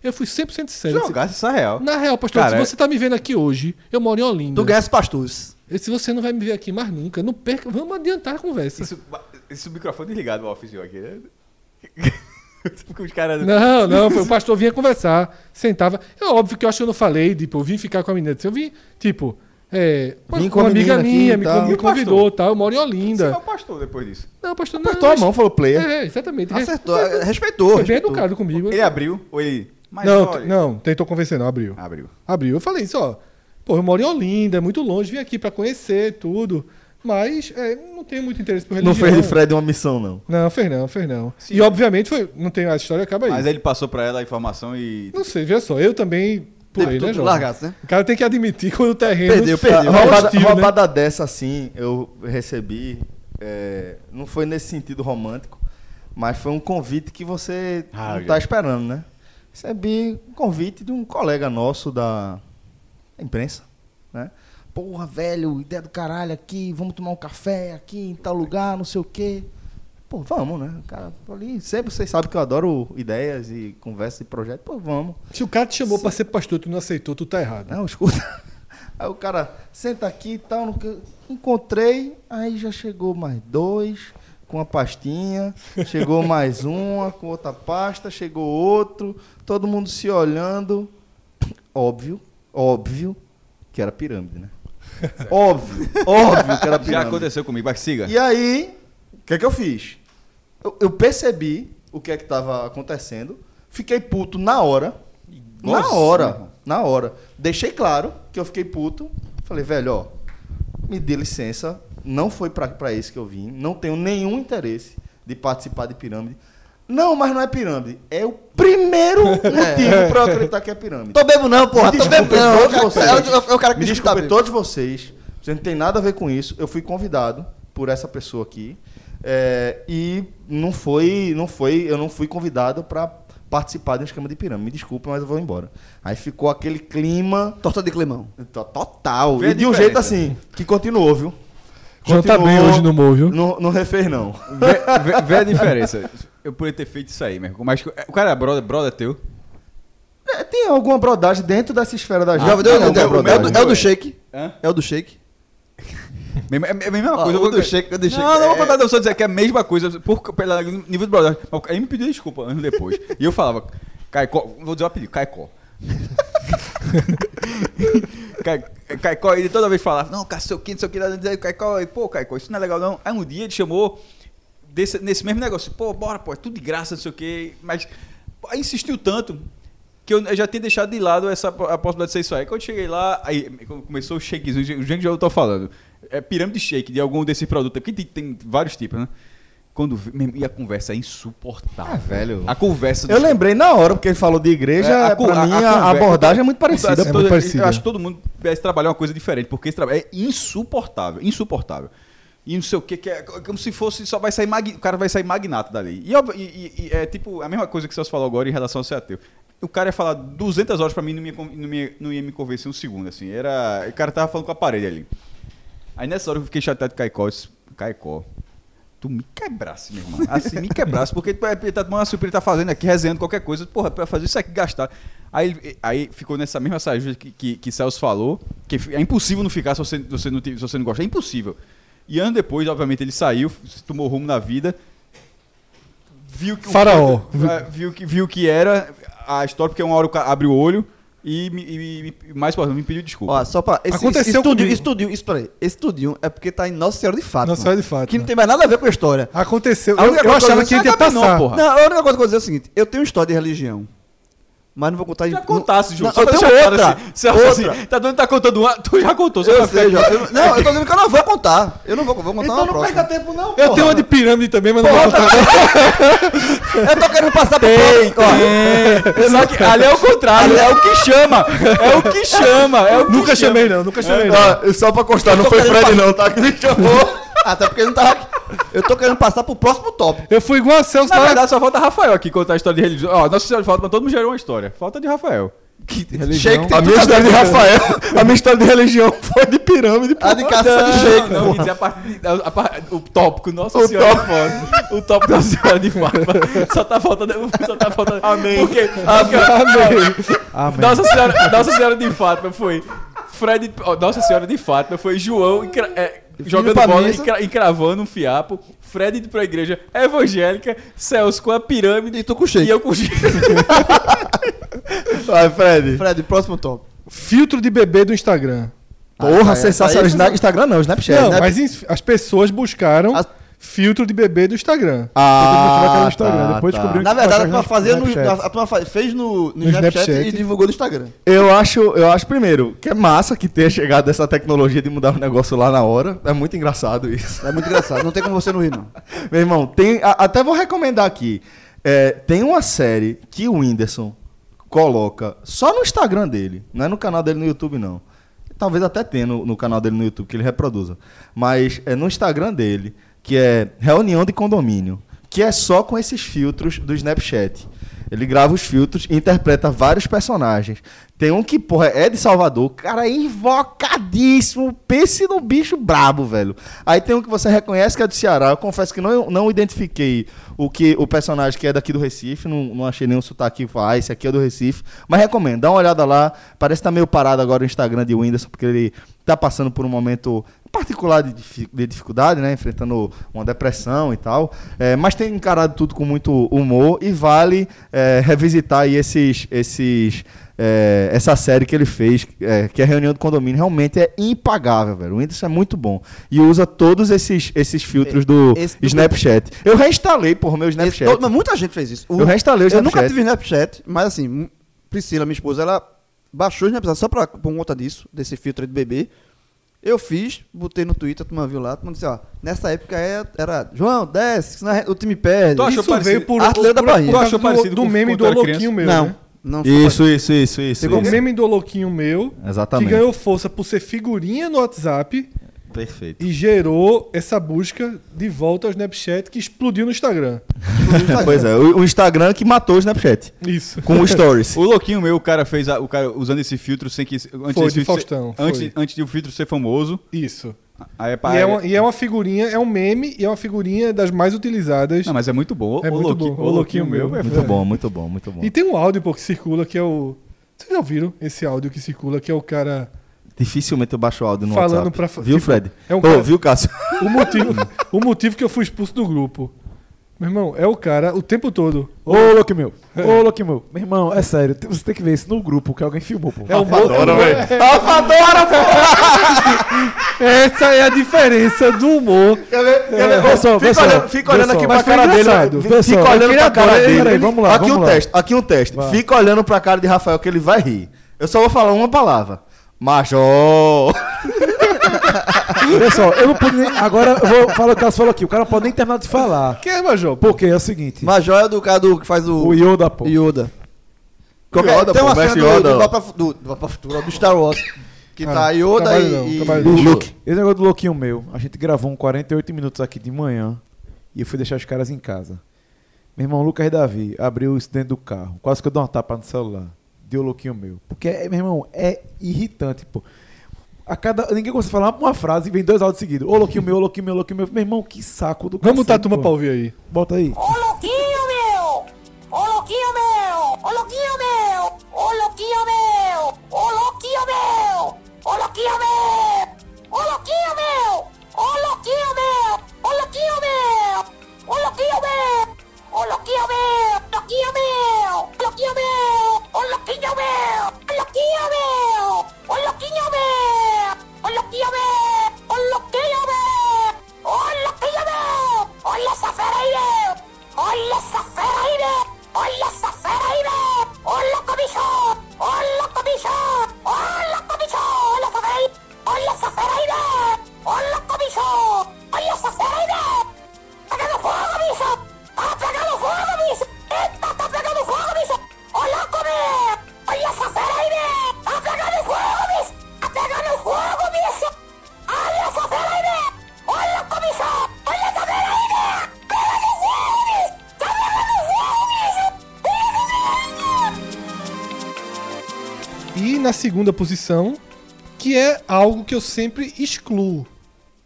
Eu fui 100% sério. Eu disse,
Jogasse essa real.
Na real, pastor,
Cara,
se você tá me vendo aqui hoje, eu moro em Olinda.
Tu ganhasse pastores.
Se você não vai me ver aqui mais nunca, não perca, vamos adiantar a conversa.
Isso, ba- esse microfone desligado, o office aqui, né? Porque os caras.
Não, não, foi o pastor vinha conversar, sentava. É óbvio que eu acho que eu não falei, tipo, eu vim ficar com a menina. Eu vim, tipo, é, uma,
Vim com
uma
a
amiga
menina aqui
minha
e
me,
tal.
con- me
E o pastor?
convidou, tal, eu moro em
Você
Olinda.
não pastor depois disso.
Não, pastor, não.
Apertou a
mas-
mão, falou player.
É, exatamente.
Acertou, é, respeitou.
Foi bem
respeitou.
educado comigo.
Ele abriu ou ele. Mas
não,
olha-
não, tentou convencer, não, abriu.
Ah.
Abriu.
Abriu. Eu falei isso, ó. Pô, eu moro em Olinda, é muito longe, vim aqui pra conhecer tudo. Mas é, não tenho muito interesse por religião.
Não fez de Fred uma missão, não.
Não, fez não, fez não.
Sim.
E obviamente foi. Não tem. A história acaba aí.
Mas ele passou pra ela a informação e.
Não sei, veja só, eu também
Deve
pulei,
tu-
né,
tu
João?
largasse, né?
O cara tem que admitir quando o terreno.
Perdeu, perdeu.
tá
Uma roubada,
batido, né?
roubada dessa, assim, eu recebi. é, não foi nesse sentido romântico, mas foi um convite que você
Ah,
não
já.
está esperando, né? Recebi um convite de um colega nosso da imprensa, né? Porra, velho, ideia do caralho aqui, vamos tomar um café aqui em tal lugar, não sei o quê. Pô, vamos, né? Cara, ali, sempre vocês sabem que eu adoro ideias e conversa e projeto. Pô, vamos.
Se o cara te chamou pra ser pastor, tu não aceitou, tu tá errado.
Não, escuta. <laughs> Aí o cara senta aqui e tal. no que- Encontrei, aí já chegou mais dois com a pastinha, chegou mais <laughs> uma com outra pasta, chegou outro, todo mundo se olhando. Óbvio, óbvio que era pirâmide,
<laughs>
né? Óbvio, óbvio que era pirâmide.
Já aconteceu comigo, mas siga.
E aí, o que é que eu fiz? Eu, eu percebi o que é que estava acontecendo, fiquei puto na hora.
Nossa,
na hora,
meu irmão.
na hora. Deixei claro que eu fiquei puto. Falei, velho, ó, me dê licença, não foi pra- pra isso que eu vim, não tenho nenhum interesse de participar de pirâmide. Não, mas não é pirâmide. É o
<laughs>
primeiro motivo pra eu acreditar que é pirâmide.
Tô bebo não, porra. Tô
desculpem
bebo não.
todos
Eu
vocês.
quero- eu- eu- Eu quero que
Me
discuta
desculpem
bêbado.
todos vocês. Você não tem nada a ver com isso. Eu fui convidado por essa pessoa aqui. é, e não foi, não foi, eu não fui convidado para participar de um esquema de pirâmide. Me desculpa, mas eu vou embora. Aí ficou aquele clima
Torta de climão.
to- total.
Vê a
E de um
diferença.
jeito assim, que continuou, viu?
João tá
Continuou-
bem hoje no Mo, viu?
Não, não refez, não.
Vê, vê- vê a diferença. Eu poderia ter feito isso aí, meu irmão. Mas o cara é brother, brother teu.
É, tem alguma brodagem dentro dessa esfera da
Já
gente?
deu
Ah, não,
não,
o meu-
deu,
o
é,
meu-
o
o
do,
meu
é o do
é-
shake.
Hã?
É o do shake.
Mesma- É a mesma
Ó,
coisa.
o
eu-
do shake, o do shake.
Não, não vou
É-
contar da só dizer que é a mesma coisa por, pela nível de brother. Mas Aí me pediu desculpa anos depois. e eu falava, Caicó, vou dizer o apelido, Caicó. Cai- Caicó, ele toda vez falava, não, cara, sei o que, não sei o que, não sei o que, Caicó, e, pô, Caicó, isso não é legal não. Aí um dia ele chamou desse- nesse mesmo negócio, pô, bora, pô, é tudo de graça, não sei o que, mas pô, aí insistiu tanto que eu eu já tinha deixado de lado essa po- a possibilidade de ser isso aí. Quando eu cheguei lá, aí quando começou o shakezinho, o gente já eu tô falando, é pirâmide shake de algum desses produtos, porque tem, tem vários tipos, né? Quando, vi- meu irmão, e a conversa é insuportável.
Ah, velho.
A conversa do
Eu lembrei na hora, porque ele falou de igreja,
É, a cu-
pra
a-
mim
a
a,
conver-
abordagem é muito parecida.
Todo-
É muito parecida.
Eu acho que todo mundo parece trabalhar uma coisa diferente, porque esse trabalho é insuportável, insuportável. E não sei o que, que é como se fosse, só vai sair mag, o cara vai sair magnato dali. E, óbvio- e- e- e é tipo a mesma coisa que o Celso falou agora em relação ao ser ateu. O cara ia falar 200 horas pra mim não, me, con- não, me, não ia me convencer um segundo, assim. Era, o cara tava falando com a parede ali. Aí nessa hora eu fiquei chateado com Caicó. eu disse, Caicó, tu me quebrasse, meu irmão. Assim, me quebrasse, porque tu ele tá tomando uma surpresa, ele tá fazendo aqui, resenhando qualquer coisa. Porra, pra fazer isso aqui, gastar. Aí, ele- aí ficou nessa mesma saída que, que, que Celso falou, que é impossível não ficar se você, você não, ti- se você não gosta. É impossível. E ano depois, obviamente, ele saiu, tomou rumo na vida. Viu que o-
Faraó.
ah, viu que viu que era a história, porque uma hora o cara abre o olho e, me- e- e- mais importante, me pediu desculpa.
Ó, só pra. Esse,
Aconteceu
estúdio,
comigo.
estúdio, isso peraí. Esse estúdio é porque tá em Nossa Senhora de Fátima.
Nossa Senhora de Fátima.
Que não tem mais nada a ver com a história.
Aconteceu.
A
Eu,
única
eu
coisa
achava
que
que ia
você
passar.
terminou, porra.
Não, a única coisa que eu vou dizer é o seguinte: eu tenho história de religião. Mas não vou contar de.
já contasse, Ju.
Não,
só
eu
pra
tenho
deixar
outra.
claro assim, você acha
outra.
assim, tá doendo, tá contando uma, <laughs> tu já contou, só pra
Eu
ficar-
sei, já. Eu- não, eu tô dizendo que eu não vou contar. Eu não vou, vou contar
Então
uma
não
próxima.
perca tempo, não.
Eu
porra.
tenho uma de pirâmide também, mas não vou contar.
Eu tô querendo passar pro próximo. Ó,
É, só que ali é o contrário, é o que chama, é o que chama, é o que
Nunca
chama.
chamei, não. Nunca chamei, não.
Ah, só pra constar, não foi Fred, não, tá? Que me chamou.
até porque não tava aqui. Eu tô querendo passar pro próximo tópico.
Eu fui igual a Celso
Na
lá.
verdade, só falta Rafael aqui contar a história de religião. Ó, Nossa Senhora falta, mas todo mundo gerou uma história. Falta de Rafael.
Que
Religião.
shake tem
A minha
tudo
história
ver
de
com
Rafael, a minha história de religião foi de pirâmide.
A de caça de shake.
não, quer dizer, a parte- a- a par- o tópico, Nossa Senhora de Fátima. O tópico Nossa Senhora de Fátima. Só tá faltando. Só tá faltando. Amém. Porque, amém.
Amém.
Nossa, Senhora, Nossa Senhora de Fátima foi. Fred, ó, Nossa Senhora de Fátima foi João encra- é, jogando
pra
bola e
missa.
cra- encravando um fiapo. Fred indo pra igreja evangélica, Celso com a pirâmide
E tu com shake.
e eu com o jeito.
Vai, Fred.
Fred, próximo tópico.
Filtro de bebê do Instagram.
Porra,
aí
sensacional.
foi-
Sna- Instagram não, Snapchat.
Não,
né?
mas em- as pessoas buscaram
As-
filtro de bebê do Instagram.
Ah, tá,
depois
tá.
descobriu.
Na verdade, a turma fazia no.
Snapchat.
A turma fa- fez no, no,
No
Snapchat,
Snapchat.
e divulgou no Instagram.
Eu acho, eu acho primeiro que é massa que tenha chegado essa tecnologia de mudar o negócio lá na hora. É muito engraçado isso. <laughs>
É muito engraçado. Não tem como você não rir, não.
Meu irmão, tem. a- até vou recomendar aqui. É, tem uma série que o Whindersson coloca só no Instagram dele, não é no canal dele no YouTube, não. Talvez até tenha no, no canal dele no YouTube que ele reproduza. Mas é no Instagram dele, que é Reunião de Condomínio, que é só com esses filtros do Snapchat. Ele grava os filtros e interpreta vários personagens. Tem um que, porra, é de Salvador, cara, é invocadíssimo. Pense num bicho brabo, velho. Aí tem um que você reconhece que é do Ceará. Eu confesso que não, não identifiquei o que o personagem que é daqui do Recife. Não, não achei nenhum sotaque. falar, Ah, esse aqui é do Recife. Mas recomendo, dá uma olhada lá. Parece que tá meio parado agora o Instagram de Whindersson, porque ele tá passando por um momento particular de, difi- de dificuldade, né? Enfrentando uma depressão e tal. É, mas tem encarado tudo com muito humor e vale é, revisitar aí esses. esses é, essa série que ele fez, é, que é a reunião do condomínio, realmente é impagável, velho. O Whindersson é muito bom. E usa todos esses, esses filtros do
esse do-
Snapchat. Eu reinstalei, porra, meu
Esse-
é Snapchat.
todo- mas muita gente fez isso. O-
Eu reinstalei o
Eu nunca
Snapchat.
tive Snapchat, mas assim, m- Priscila, minha esposa, ela baixou o Snapchat só pra, por conta disso, desse filtro aí do bebê. Eu fiz, botei no Twitter, tu viu lá, tu disse, ó, nessa época é- era, João, desce, que senão a gente- o time perde.
Tu achou
Isso
parecido-
veio por,
Artilheiro da
por- por
Bahia.
causa
Tu achou
do-
parecido
do,
com-
meme
quando
do
era
louquinho
criança?
meu,
não,
né?
não foi
Isso, isso, isso, isso.
Pegou o
isso.
meme do louquinho meu,
Exatamente.
que ganhou força por ser figurinha no WhatsApp
Perfeito.
e gerou essa busca de volta ao Snapchat que explodiu no Instagram.
<laughs> Pois é, o, o Instagram que matou o Snapchat.
Isso.
Com o
<laughs>
Stories.
O louquinho meu, o cara fez a- o cara usando esse filtro sem que antes
Foi,
desse filtro
de Faustão,
ser, antes,
foi.
antes de o filtro ser famoso,
Isso.
Aí é
E
pra...
é, uma, e é uma figurinha, é um meme e é uma figurinha das mais utilizadas.
Não, mas é muito bom.
É
o
muito
louquinho,
bom.
o louquinho meu. é
Muito bom, muito bom, muito bom.
E tem um áudio pô, que circula que é o. Vocês já ouviram esse áudio que circula que é o cara.
Dificilmente eu baixo o áudio no
Falando
WhatsApp.
pra fa-
Viu,
tipo,
Fred?
é um
Ô,
cara-
Viu,
<laughs>
Cássio?
O motivo, o motivo que eu fui expulso do grupo. Meu irmão, é o cara o tempo todo.
Ô, louco meu. Ô, louco meu. Meu irmão, é sério. tem- Você tem que ver isso no grupo que alguém filmou, pô.
É o Alfadora,
é
velho. Essa é a diferença do humor.
Quer ver? Quer ver?
É, Vê
Ô,
só,
fica
vê só,
olhando, fica
vê
olhando
só.
aqui pra
Mas foi
cara dele.
engraçado,
velho.
vê
Fica
só.
olhando
Ele
pra cara
acabou-
dele.
Peraí, vamos lá,
Aqui
vamos
um
lá.
teste, aqui um teste.
Vai.
Fica olhando pra cara de Rafael que ele vai rir. Eu só vou falar uma palavra.
<laughs>
Major.
Vê só, eu não pude nem. Agora eu vou falar o que o Cássio falou aqui. O cara não pode nem terminar de falar.
Quem é, Major? Pô,
Porque é o seguinte:
Major é do cara do que faz o.
o Yoda, pô.
Yoda.
Qualquer-
Yoda,
tem
pô,
uma
veste
cena do-
Yoda.
do
Do,
Vá pra
do, Star Wars. Que tá
Ah,
Yoda
trabalho
e.
não,
e-
trabalho
Do
não.
Luke.
Esse negócio do louquinho meu, a gente gravou um 48 minutos aqui de manhã e eu fui deixar os caras em casa. Meu irmão Lucas Davi abriu isso dentro do carro, quase que eu dou uma tapa no celular. Deu louquinho meu. Porque, meu irmão, é irritante, pô. A cada, ninguém consegue falar uma frase e vem dois áudios seguidos. Ô louquinho meu, ô louquinho meu, ô louquinho meu. Meu irmão, que saco do
Vamos botar a
cacete,
turma
pô.
pra ouvir aí.
Bota aí.
Ô louquinho meu! Ô louquinho meu! Ô louquinho meu! Ô louquinho meu! Ô louquinho meu! Ô louquinho meu! Ô louquinho meu! Ô louquinho meu! Ô louquinho meu! Ô louquinho meu! Ô louquinho meu! Louquinho meu! Louquinho meu! Ô louquinho meu! Ô louquinho meu! Ô louquinho meu! Ô louquinho meu! Ô louquinho meu! Ô louquinho meu! Olha essa fera aí, meu! Olha essa fera aí, meu! Olha essa fera aí, meu! Ô louco bicho! Ô louco bicho! Ô louco bicho! Olha essa fera aí! Olha essa fera aí, meu! Ô louco bicho! Olha essa fera aí, meu! Pegando fogo, bicho! Tá pegando fogo, bicho! Eita, tá pegando fogo, bicho! Ô louco, meu! Olha essa fera aí, meu! Tá pegando fogo, bicho! Tá pegando fogo, bicho! Olha essa fera aí, meu! Olha o bicho! Olha essa fera aí, meu! Pegando fogo, bicho! Tá pegando fogo, bicho! Pegando fogo!
E na segunda posição, que é algo que eu sempre excluo,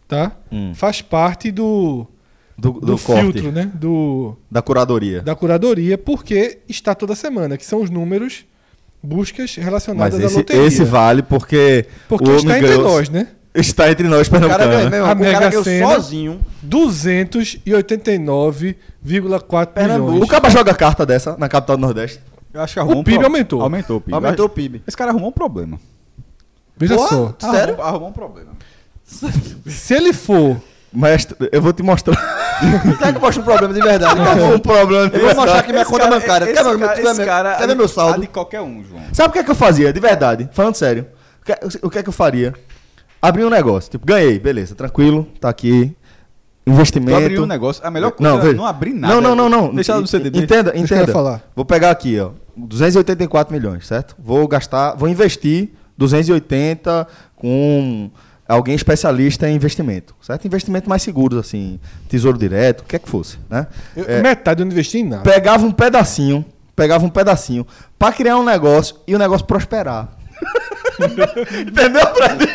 tá? Faz parte do,
Do,
do,
Hum. do corte.
filtro, né? Do,
Da curadoria.
da curadoria, porque está toda semana, que são os números, buscas
Mas
relacionadas à
esse,
loteria.
esse vale porque, o
porque
homem
está entre
ganhou.
nós, né?
Está entre nós,
O cara ganhou,
Pernambucano.
meu
né?
irmão,
A
o cara
Mega
ganhou
Sena.
sozinho.
289,4
O
milhões.
cara joga carta dessa na capital do Nordeste.
Eu acho que arrumou
O
um
PIB
pro-
aumentou.
Aumentou o PIB.
Aumentou o PIB.
Esse cara arrumou um problema.
Veja
Pô,
só,
Sério?
Arrumou, arrumou um problema.
se ele for
Mas eu vou te mostrar.
Será que eu mostro um problema de verdade?
Tá
um problema.
Eu vou
é
mostrar que minha
Esse
conta
cara-
bancária.
esse
Quer ver meu-
cara-
quer ver
esse
meu-
cara-
quer ver
tá
meu saldo?
a de qualquer um, João.
Sabe o que é que eu fazia? De verdade, falando sério. O que- O que é que eu faria? Abri um negócio. Tipo, ganhei, beleza, tranquilo, tá aqui.
Tu
Investimento.
abriu um negócio. A melhor coisa
não,
era
veja.
não abrir nada.
Não, não, não, não.
Deixar no
Ent-
CDB.
Entenda,
eu
entenda.
falar.
Vou pegar aqui, ó. 284 milhões, certo? Vou gastar, vou investir 280 com alguém especialista em investimento, certo? Investimento mais seguros, assim, tesouro direto, o que é que fosse, né?
eu-
É,
metade eu não investi em nada.
pegava um pedacinho, pegava um pedacinho pra criar um negócio e o negócio prosperar. <laughs> Entendeu, Fred?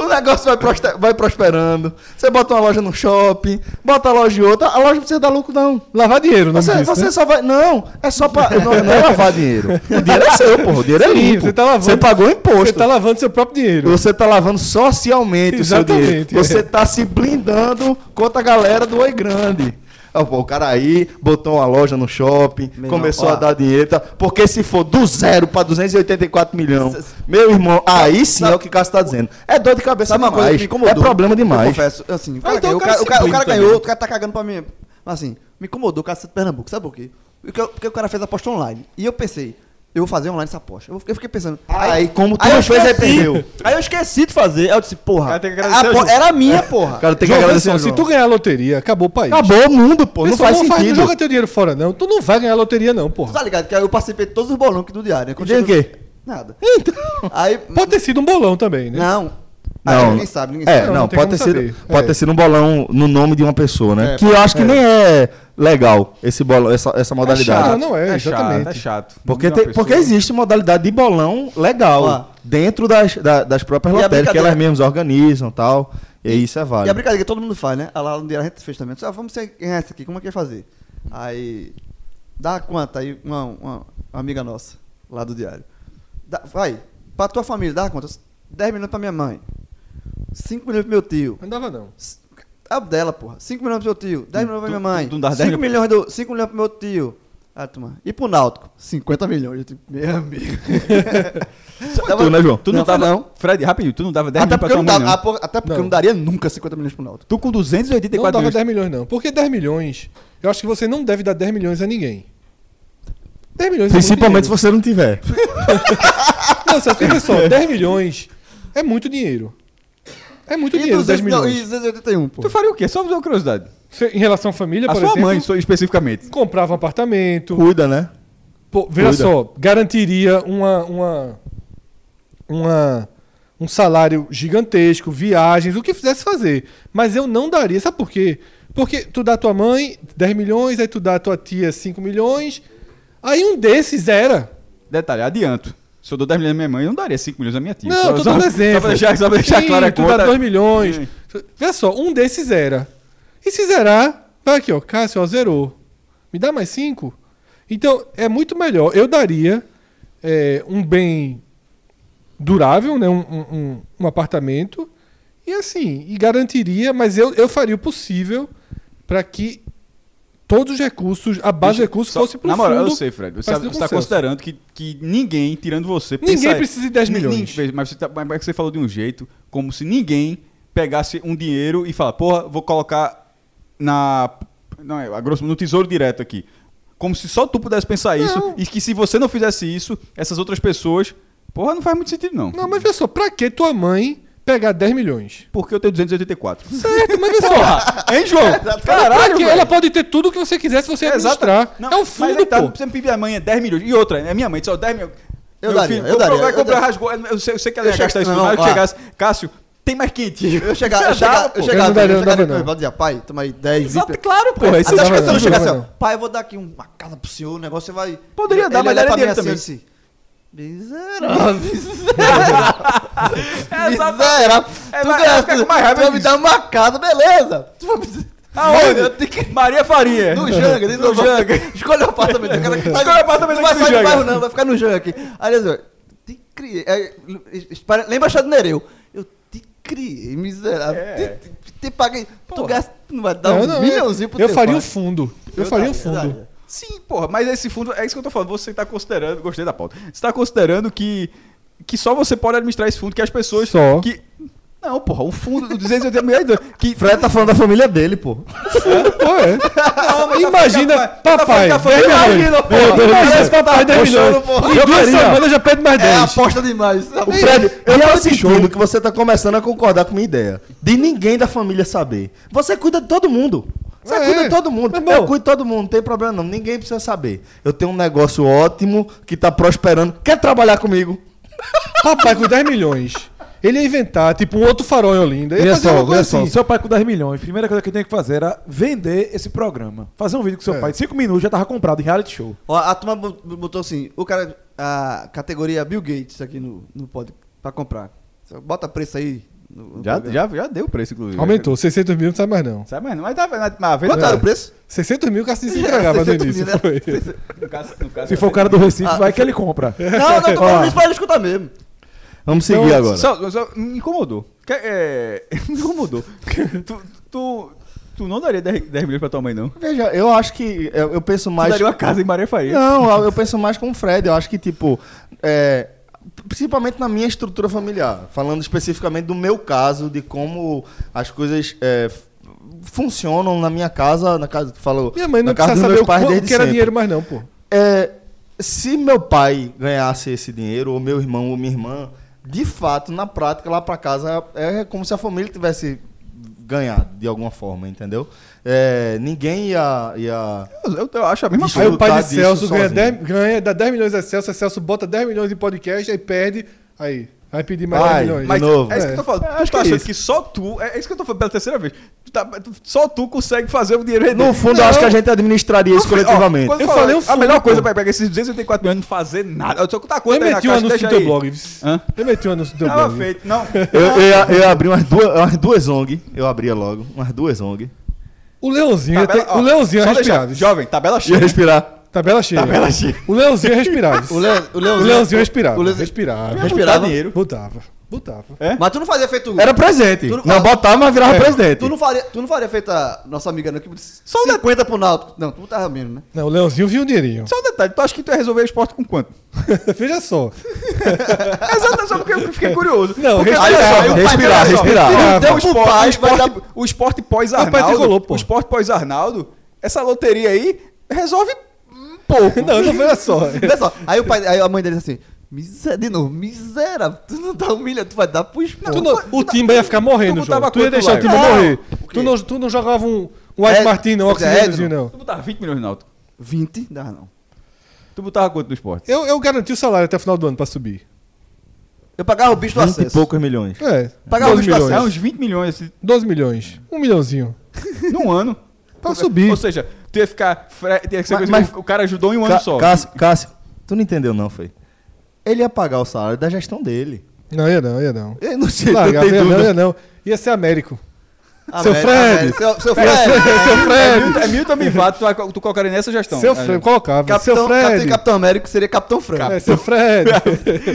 o negócio vai, proste- vai prosperando. Você bota uma loja no shopping, bota a loja em outra, a loja não precisa dar lucro, não.
Lavar dinheiro, não
Você,
disso,
você
né?
só vai. Não, é só pra.
<laughs>
Não, não é lavar dinheiro. O dinheiro é seu, porra. O dinheiro é
Sim,
limpo.
você tá lavando-
Você pagou imposto.
Você tá lavando seu próprio dinheiro.
Você tá lavando socialmente o seu dinheiro.
Exatamente,
Você
é.
tá se blindando contra a galera do Oi Grande. Ah, pô, O cara aí botou uma loja no shopping,
irmão,
começou
ó.
a dar dinheiro. tá? Porque se for do zero pra 284
S-
milhões, meu irmão, aí sim é o que o Cássio tá dizendo. É dor de cabeça
Sabe uma coisa
demais.
que me incomodou?
É problema demais.
Eu confesso, assim, o cara,
Ah, então o
ganhou, o
cara
cara,
se
o cara- o cara
blinda,
ganhou,
né?
o cara tá cagando pra mim. Mas assim, me incomodou o cara ser de Pernambuco, sabe por quê? Porque, eu- porque o cara fez aposta online. E eu pensei, eu vou fazer online essa aposta. Eu fiquei- eu fiquei pensando.
Aí, Ah, como tu
eu
não fez, aí
esqueci.
perdeu.
Aí eu esqueci de fazer. Aí eu disse, porra,
Cara, tem que agradecer
a
ao É.
po-
jogo.
era minha, porra.
O cara tem que
João,
agradecer.
assim,
pessoal,
ao
assim,
João.
se tu ganhar a loteria, acabou o país.
Acabou o mundo, pô.
Pessoal,
não faz sentido.
não joga teu dinheiro fora, não. Tu não vai ganhar a loteria, não,
Tu
porra.
tá ligado? Que eu participei de todos os bolões aqui do diário, né?
E ganhou o quê?
Nada.
Então,
Aí.
Pode ter sido um bolão também, né?
Não. Ah,
Não,
ninguém sabe, ninguém
é,
sabe.
não,
Não, não tem
pode, ter
como
sido,
saber.
pode
É.
ter sido um bolão no nome de uma pessoa, né?
É,
que eu acho que nem é legal esse bolão, essa, essa modalidade.
chato. Não, não é, exatamente.
Chato, é chato.
Porque,
Muda uma
tem- porque
pessoa.
existe modalidade de bolão legal
Ó.
dentro das, da- das próprias
E a
lotéricas que
brincadeira-
elas mesmas organizam e tal. E isso é
E a
válido.
brincadeira que todo mundo faz, né? A lá no dia a gente fez também. Disse, Ah, vamos ser quem é essa aqui, como é que vai fazer? Aí. Dá quanto? Aí uma, uma amiga nossa, lá do diário. Dá- vai, pra tua família, dá quanto? 10 minutos pra minha mãe. 5 minutos pro meu tio.
Não dava, não.
C- É o dela, porra. 5 milhões pro seu tio, 10 milhões pra
tu-
minha mãe.
tu- tu não dá
5
10
milhões, do, 5 milhões pro meu tio. Ah, turma. E pro Náutico? 50 milhões. Eu, tipo, meu
<laughs>
amigo.
tu, né, João?
Tu não, dava,
não.
Fred, rapidinho, tu não dava 10
Até
milhões pra
porque,
tua
eu não
mãe,
dava,
não.
ah, porra, até porque eu
Não.
não daria nunca 50 milhões pro Náutico.
Tu com
Não
284
dava
milhões.
10 milhões, não. Porque 10 milhões, eu acho que você não deve dar 10 milhões a ninguém. 10 milhões é muito
Principalmente se
dinheiro.
você não tiver.
Não, só fica só, 10 é, milhões é muito dinheiro. É muito
E,
dinheiro, 10
200, não,
milhões.
e 281, pô.
<laughs>
Tu faria o quê? Só uma curiosidade.
Você- Em relação à família,
A
por
sua
exemplo,
mãe, só- especificamente.
comprava um apartamento.
Cuida, né?
Pô, veja
Cuida.
só, garantiria uma, uma, uma- um salário gigantesco, viagens, o que fizesse fazer. Mas eu não daria, sabe por quê? Porque tu dá tua mãe 10 milhões, aí tu dá tua tia 5 milhões, aí um desses era.
Detalhe, adianto. Se eu dou 10 milhões à minha mãe, eu não daria 5 milhões à minha tia.
Não,
Tipo, só,
tô
só-
dando exemplo.
Só pra deixar, só pra deixar
Sim,
clara a
tu dá
conta.
2 milhões.
Sim.
Vê só, um desses zera. E se zerar, vai aqui, ó. Cássio, ó, zerou. Me dá mais 5? Então, é muito melhor. Eu daria é, um bem durável, né? Um, um- um- um apartamento. E assim, e garantiria, mas eu, eu faria o possível para que todos os recursos, a base de recursos
Só-
fosse pro
Na moral,
fundo.
eu sei, Fred. Você,
pra
você tá
ser consenso.
considerando que, que ninguém, tirando você,
Ninguém
pensa-
precisa de 10
Nin-
milhões.
nin- Mas você, tá, mas é que você falou de um jeito, como se ninguém pegasse um dinheiro e falar, porra, vou colocar na. Não, é, a grosso, no tesouro direto aqui. Como se só tu pudesse pensar isso
Não.
e que se você não fizesse isso, essas outras pessoas. Porra, não faz muito sentido, não.
Não, mas vê só, pra que tua mãe pegar 10 milhões?
Porque eu tenho 284.
Certo, mas vê só.
Porra! <laughs> hein, João?
<laughs>
Tá
Caralho,
velho.
ela pode ter tudo que você quiser se você administrar.
Não,
é um
mas
fundo,
aí tá,
pô.
Você me pedir amanhã 10 milhões. E outra, é minha mãe, só 10 milhões.
Eu
Meu
daria,
filho,
eu
comprou,
daria,
Vai
eu
comprar,
daria.
rasgou. Eu sei, eu sei que ela ia
Eu chego-
gastar isso
não,
tudo. Aí eu
ó.
chegasse, Cássio, tem mais quentinho.
Eu chegar, eu
Você dava,
chegar,
pô.
eu chegar,
Eu não daria,
eu
não dava,
chegar,
não.
eu vou dizer, assim, "Ah, pai, toma aí 10
Exato,
zip.
claro, pô.
Até
Isso
Até
dá
as
dava,
pra-
não,
pessoas chegam
dava,
assim, ó,
não.
pai, eu vou dar aqui uma casa pro senhor, o negócio você vai...
é Poderia
Ele
dar, mas
olha pra
daria dinheiro
mim
também.
assim, Miserável,
É,
miserável, miserável. tu
vai- vai
ganha,
ficar
tu,
com mais raiva
tu vai me
disso.
dar uma casa, beleza. Tu vai me... Mano, eu tenho que-
Maria Faria.
No Janga, de
No
novo. <laughs>
Janga.
Escolhe o apartamento. o cara que-
Escolhe o apartamento
Não vai
aqui no
sair do
Janga.
bairro, não. Vai ficar no Janga aqui. Aí ele disse, te criei. É, espera- lembra a chave do Nereu? Eu te criei, miserável.
É.
Te, te- te paguei. Tu
Porra.
gasta, não vai dar
Não,
um
não,
milhãozinho pro
Eu
teu
faria
pai.
um fundo. Eu, faria um fundo.
daria.
<laughs> Sim, porra, mas esse fundo, é isso que eu tô falando, você tá considerando, gostei da pauta, você tá considerando que, que só você pode administrar esse fundo, que as pessoas...
Só.
Que, não, porra, o fundo do 280 milhões de dólares, que...
Fred tá falando da família dele, pô.
Pô,
<laughs>
é. Imagina, papai,
tá
10 milhões.
imagina, porra.
Imagina esse papai 10
Poxa,
milhões.
eu não vou-
Em
Tá Eu
duas
queria-
semanas já pede mais
É
10.
aposta demais.
O Fred, eu tô sentindo que você tá começando a concordar com minha ideia. De ninguém da família saber. Você cuida de todo mundo. Você
É.
cuida de todo mundo.
Meu irmão.
Eu cuido de todo mundo, não tem problema não. Ninguém precisa saber. Eu tenho um negócio ótimo que tá prosperando. Quer trabalhar comigo?
Papai com 10 milhões. Ele ia inventar, tipo, um outro farol em Olinda. Ele ia
Olha
fazer
só,
uma coisa
olha só.
assim.
Seu pai com 10 milhões, a primeira coisa que eu tenho que fazer era vender esse programa. Fazer um vídeo com seu
É.
pai. 5 minutos já tava comprado em reality show.
Ó, a turma bo- botou assim, o cara, a categoria Bill Gates aqui no, no pod, pra comprar. Só Bota preço aí. no- no
Já,
programa.
já, já deu o preço, inclusive.
Aumentou, 600 mil não sai mais não.
Sabe, mas, mas tá, mas, mas, mas,
Quanto era
<laughs>
o preço?
600 mil o cara se entregava no
600 mil,
início.
né?
foi.
No caso, no caso,
Se for o cara do Recife,
Ah.
vai que ele compra.
Não, não, tô falando isso pra ele escutar mesmo.
Vamos seguir
Então,
agora.
Só, só- me incomodou. Que- é, <laughs> me incomodou. tu, tu, tu não daria 10, 10 milhões pra tua mãe, não? Tu
Veja, eu acho que. Eu, eu penso mais.
daria uma casa em Maria Faria.
Não, eu- eu penso mais com o Fred. Eu acho que, tipo, é, principalmente na minha estrutura familiar, falando especificamente do meu caso, de como as coisas é, f- funcionam na minha casa, na casa, falo,
Minha mãe não
na casa
precisa
dos
saber
meus
o
pais
quanto
desde
que era
sempre.
dinheiro mais não, pô.
É, se meu pai ganhasse esse dinheiro, ou meu irmão ou minha irmã, de fato, na prática, lá pra casa, é como se a família tivesse ganhado, de alguma forma, entendeu? É, ninguém ia- ia
Eu, eu- eu acho a mesma
Bicho,
Aí
coisa.
o pai
lutar
de
disso
Celso ganha,
sozinho.
10, ganha, dá 10 milhões a Celso, a Celso bota 10 milhões em podcast, aí perde. Aí, Vai pedir mais
Vai,
10 milhões.
mas-
Mas
De novo.
é isso
É.
que eu tô falando. tu
acho
tá
que é
achando
isso.
que só tu. É isso que eu tô falando pela terceira vez. Tu tá- tu- só tu consegue fazer o dinheiro render.
No fundo, eu acho que a gente administraria isso coletivamente.
Ó, quando
Eu
falar,
falei o
A
fundo,
melhor coisa
pô.
pra pegar esses 284 milhões e não fazer nada. Eu só tá
Eu
conta aí na
meti um
caixa,
anúncio
deixa
no teu
aí.
blog.
Hã?
Eu meti um anúncio no teu
Tava
blog.
feito. Não.
Eu, eu, ia- eu ia abrir umas duas, umas duas ONG, eu abria logo, umas duas ONG.
O Leãozinho, ia
Tabela-
ter-
tá, ó,
o Leãozinho é
só deixar,
respirável.
Jovem, tabela
Ia
cheia.
respirar.
Tabela cheia.
Tabela cheia.
O Leãozinho é respirável.
O, Le, o
O
Leãozinho.
Leãozinho respirava.
o Leãozinho-
respirava.
Respirava.
dinheiro.
Botava. Botava.
Mas tu não fazia feito.
Era presente.
Tu não-
Não botava, mas virava presidente.
Tu não faria, tu não faria feito a nossa amiga, não, que disse
Só um
50 pro Náutico. Não, tu botava menos, né?
Não, o Leãozinho viu um dinheirinho. <laughs>
Só um detalhe, tu acha que tu ia resolver o esporte com quanto?
Veja só.
Exato, É, só porque eu fiquei curioso.
Não,
Porque, é,
respirava,
olha só, eu-
respirar,
olha só,
respirar.
assim, o teu
Respirava.
esporte-
Pai,
O
vai
esporte,
dar-
o esporte
Rapaz, tricolor,
pós-Arnaldo,
pô.
o esporte pós-Arnaldo, essa loteria aí resolve um pouco.
<laughs> Não, não, veja só.
Olha <laughs> só, aí o pai, aí a mãe dele disse assim: Miser, de novo, miserável, tu não tá humilhando, tu vai dar pro esporte.
Tu não- o Timba ia ficar morrendo,
tu
João.
botava
Tu ia
quanto
deixar
lá?
o Timba
Não.
morrer.
O quê?
Tu não, tu não jogava um, um White
É,
Martin, não, um
é,
oxigênio,
Edno.
não.
Tu botava 20 milhões no Náutico.
20? Dá não.
Tu botava quanto no esporte?
Eu, eu garanti o salário até o final do ano pra subir.
Eu pagava o bicho do
20 e
acesso.
poucos milhões.
É.
Pagava
12
uns
É
milhões.
uns 20 milhões assim,
12 milhões. Um milhãozinho.
num ano.
Pra subir.
Ou seja, tu ia ficar. fre- Tinha que ser
Mas-
coisa-
mas-
o cara ajudou em um
Ca-
ano só.
Cássio, Cássio, tu não entendeu não, foi? Ele ia pagar o salário da gestão dele.
Não, ia não, ia não.
Eu não sei,
Larga,
eu tenho
ia não,
dúvida.
ia não. Ia ser Américo.
Ah,
Seu
velho,
Fred.
ah, velho, Seu, seu Fred!
seu
É
Fred.
Milton- É Milton Bivato, tu, vai- tu colocaria nessa gestão.
Seu
É,
Fred, colocava.
Capitão,
seu
Capitão,
Fred.
Capitão Américo seria Capitão Franco.
É, seu
<laughs>
Fred.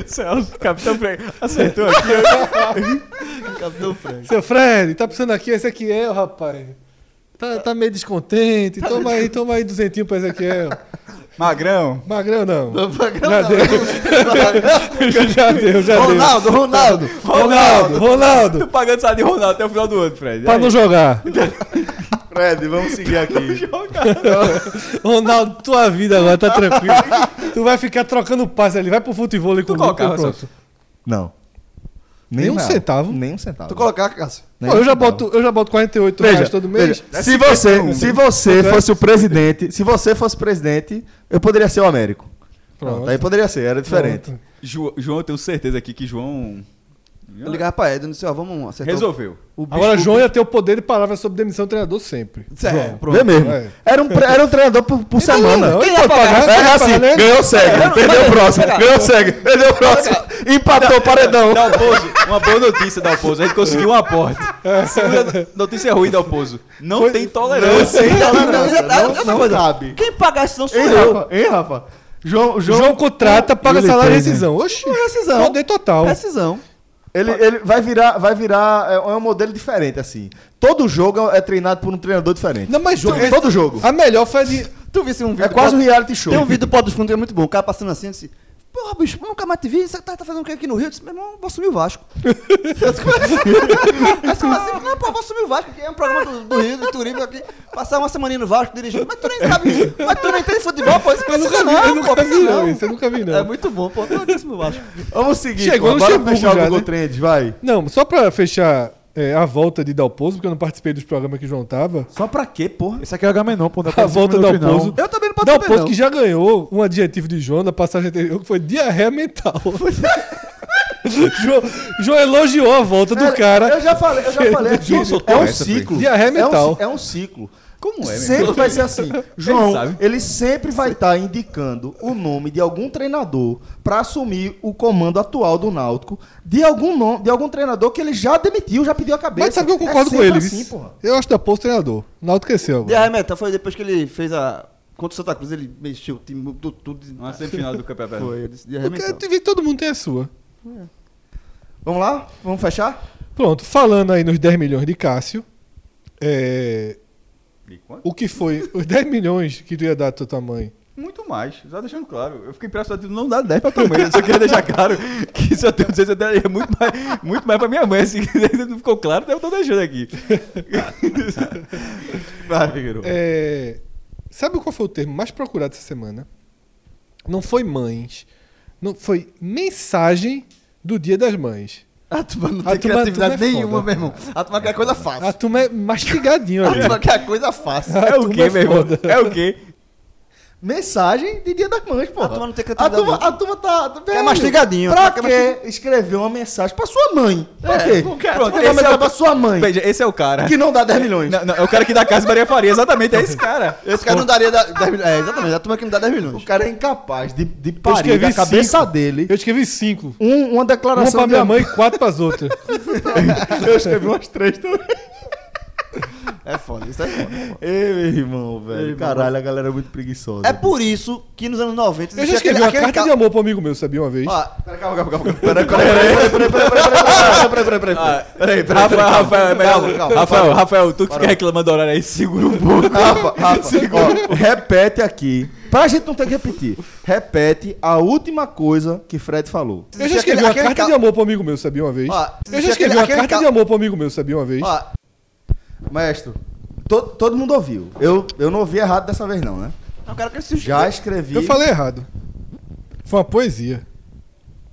Celso, é Capitão Freire. Acertou aqui.
<laughs>
Capitão Franco.
seu Fred, tá precisando aqui, esse aqui é, rapaz. Tá, tá meio descontente.
Tá
Toma aí, toma aí duzentinho pra esse aqui é.
Magrão.
Magrão não.
Não
Já
pagava,
deu.
<laughs>
já deu, já deu.
Ronaldo, Ronaldo.
Ronaldo, Ronaldo.
Tu pagando salário de Ronaldo até o final do ano, Fred.
Pra não jogar.
Fred, vamos seguir aqui.
Ronaldo, tua vida agora tá tranquila. tu vai ficar trocando passe ali. Vai pro futebol ali comigo.
colocava,
pronto.
Celso?
Não.
Nem um
nada.
centavo?
Nem um centavo.
Tu colocar, Cássio.
Nem
Pô,
um
eu, já
centavo.
boto, eu já boto 48 reais todo mês.
veja, se você, se você fosse o presidente, se você fosse presidente, eu poderia ser o Américo. Pronto,
Pronto.
aí poderia ser, era diferente.
Pronto.
Ju- João, eu tenho certeza aqui que João.
Eu ligava pra Edno e disse, ó, vamos acertar. o-
Resolveu.
O bicho,
Agora, João ia ter o poder de palavra sobre demissão do treinador sempre.
É,
João.
pronto.
Vê mesmo.
É.
Era um, pre- era um treinador por, por semana.
não,
Quem
ele
ia
pagar?
pagar?
Ele
É
ia
assim,
pagar, né?
ganhou o cego, perdeu o próximo, ganhou o cego, perdeu o próximo, empatou o paredão.
Dalpozo, um uma boa notícia, Dalpozo. A gente conseguiu um aporte. Segunda notícia ruim, Dalpozo. Não tem tolerância. hein?
Não, não, não, não, não, não, sabe. Quem pagasse não sou
Ei,
eu.
Rafa, ei, Rafa. João,
João,
João,
contrata, paga
Ele
salário e
tem, né?
rescisão. Oxi.
rescisão.
Poder total.
Precisão.
ele, ele vai virar, vai virar, é é um modelo diferente, assim. Todo jogo é treinado por um treinador diferente.
Não, mas João.
Todo- todo jogo.
A melhor foi a de.
Tu visse um vídeo...
É quase um reality show.
Tem um vídeo do Pó dos Fundos que é muito bom. O cara passando assim, disse... Porra, bicho, eu nunca mais te vi. Você tá, tá fazendo o que aqui no Rio? Eu disse, meu irmão, vou assumir o Vasco. Eu disse, como é? Aí você fala assim, não, pô, vou assumir o Vasco, que é um programa do, do Rio, do Turismo aqui. Passar uma semaninha no Vasco, dirigindo. Mas tu nem sabe, mas tu não entende futebol, pô. Isso
Eu
precisa
nunca vi,
não,
eu
pô,
nunca vi,
precisa
não.
não.
Isso eu nunca vi,
É
não.
muito bom, pô. Eu disse, meu Vasco.
Vamos seguir.
Chegou
pô,
no
bora
Luxemburgo
fechar
já,
o Google
né?
Trends, vai.
Não, só pra fechar é, a volta de Dalpozo, porque eu não participei dos programas que o João tava.
Só pra quê, porra?
Esse aqui é o Agamenon,
<laughs>
pô. não é
A volta do
minutos, não.
Dalpozo.
Eu também não posso saber,
Dalpozo
não.
que já ganhou um adjetivo de João na passagem anterior, que foi
<laughs>
diarreia mental. João, João elogiou a volta do
Eu
cara.
já falei, eu já
<laughs>
falei. aqui.
João soltou
É um
essa, foi.
ciclo.
Diarreia
É um
mental.
ci- É um ciclo.
Como é,
Sempre vai ser
<laughs>
assim. João,
sabe.
ele, sempre vai estar indicando o nome de algum treinador pra assumir o comando atual do Náutico, de algum nome, de algum treinador que ele já demitiu, já pediu a cabeça.
Mas sabe que eu
É
concordo com
sempre
ele?
assim,
viu?
porra.
eu acho Dalpozo treinador. O Náutico cresceu
De
agora.
arremeta, foi depois que ele fez a. Contra o Santa Cruz, ele mexeu o time, mudou tudo.
Uma semifinal do campeonato.
Foi, eu disse de
Porque
arremeta.
eu vi que todo mundo tem a sua.
Vamos lá? Vamos fechar?
Pronto, falando aí nos 10 milhões de Cássio, é,
E quanto?
o que foi? Os 10 milhões que tu ia dar à tua mãe.
Muito mais, já deixando claro. Eu fiquei impressionado, não dá 10 pra tua mãe. Eu só queria deixar claro que se eu tenho 200, eu daria muito mais, muito mais pra minha mãe. Se não ficou claro, né? eu tô deixando aqui. Vai, Figueiredo.
É, sabe qual foi o termo mais procurado essa semana? Não foi mães. Não, foi mensagem do Dia das Mães.
A turma Ah, não
A
tem
turma-
criatividade
a turma é
nenhuma,
foda.
meu irmão. A turma quer coisa
A
fácil.
turma é mastigadinho
A <laughs>
ali.
turma quer coisa fácil.
É o
turma é
quê, meu irmão?
foda.
É o quê?
Mensagem de Dia das Mães, pô.
A turma não tem
a
criatividade,
turma,
não.
a turma tá. tá- velho,
mastigadinho,
Pra
tá-
quê
quer mastig-
escrever uma mensagem pra sua mãe? Pra quê?
É, não quero.
Pronto,
Esse
escrever uma
é
mensagem
o-
pra sua mãe.
Veja, esse é o cara.
Que não dá 10 milhões.
Não, não, é o cara que dá casa Maria Faria, exatamente, é esse cara.
Esse cara não daria 10 milhões. É, exatamente. A turma que não dá 10 milhões.
O cara é incapaz de, de
Eu
parir
escrevi
da cabeça
cinco.
dele
Eu escrevi cinco.
um- uma
Uma
declaração
pra
de
minha
amor.
mãe e quatro
<laughs>
pras outras.
Eu escrevi umas três também.
É foda, isso é foda.
<laughs> Ei, meu irmão, velho.
irmão.
Caralho, a galera é muito preguiçosa.
É por isso que nos anos 90
Eu já escrevi uma carta de amor pro amigo meu, sabia uma vez?
Ó, calma, calma, calma.
Ah, peraí, peraí, Rafael, Rafael, é melhor-
Calma, calma.
Rafael, Rafael, tu que fica reclamando do horário aí, segura um pouco.
Rafa,
um
Rafa, ó, repete aqui. Pra gente não ter que repetir. Repete a última coisa que Fred falou.
Eu já escrevi uma carta de amor pro amigo meu, sabia uma vez?
Ó,
Eu
existe
já escrevi
aquele-
uma
aquele
carta
ca-
de amor pro amigo meu, sabia uma vez?
Ó,
Maestro, to- todo mundo ouviu. Eu, eu não ouvi errado dessa vez, não, né?
é um cara que se
Já escrevi.
Eu falei errado. Foi uma poesia.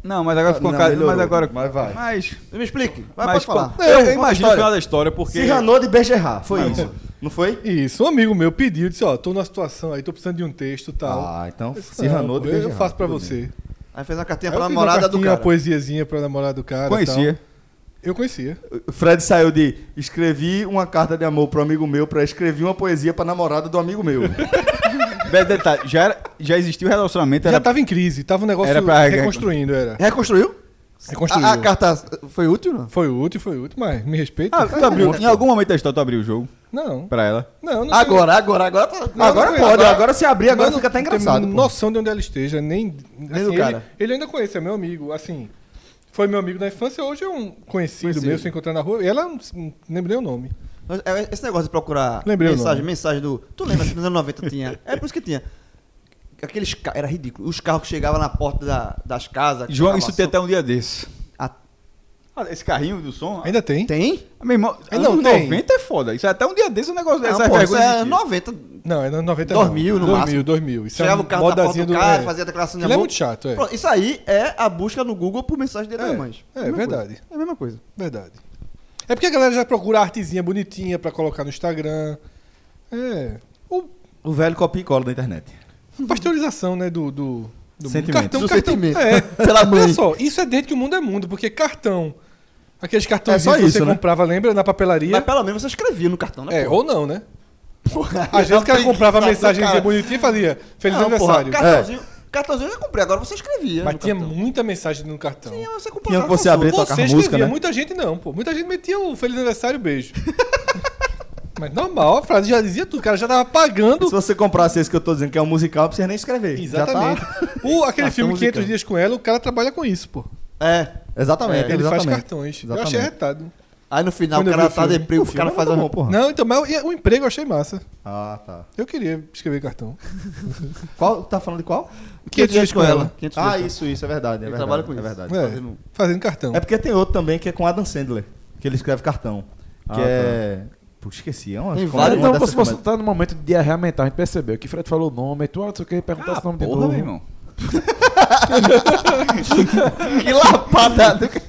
Não, mas agora ficou
Não,
cara.
melhorou.
Mas agora.
Mas vai.
Mas.
Me explique. Vai,
mas
pode falar.
pô, Eu,
é
eu imagino o
história.
final da história, porque.
Cirranou de Bergerá, foi
Não.
isso. Não foi?
Isso, um amigo meu pediu, disse, ó, tô numa situação aí, tô precisando de um texto e tal.
Ah, então
Eu disse,
Cirranou
"Não,
de
pô, eu,
Bergerá.
faço pra
tudo bem.
você.
Aí fez uma cartinha
Aí eu
É pra
fiz uma
namorada do
cartinha,
cara.
Uma poesiazinha pra namorada do cara. e
Conhecia.
tal. Eu conhecia.
O Fred saiu de escrevi uma carta de amor pro amigo meu pra escrever uma poesia pra namorada do amigo meu.
Velho, detalhe, já, era, já existia o relacionamento, era
Já tava em crise, tava um negócio
Era pra-
reconstruindo, era.
Reconstruiu?
Reconstruiu.
A, a carta foi útil, não?
Foi útil, foi útil, mas me respeita.
Ah, tu abriu. Em algum momento da história tu abriu o jogo
Não,
pra ela.
não, não.
Agora, agora, agora tá.
Não,
agora
não,
pode, agora,
agora-
se abrir, agora
Mano,
fica até
não tenho
engraçado. pô.
noção de onde ela esteja, nem. assim,
do
ele-
cara.
Ele, ainda conhece, é meu amigo. Assim, foi meu amigo da infância, hoje é um conhecido, meu, se encontrar na rua. E ela, não não lembrei o nome.
Mas, é, Esse negócio de procurar
Lembrei o
mensagem,
nome.
mensagem do. Tu lembra que nos anos 90 tinha? É por isso que tinha. Aqueles ca- Era ridículo. Os carros que chegavam na porta da- das casas.
João, isso tem
tem
até um dia desse.
Ah,
Ah, esse carrinho do som. ah,
Ainda tem?
Tem?
Meu irmão,
Ainda
anos
não tem?
90 é foda. Isso é até um dia desse o negócio
Não,
dessa
pô, isso
vergonha
é
existia.
90.
Não, é no 90
2000 no
2000,
máximo.
2000. Isso
Chegava
é
o carro da porta
modazinha
do cara,
é.
fazia a declaração de
Aquilo é
amor.
muito chato, é.
Pronto, isso aí é a busca no Google por mensagem de
É,
mães.
é verdade,
É a mesma coisa.
verdade. É porque a galera já procura a artezinha bonitinha pra colocar no Instagram. É. O
O velho copia e cola da internet.
pasteurização, né, do... do... Do mundo.
Sentimento.
Cartão,
Do
cartão.
sentimento.
É.
<laughs> Pela mãe.
Olha só, isso é desde que o mundo é mundo, porque cartão. Aqueles cartões
É só
que você
isso, né?
comprava, lembra? Na papelaria.
Mas pelo menos você escrevia no cartão, né?
<laughs> É,
porra?
ou não, né?
Porra, <laughs>
Às vezes o cara
tem
comprava
que-
mensagenzinha
cara.
bonitinha e fazia Feliz
Não, porra,
aniversário.
É,
Cartãozinho, cartãozinho eu já comprei, agora você escrevia.
Mas
no
tinha
cartão.
muita mensagem no cartão.
Tinha, você
Tinha
comprava
que você
cartão.
abrir e
Você
tocar
escrevia,
música, né?
muita gente não, pô. Muita gente metia o Feliz Aniversário, beijo. <laughs> Mas normal, a frase já dizia tudo, o cara já tava pagando.
Se você comprasse esse que eu tô dizendo que é um musical, não precisa nem escrever. Já
Exatamente.
tá-
O,
<laughs>
aquele
Cartão
filme
musical.
500 Dias com Ela, o cara trabalha com isso, pô.
É.
Exatamente.
Ele faz
exatamente.
cartões. Eu achei
Exatamente.
retado.
Aí no final
Quando
o
eu
cara
vi o
tá
filme.
deprimido,
O
o cara
filme
faz
é
uma...
bom, porra.
Não, então, mas o emprego eu achei massa.
Ah, tá.
Eu queria escrever cartão.
Qual? Tá falando de qual?
500 Dias com Ela.
500
Ah,
dias com
isso, isso, é verdade. É
Ele
verdade,
trabalha com
é
isso.
verdade.
É,
tá fazendo-
fazendo cartão.
É porque tem outro também que é com Adam Sandler, que ele escreve cartão. Que
Ah, tá.
é. Pô, esqueci. É uma
Tem
como
vários,
é uma
Então,
dessas
você, você
comédias?
tá no momento de diarreia mental, a gente percebeu que Fred falou o nome, tu, ah, não sei o que, perguntasse
Ah,
o nome de
porra,
novo.
meu irmão.
Que <laughs> lapada! do que-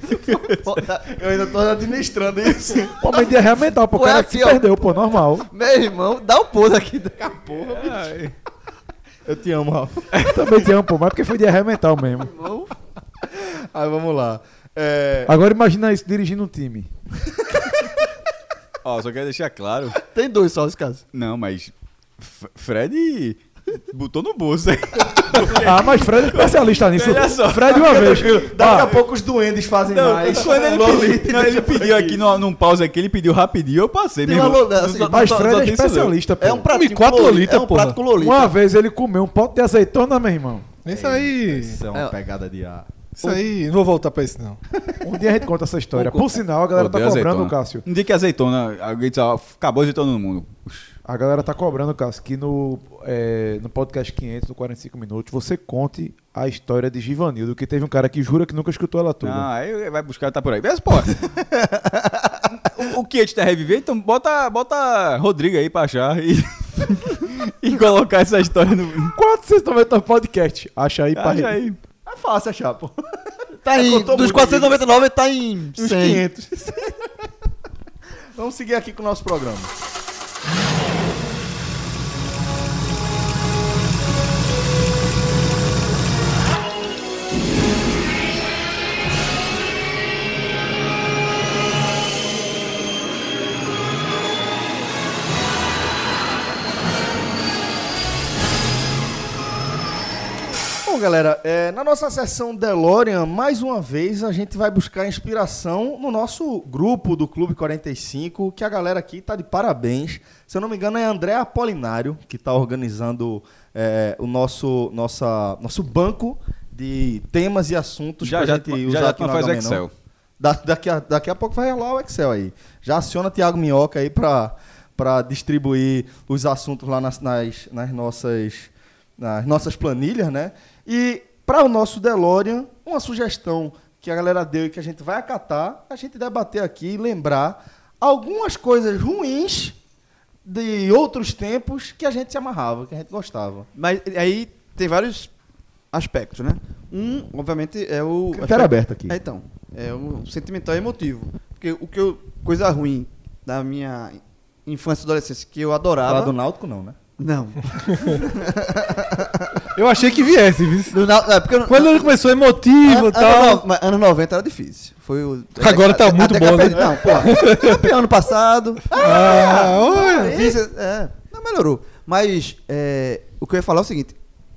Foda.
Eu ainda tô administrando isso.
Pô, mas diarreia mental, pô, o
Ué,
cara
aqui,
se
ó.
perdeu, pô, normal.
Meu irmão, dá um pouso aqui.
Eu te amo, Rafa.
Também te amo, pô, mas é porque foi diarreia mental mesmo.
Aí vamos lá. É,
Agora imagina isso dirigindo um time.
Ó, só quero deixar claro.
Tem dois só nesse caso.
Não, mas. F- Fred botou no bolso aí.
Ah, mas Fred é especialista nisso.
Olha só.
Fred uma vez.
Daqui a
Ah,
pouco os duendes fazem mais.
quando ele
Lolita
pediu, não, ele pediu aqui no, num pause aqui, ele pediu rapidinho, eu passei.
Tem
meu
uma
irmão.
lona- assim,
mas
só-
Fred
só
é
tem isso mesmo.
especialista, pô.
É um pratinho
Come quatro
com
Lolita,
É um
porra.
prato com lolita.
Uma vez ele comeu um pote de azeitona, meu irmão.
Isso aí.
Isso é uma pegada de ar.
Isso aí. Não vou voltar pra isso, não.
Um dia a gente conta essa história. Por sinal, a galera tá
Odeio
cobrando
azeitona.
o Cássio.
Um dia que azeitona, alguém disse, ó, acabou azeitona no mundo.
A galera tá cobrando, Cássio, que no, é, no podcast 500, no 45 minutos, você conte a história de Givanildo, que teve um cara que jura que nunca escutou ela toda.
Ah, aí vai buscar, tá por aí. Mas, pô, <laughs> o, o que a gente tá reviver, então bota, bota Rodrigo aí pra achar e, <laughs> e colocar essa história no...
490 podcast. Acha aí, pai.
Acha aí.
É fácil achar, pô. <laughs> É
Tá em,
Contou
dos
muito
499 tá em
Uns
100.
500. Vamos seguir aqui com o nosso programa. Então, galera, é, na nossa sessão DeLorean, mais uma vez, a gente vai buscar inspiração no nosso grupo do Clube 45, que a galera aqui tá de parabéns. Se eu não me engano, é André Apolinário, que tá organizando é, o nosso, nossa, nosso banco de temas e assuntos
Já,
pra
já,
gente
já,
usar
já
aqui no
faz
Agamenon.
Excel.
Da- daqui, a, daqui a pouco vai rolar o Excel aí. Já aciona Tiago Minhoca aí pra, pra distribuir os assuntos lá nas, nas, nas nossas, nas nossas planilhas, né? E para o nosso DeLorean, uma sugestão que a galera deu e que a gente vai acatar, a gente debater aqui e lembrar algumas coisas ruins de outros tempos que a gente se amarrava, que a gente gostava.
Mas aí tem vários aspectos, né? Um, obviamente, é o.
Critério aberto aqui.
É, então, é o sentimental e emotivo. Porque o que eu. Coisa ruim da minha infância e adolescência que eu
Falar do
adorava.
Náutico não, né?
Não.
<laughs> Eu achei que viesse, viu?
Do Nau- é, porque eu não-
Quando ele começou
Ah,
emotivo e
Ano- ano
tal.
no- É, mas Ano 90 era difícil. Foi o-
Agora tá
a- a-
muito
a década
bom, né?
perdida- Não, pô. Campeão ano passado.
Ah, olha.
Vice- é, não melhorou. Mas é, o que eu ia falar é o seguinte: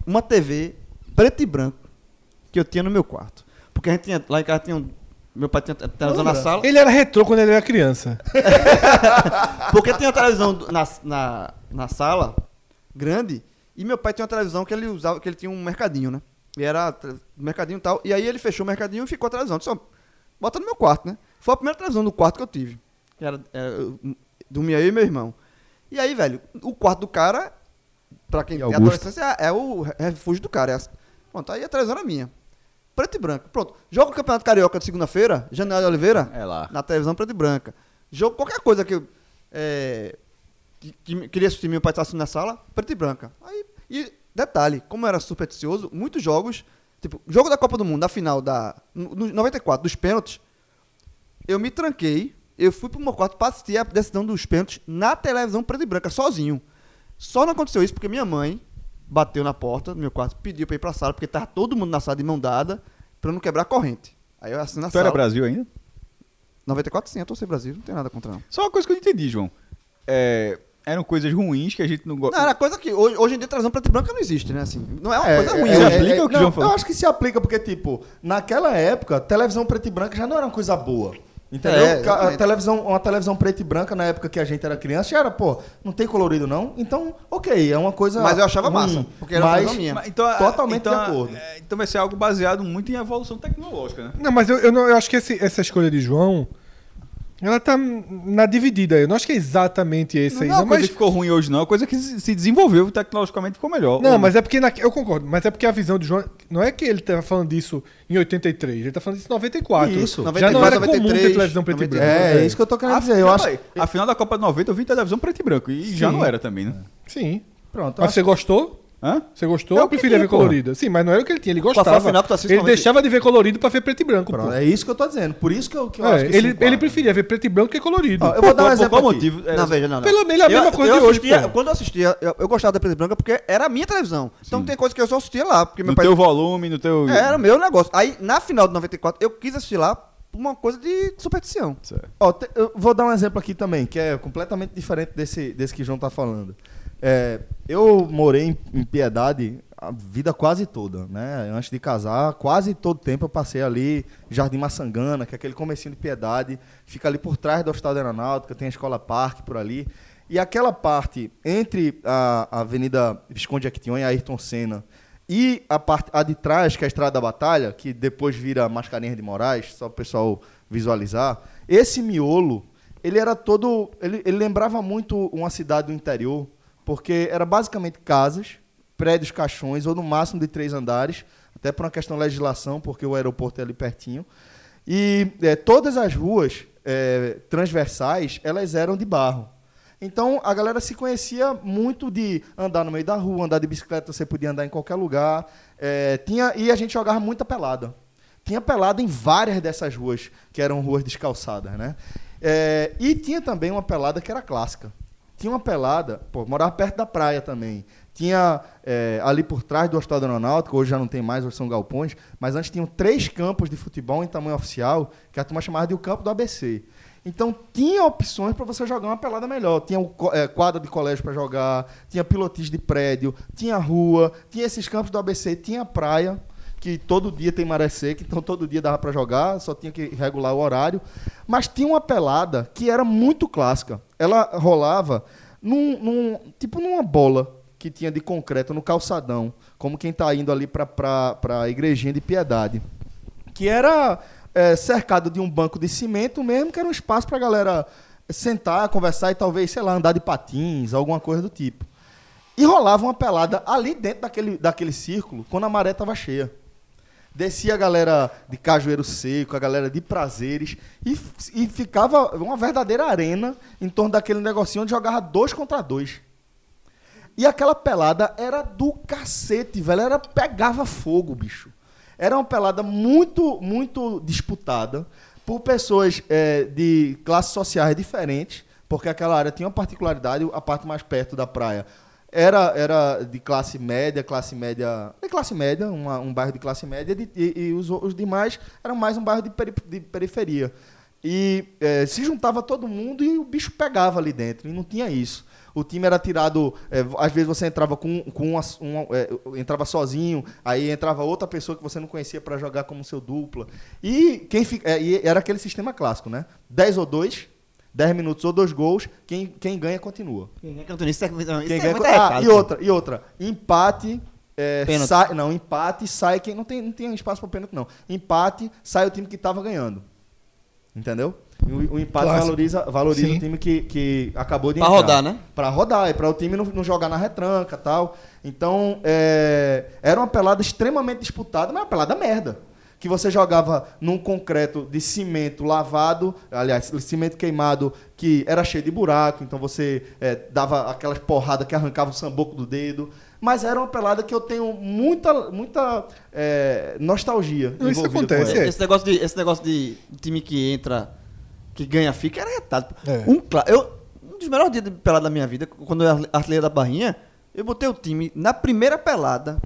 uma TV preto e branco que eu tinha no meu quarto. Porque a gente tinha. Lá em casa tinha um. Meu pai tinha te- televisão na sala.
Ele era retrô quando ele era criança.
Porque tinha televisão do- na, na, na sala grande. E meu pai tinha uma televisão que ele usava, que ele tinha um mercadinho, né? E era tre- mercadinho e tal. E aí ele fechou o mercadinho e ficou a televisão. Eu Disse, ó, bota no meu quarto, né? Foi a primeira televisão do quarto que eu tive. Que era, era- eu- dormia eu e meu irmão. E aí, velho, o quarto do cara, pra quem tem adolescência, é, é o re- refúgio do cara. É a- pronto, aí a televisão era minha. Preto e branco. Pronto. Joga o Campeonato Carioca de segunda-feira, Janela de Oliveira.
É lá.
Na televisão preto e branca. Jogo qualquer coisa que eu. é, que, que queria assistir meu pai estava assistindo na sala, preto e branca. Aí, e detalhe, como eu era supersticioso, muitos jogos. Tipo, jogo da Copa do Mundo, da final da. No, no 94, dos pênaltis, eu me tranquei, eu fui pro meu quarto pra assistir a decisão dos pênaltis na televisão preto e branca, sozinho. Só não aconteceu isso porque minha mãe bateu na porta do meu quarto, pediu pra ir pra sala, porque tava todo mundo na sala de mão dada, pra eu não quebrar a corrente. Aí eu assino na
Tu era
sala.
Brasil ainda?
94 sim, eu torci Brasil, é não tem nada contra não.
Só uma coisa que eu não entendi, João. É, eram coisas ruins que a gente não
Não,
gosta.
era coisa que hoje, hoje em dia televisão preto e branca não existe, né? Assim, não é uma coisa ruim.
é,
hoje.
é, aplica o que o
não,
João falou?
Eu acho que se aplica, porque, tipo, naquela época, televisão preta e branca já não era uma coisa boa. Entendeu?
É,
Ca- a
exatamente.
televisão, uma televisão preta e branca na época que a gente era criança já era, pô, não tem colorido não. Então, ok, é uma coisa.
Mas eu achava
ruim,
massa, porque era uma
mas,
televisão minha.
Mas então,
Totalmente
então,
de acordo.
é, então vai ser algo baseado muito em evolução tecnológica, né?
Não, mas eu, eu, não- eu acho que esse- essa escolha de João, ela tá na dividida. Eu não acho que é exatamente esse
Não,
aí.
é uma
Não,
coisa
mas,
que ficou ruim hoje, não. É uma coisa que se se desenvolveu tecnologicamente ficou melhor.
não,
Ou-
mas é porque... na- eu concordo. Mas é porque a visão de João... Não é que ele tava falando disso em 83. Ele tá falando disso em 94.
Isso.
Já não era
94,
comum ter
93,
televisão preto e branco.
É, é isso que eu tô querendo
A,
dizer. Eu
não,
acho.
peraí. a final da Copa de 90 eu vi televisão preto e branco. E já
Sim.
não era também, né?
Sim.
Pronto, eu
Mas
acho
você gostou?
Hã?
Você gostou?
É o
eu
que
preferia
tinha,
ver
porra.
colorido. Sim, mas não era o que ele tinha. Ele
foi a
gostava.
final que
tá
tu assiste
ele
90?
deixava de ver colorido pra ver preto e branco.
pronto,
pô.
é isso que eu tô dizendo. Por isso que eu, que eu
É,
acho que.
ele,
se
ele
enquadra.
preferia ver preto e branco que colorido.
Ó, eu vou dar um
Por- por
exemplo.
qual
aqui.
motivo? Era-
Não, veja, não. não.
Pelo menos é a
Eu-
mesma coisa
eu
de hoje,
assistia-
pô.
Quando eu assistia, eu, eu gostava da Preta e Branca porque era a minha televisão. Então
Sim.
tem coisa que eu só assistia lá, porque meu
no
pai.
teu volume, no teu...
É, Era meu negócio. Aí, na final de 94, eu quis assistir lá por uma coisa de superstição.
Certo.
Ó, te- eu vou dar um exemplo aqui também, que é completamente diferente desse, desse que o João tá falando. É, eu morei em, em Piedade a vida quase toda, né? Antes de casar, quase todo tempo eu passei ali, Jardim Maçangana, que é aquele comecinho de Piedade, fica ali por trás do Hospital da Aeronáutica, tem a Escola Parque por ali. E aquela parte entre a, a Avenida Visconde Actinhon e Ayrton Senna e a parte a de trás, que é a Estrada da Batalha, que depois vira Mascarenhas de Moraes, só para o pessoal visualizar, esse miolo, ele era todo. Ele, ele lembrava muito uma cidade do interior, porque era basicamente casas, prédios, caixões, ou no máximo de três andares, até por uma questão de legislação, porque o aeroporto é ali pertinho. E eh, todas as ruas eh, transversais, elas eram de barro. Então a galera se conhecia muito de andar no meio da rua, andar de bicicleta, você podia andar em qualquer lugar. É, tinha, e a gente jogava muita pelada. Tinha pelada em várias dessas ruas, que eram ruas descalçadas, né? É, e tinha também uma pelada que era clássica. Tinha uma pelada, pô, morava perto da praia também. Tinha é, ali por trás do Hospital da Aeronáutica, hoje já não tem mais, hoje são galpões, mas antes tinham três campos de futebol em tamanho oficial, que a turma chamava de o campo do ABC. Então tinha opções para você jogar uma pelada melhor. Tinha um co- eh, quadra de colégio para jogar, tinha pilotis de prédio, tinha rua, tinha esses campos do ABC, tinha praia, que todo dia tem maré seca, então todo dia dava para jogar, só tinha que regular o horário. Mas tinha uma pelada que era muito clássica. Ela rolava num, num- tipo numa bola que tinha de concreto no calçadão, como quem tá indo ali para a igrejinha de piedade que era é, cercado de um banco de cimento mesmo, que era um espaço para a galera sentar, conversar e talvez, sei lá, andar de patins, alguma coisa do tipo. E rolava uma pelada ali dentro daquele, daquele círculo, quando a maré estava cheia. Descia a galera de Cajueiro Seco, a galera de Prazeres, e, f- e ficava uma verdadeira arena em torno daquele negocinho onde jogava dois contra dois. E aquela pelada era do cacete, velho. Era pegava fogo, bicho. Era uma pelada muito, muito disputada por pessoas eh, de classes sociais diferentes, porque aquela área tinha uma particularidade, a parte mais perto da praia era, era de classe média, classe média. De classe média, uma- um bairro de classe média, de- e, e os, o- os demais eram mais um bairro de, peri- de periferia. E eh, se juntava todo mundo e o bicho pegava ali dentro, e não tinha isso. O time era tirado. é, às vezes você entrava com, com uma, uma- é, entrava sozinho, aí entrava outra pessoa que você não conhecia para jogar como seu dupla. E quem fi- é, e era aquele sistema clássico, né? 10 ou 2, 10 minutos ou dois gols, quem, quem ganha continua.
Quem é cantonista? Isso é, não, isso
Quem
é
ganha
muito
con- ah,
arretado,
e outra, e outra. Empate. é,
Pênalti.
sai, não, empate sai quem. Não tem, não tem espaço para pênalti, não. Empate sai o time que estava ganhando. Entendeu? E O, o empate
Clássico.
valoriza, valoriza
Sim.
o time que, que acabou de
Pra
entrar.
rodar, né?
Pra rodar, e pra o time não, não jogar na retranca e tal. Então, é, era uma pelada extremamente disputada, mas uma pelada merda. Que você jogava num concreto de cimento lavado, aliás, cimento queimado, que era cheio de buraco, então você é, dava aquelas porradas que arrancavam o samboco do dedo. Mas era uma pelada que eu tenho muita, muita é, nostalgia.
Não, isso
envolvida com
acontece,
ela.
É.
Esse negócio de, esse negócio de time que entra, que ganha, fica, era retado. pô.
É.
Um, cla- eu, um dos melhores dias de pelada da minha vida, quando eu era artilheiro da Barrinha, eu botei o time na primeira pelada.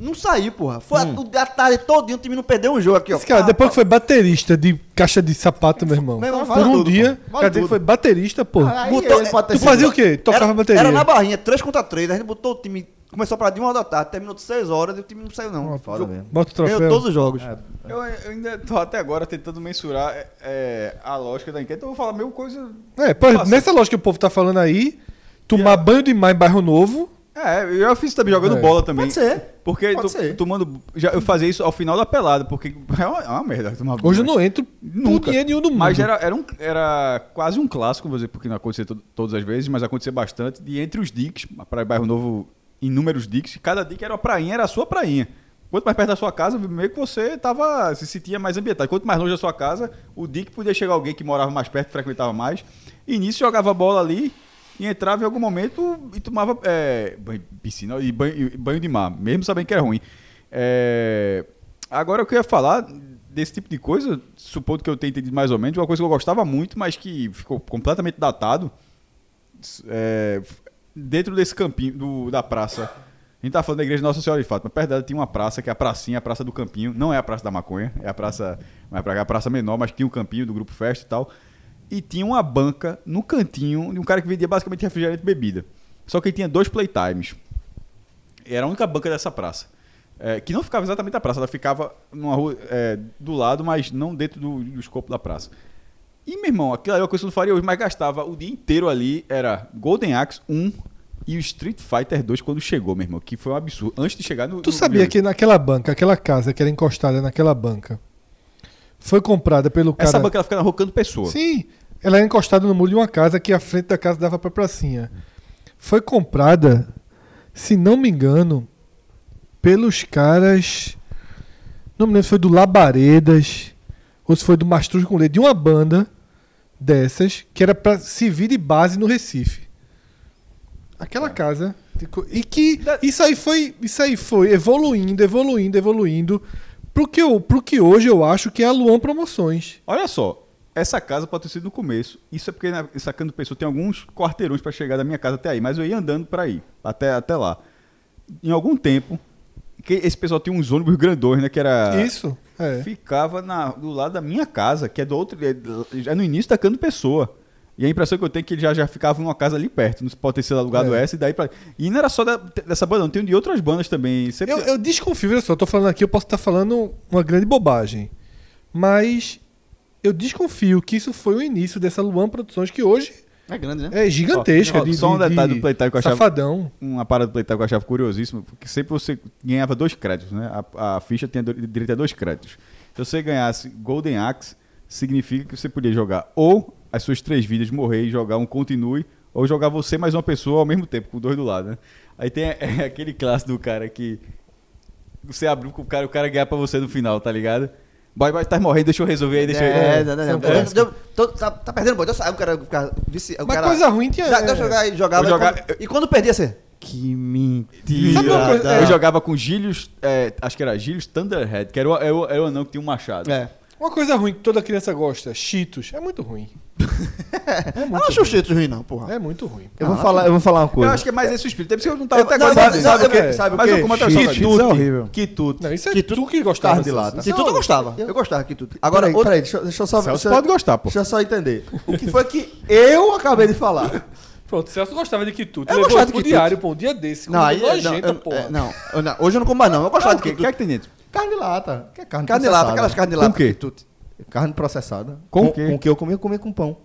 Não saí, porra. Foi a- o- a, tarde todinha, o time não perdeu um jogo aqui, ó.
Esse
é,
cara, depois que foi baterista de caixa de sapato, meu irmão.
Meu irmão,
por
vale
um
tudo,
dia,
pô.
o
Vale
cara dele
tudo.
foi baterista, pô.
Aí
Botou-
ele pode ter
Tu
sido-
fazia o quê? Tocava
era,
bateria.
Era na Barrinha, 3 contra 3. A gente botou o time, começou a parar de uma hora da tarde, terminou de 6 horas e o time não saiu, não.
Foda
Jogo-
mesmo.
Bota o troféu.
Ganhou todos os
É.
jogos.
Eu, eu ainda tô até agora tentando mensurar é, é, a lógica da enquete, então eu vou falar a mesma coisa.
É, pô,
Fácil.
nessa lógica que o povo tá falando aí, tomar banho demais em bairro novo.
É, eu fiz também jogando
É.
bola também.
Pode ser.
Porque
Pode
tu-
ser.
tomando. Já, eu fazia isso ao final da pelada, porque <laughs> é uma, é uma merda tomar banho.
Hoje eu não entro
Nunca.
por dinheiro nenhum do mundo.
Mas era, era, um- era quase um clássico, vou dizer, porque não acontecia to- todas as vezes, mas acontecia bastante, de entre os dicks, a Praia Bairro Novo, inúmeros dicks, cada dick era uma prainha, era a sua prainha. Quanto mais perto da sua casa, meio que você tava, se sentia mais ambientado. Quanto mais longe da sua casa, o dick podia chegar alguém que morava mais perto, frequentava mais. E nisso jogava bola ali e entrava em algum momento e tomava é, banho, piscina e banho, e banho de mar, mesmo sabendo que era ruim. É, agora o que eu ia falar desse tipo de coisa, supondo que eu tenha entendido mais ou menos, uma coisa que eu gostava muito, mas que ficou completamente datado, é, f- dentro desse campinho do- da praça. A gente tá falando da igreja Nossa Senhora de Fátima, perto dela tinha uma praça, que é a pracinha, a praça do campinho, não é a praça da maconha, é a praça, mas pra cá, a praça menor, mas tinha o campinho do grupo festa e tal. E tinha uma banca no cantinho de um cara que vendia basicamente refrigerante e bebida. Só que ele tinha dois playtimes era a única banca dessa praça. É, que não ficava exatamente na praça, ela ficava numa rua é, do lado, mas não dentro do, do escopo da praça. E, meu irmão, aquilo ali é uma coisa que eu não faria hoje, mas gastava o dia inteiro ali, era Golden Axe 1 e o Street Fighter 2 quando chegou, meu irmão, que foi um absurdo. Antes de chegar no...
Tu
no
sabia
videogame.
que naquela banca, aquela casa que era encostada naquela banca, foi comprada pelo cara...
Essa banca ela fica na rua canto pessoa.
Sim, ela era encostada no muro de uma casa que a frente da casa dava pra pracinha. Foi comprada, se não me engano, pelos caras... Não me lembro se foi do Labaredas ou se foi do Mastruz com Leite, de uma banda dessas que era pra servir de base no Recife. Aquela casa. de co- E que isso aí foi, isso aí foi evoluindo, evoluindo, evoluindo pro que, eu, pro que hoje eu acho que é a Luan Promoções.
Olha só, essa casa pode ter sido no começo. Isso é porque na, essa canto pessoa tem alguns quarteirões pra chegar da minha casa até aí, mas eu ia andando pra aí, até, até lá. Em algum tempo, que esse pessoal tinha uns ônibus grandões, né? Que era.
Isso. É.
ficava na- do lado da minha casa, que é do outro. É, é no início da Cano Pessoa. E a impressão que eu tenho é que ele já, já ficava numa casa ali perto, não pode ter sido alugado
É.
essa, e daí pra. E não era só da- dessa banda, não, tem de outras bandas também. Sempre-
Eu, eu desconfio, veja só, eu tô falando aqui, eu posso estar falando uma grande bobagem. Mas eu desconfio que isso foi o início dessa Luan Produções, que hoje
É grande, né?
é gigantesca.
Ó,
de-
só um
de-
detalhe
de
do Playtime que eu achava-
Safadão.
uma parada do um Playtime que eu achava curiosíssima, porque sempre você ganhava dois créditos, né? A, a ficha tinha do- direito a dois créditos. Se você ganhasse Golden Axe, significa que você podia jogar ou as suas três vidas morrer e jogar um continue, ou jogar você mais uma pessoa ao mesmo tempo, com dois do lado, né? Aí tem <laughs> é, aquele clássico do cara que você abriu com o cara, o cara ganhar pra você no final, tá ligado? Vai, vai, tá morrendo, deixa eu resolver aí, deixa eu... né?
É, não, não, não.
É.
Deu- tô- tá, tá perdendo, pô. Deu sa- o cara, o cara, vice, o
Mas
cara-
coisa ruim tinha- né?
Dá- dá pra jogar e jogava.
Vou jogar-
e, quando, e quando perdia, você. É Que mentira.
Sabe uma coisa-
Eu jogava com Gilius, é, acho que era Gilius Thunderhead, que era o, era o, era o anão que tinha um machado.
É.
Uma coisa ruim que toda criança gosta, Cheetos, é muito ruim. é,
Eu não
muito
acho o
ruim.
Cheetos ruim, não, porra.
é muito ruim.
Eu vou, falar, Ah, eu vou falar uma
Eu
coisa.
acho que é mais esse o espírito. É por isso que eu não
Eu-
tava até
não,
agora.
mas- sabe o
o
quê?
que?
Sabe o
Mas
quê?
eu como até
Cheat, isso é horrível.
Que tudo.
Não, isso é
Que
tu que gostava.
de lata.
Se tudo eu gostava. Eu gostava que tudo. Agora,
Peraí,
outro-
peraí, deixa, eu- deixa eu só...
Celso
deixa eu-
pode gostar, pô.
Deixa eu só entender. O que foi que eu acabei de falar?
Pronto, Celso gostava de Quitute.
Eu
Levou
gostava de
pro
quitute.
diário, pô, um dia desse.
Não, aí.
comida nojenta,
não, eu-
porra.
é, não, eu não. hoje eu não como mais, não. Eu gostava
Sabe
de
o que? O
que
que é que tem dentro?
Carne de lata. Que é carne,
Carne de
processada.
lata, aquelas carnes de
Com
lata.
quê?
que tudo.
Carne processada.
Com o
com
quê?
o que eu comia, eu comia com pão.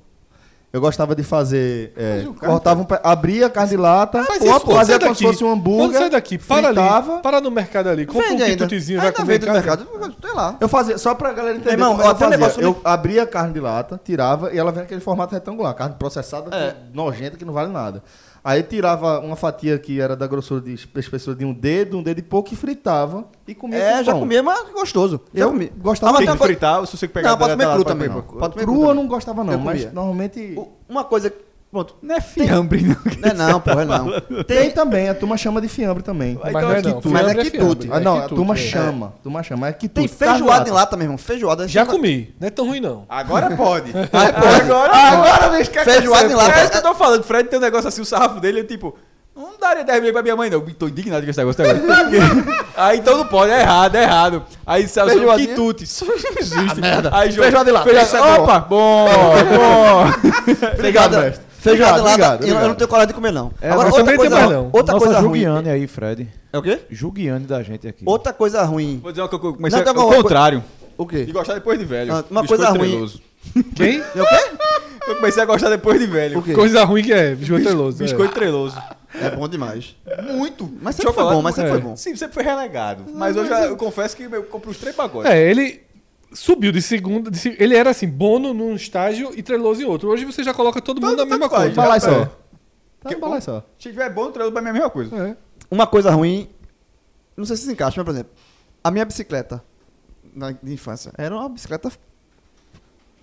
Eu gostava de fazer. É, cortava um pe- abria a carne de lata,
Faz
ou
isso, quando
fazia
sai
como
daqui,
se fosse um
Quando
hambúrguer.
sai daqui, para
fritava.
ali, para no mercado ali, compra
Vende
um
ainda.
quitutezinho, vai
Ainda
comer em
vende no
casa.
mercado. Sei lá.
Eu fazia, só pra galera entender.
irmão,
como é eu,
ó, tem um
fazia.
negócio
eu abria a carne de lata, tirava e ela vem naquele formato retangular, carne processada, que- nojenta, que não vale nada. Aí tirava uma fatia que era da grossura de da espessura de um dedo, um dedo e pouco, e fritava e comia.
É,
com
já
pão.
comia, mas gostoso. Já
Eu
comi.
gostava
Ah,
de
Tem
mas tem
que
uma coisa-
fritar, se você pegar tá
Não, pode
da- da
comer
lata,
cru
pode
também,
comer
pô.
cru.
Pode comer
Crua
cru
eu
também.
não gostava,
Eu
não, mas
comia.
normalmente.
O- Uma coisa. Pronto.
Não é fiambre, não.
Não é não, porra, é não.
Tem também, a turma chama de fiambre também.
Mas não é não,
quitute. Mas é
fiambre
quitute.
fiambre,
Ah, não, a
quitute,
turma
é.
chama. Turma chama. É que
Tem
tudo, carne
feijoada em lata, meu irmão. Feijoada.
Já comi, não é tão ruim não.
Agora
<laughs>
pode.
Agora, Ah, agora me esquece. Feijoada em
É isso que eu
lata.
tô falando. Fred tem um negócio assim, o sarrafo dele é tipo... Não daria 10 mil pra minha mãe, não. Tô indignado com esse negócio
<laughs>
até agora. Aí então não pode, é errado, é errado. Aí Celso,
Feijoadinha? <laughs>
quitute. Isso não existe. <laughs> Aí João,
Ah, Feijoada em lata. Isso é bom.
Opa, bom, bom.
Obrigado,
mestre.
Feijoada em
Obrigado,
lata.
obrigado,
Eu eu não
obrigado.
tenho coragem de comer, não.
É,
Agora, outra
você também tem
coisa,
mais não.
outra
Nossa
coisa ruim.
Juliane aí, Fred.
É o quê?
Juliane da gente aqui.
Outra coisa ruim.
Vou dizer uma coisa que eu comecei
Não, tá tem
ao
alguma
contrário.
O
E
quê?
gostar depois de velho.
Ah, uma
Biscoito
coisa ruim.
treloso.
Quem?
É o quê?
Eu comecei a gostar depois de velho.
O quê?
Coisa ruim que é, biscoito treloso. é.
Biscoito treloso.
É bom demais.
Muito.
Mas sempre foi bom, mas sempre foi bom.
Sim, sempre foi relegado. Mas hoje eu confesso que eu compro os três pacotes.
É, ele subiu de segunda, de se- ele era assim, Bono num estágio e Treloso em outro. Hoje você já coloca todo
é
mundo na mesma
faz,
coisa.
já.
Vai lá só.
É.
Tá, vai lá só.
Se tiver bom, o treloso pra mim é a mesma coisa.
É.
Uma coisa ruim. Não sei se se encaixa, mas, por exemplo, a minha bicicleta na, de infância era uma bicicleta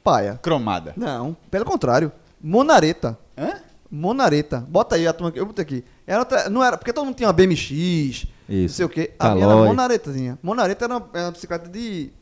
paia.
Cromada.
Não, pelo contrário. Monareta.
Hã?
Monareta. Bota aí a turma que eu botei aqui. Era outra- não era, porque todo mundo tinha uma BMX, não sei o quê. A minha era
Calói.
monaretazinha. Monareta era uma, era uma bicicleta de.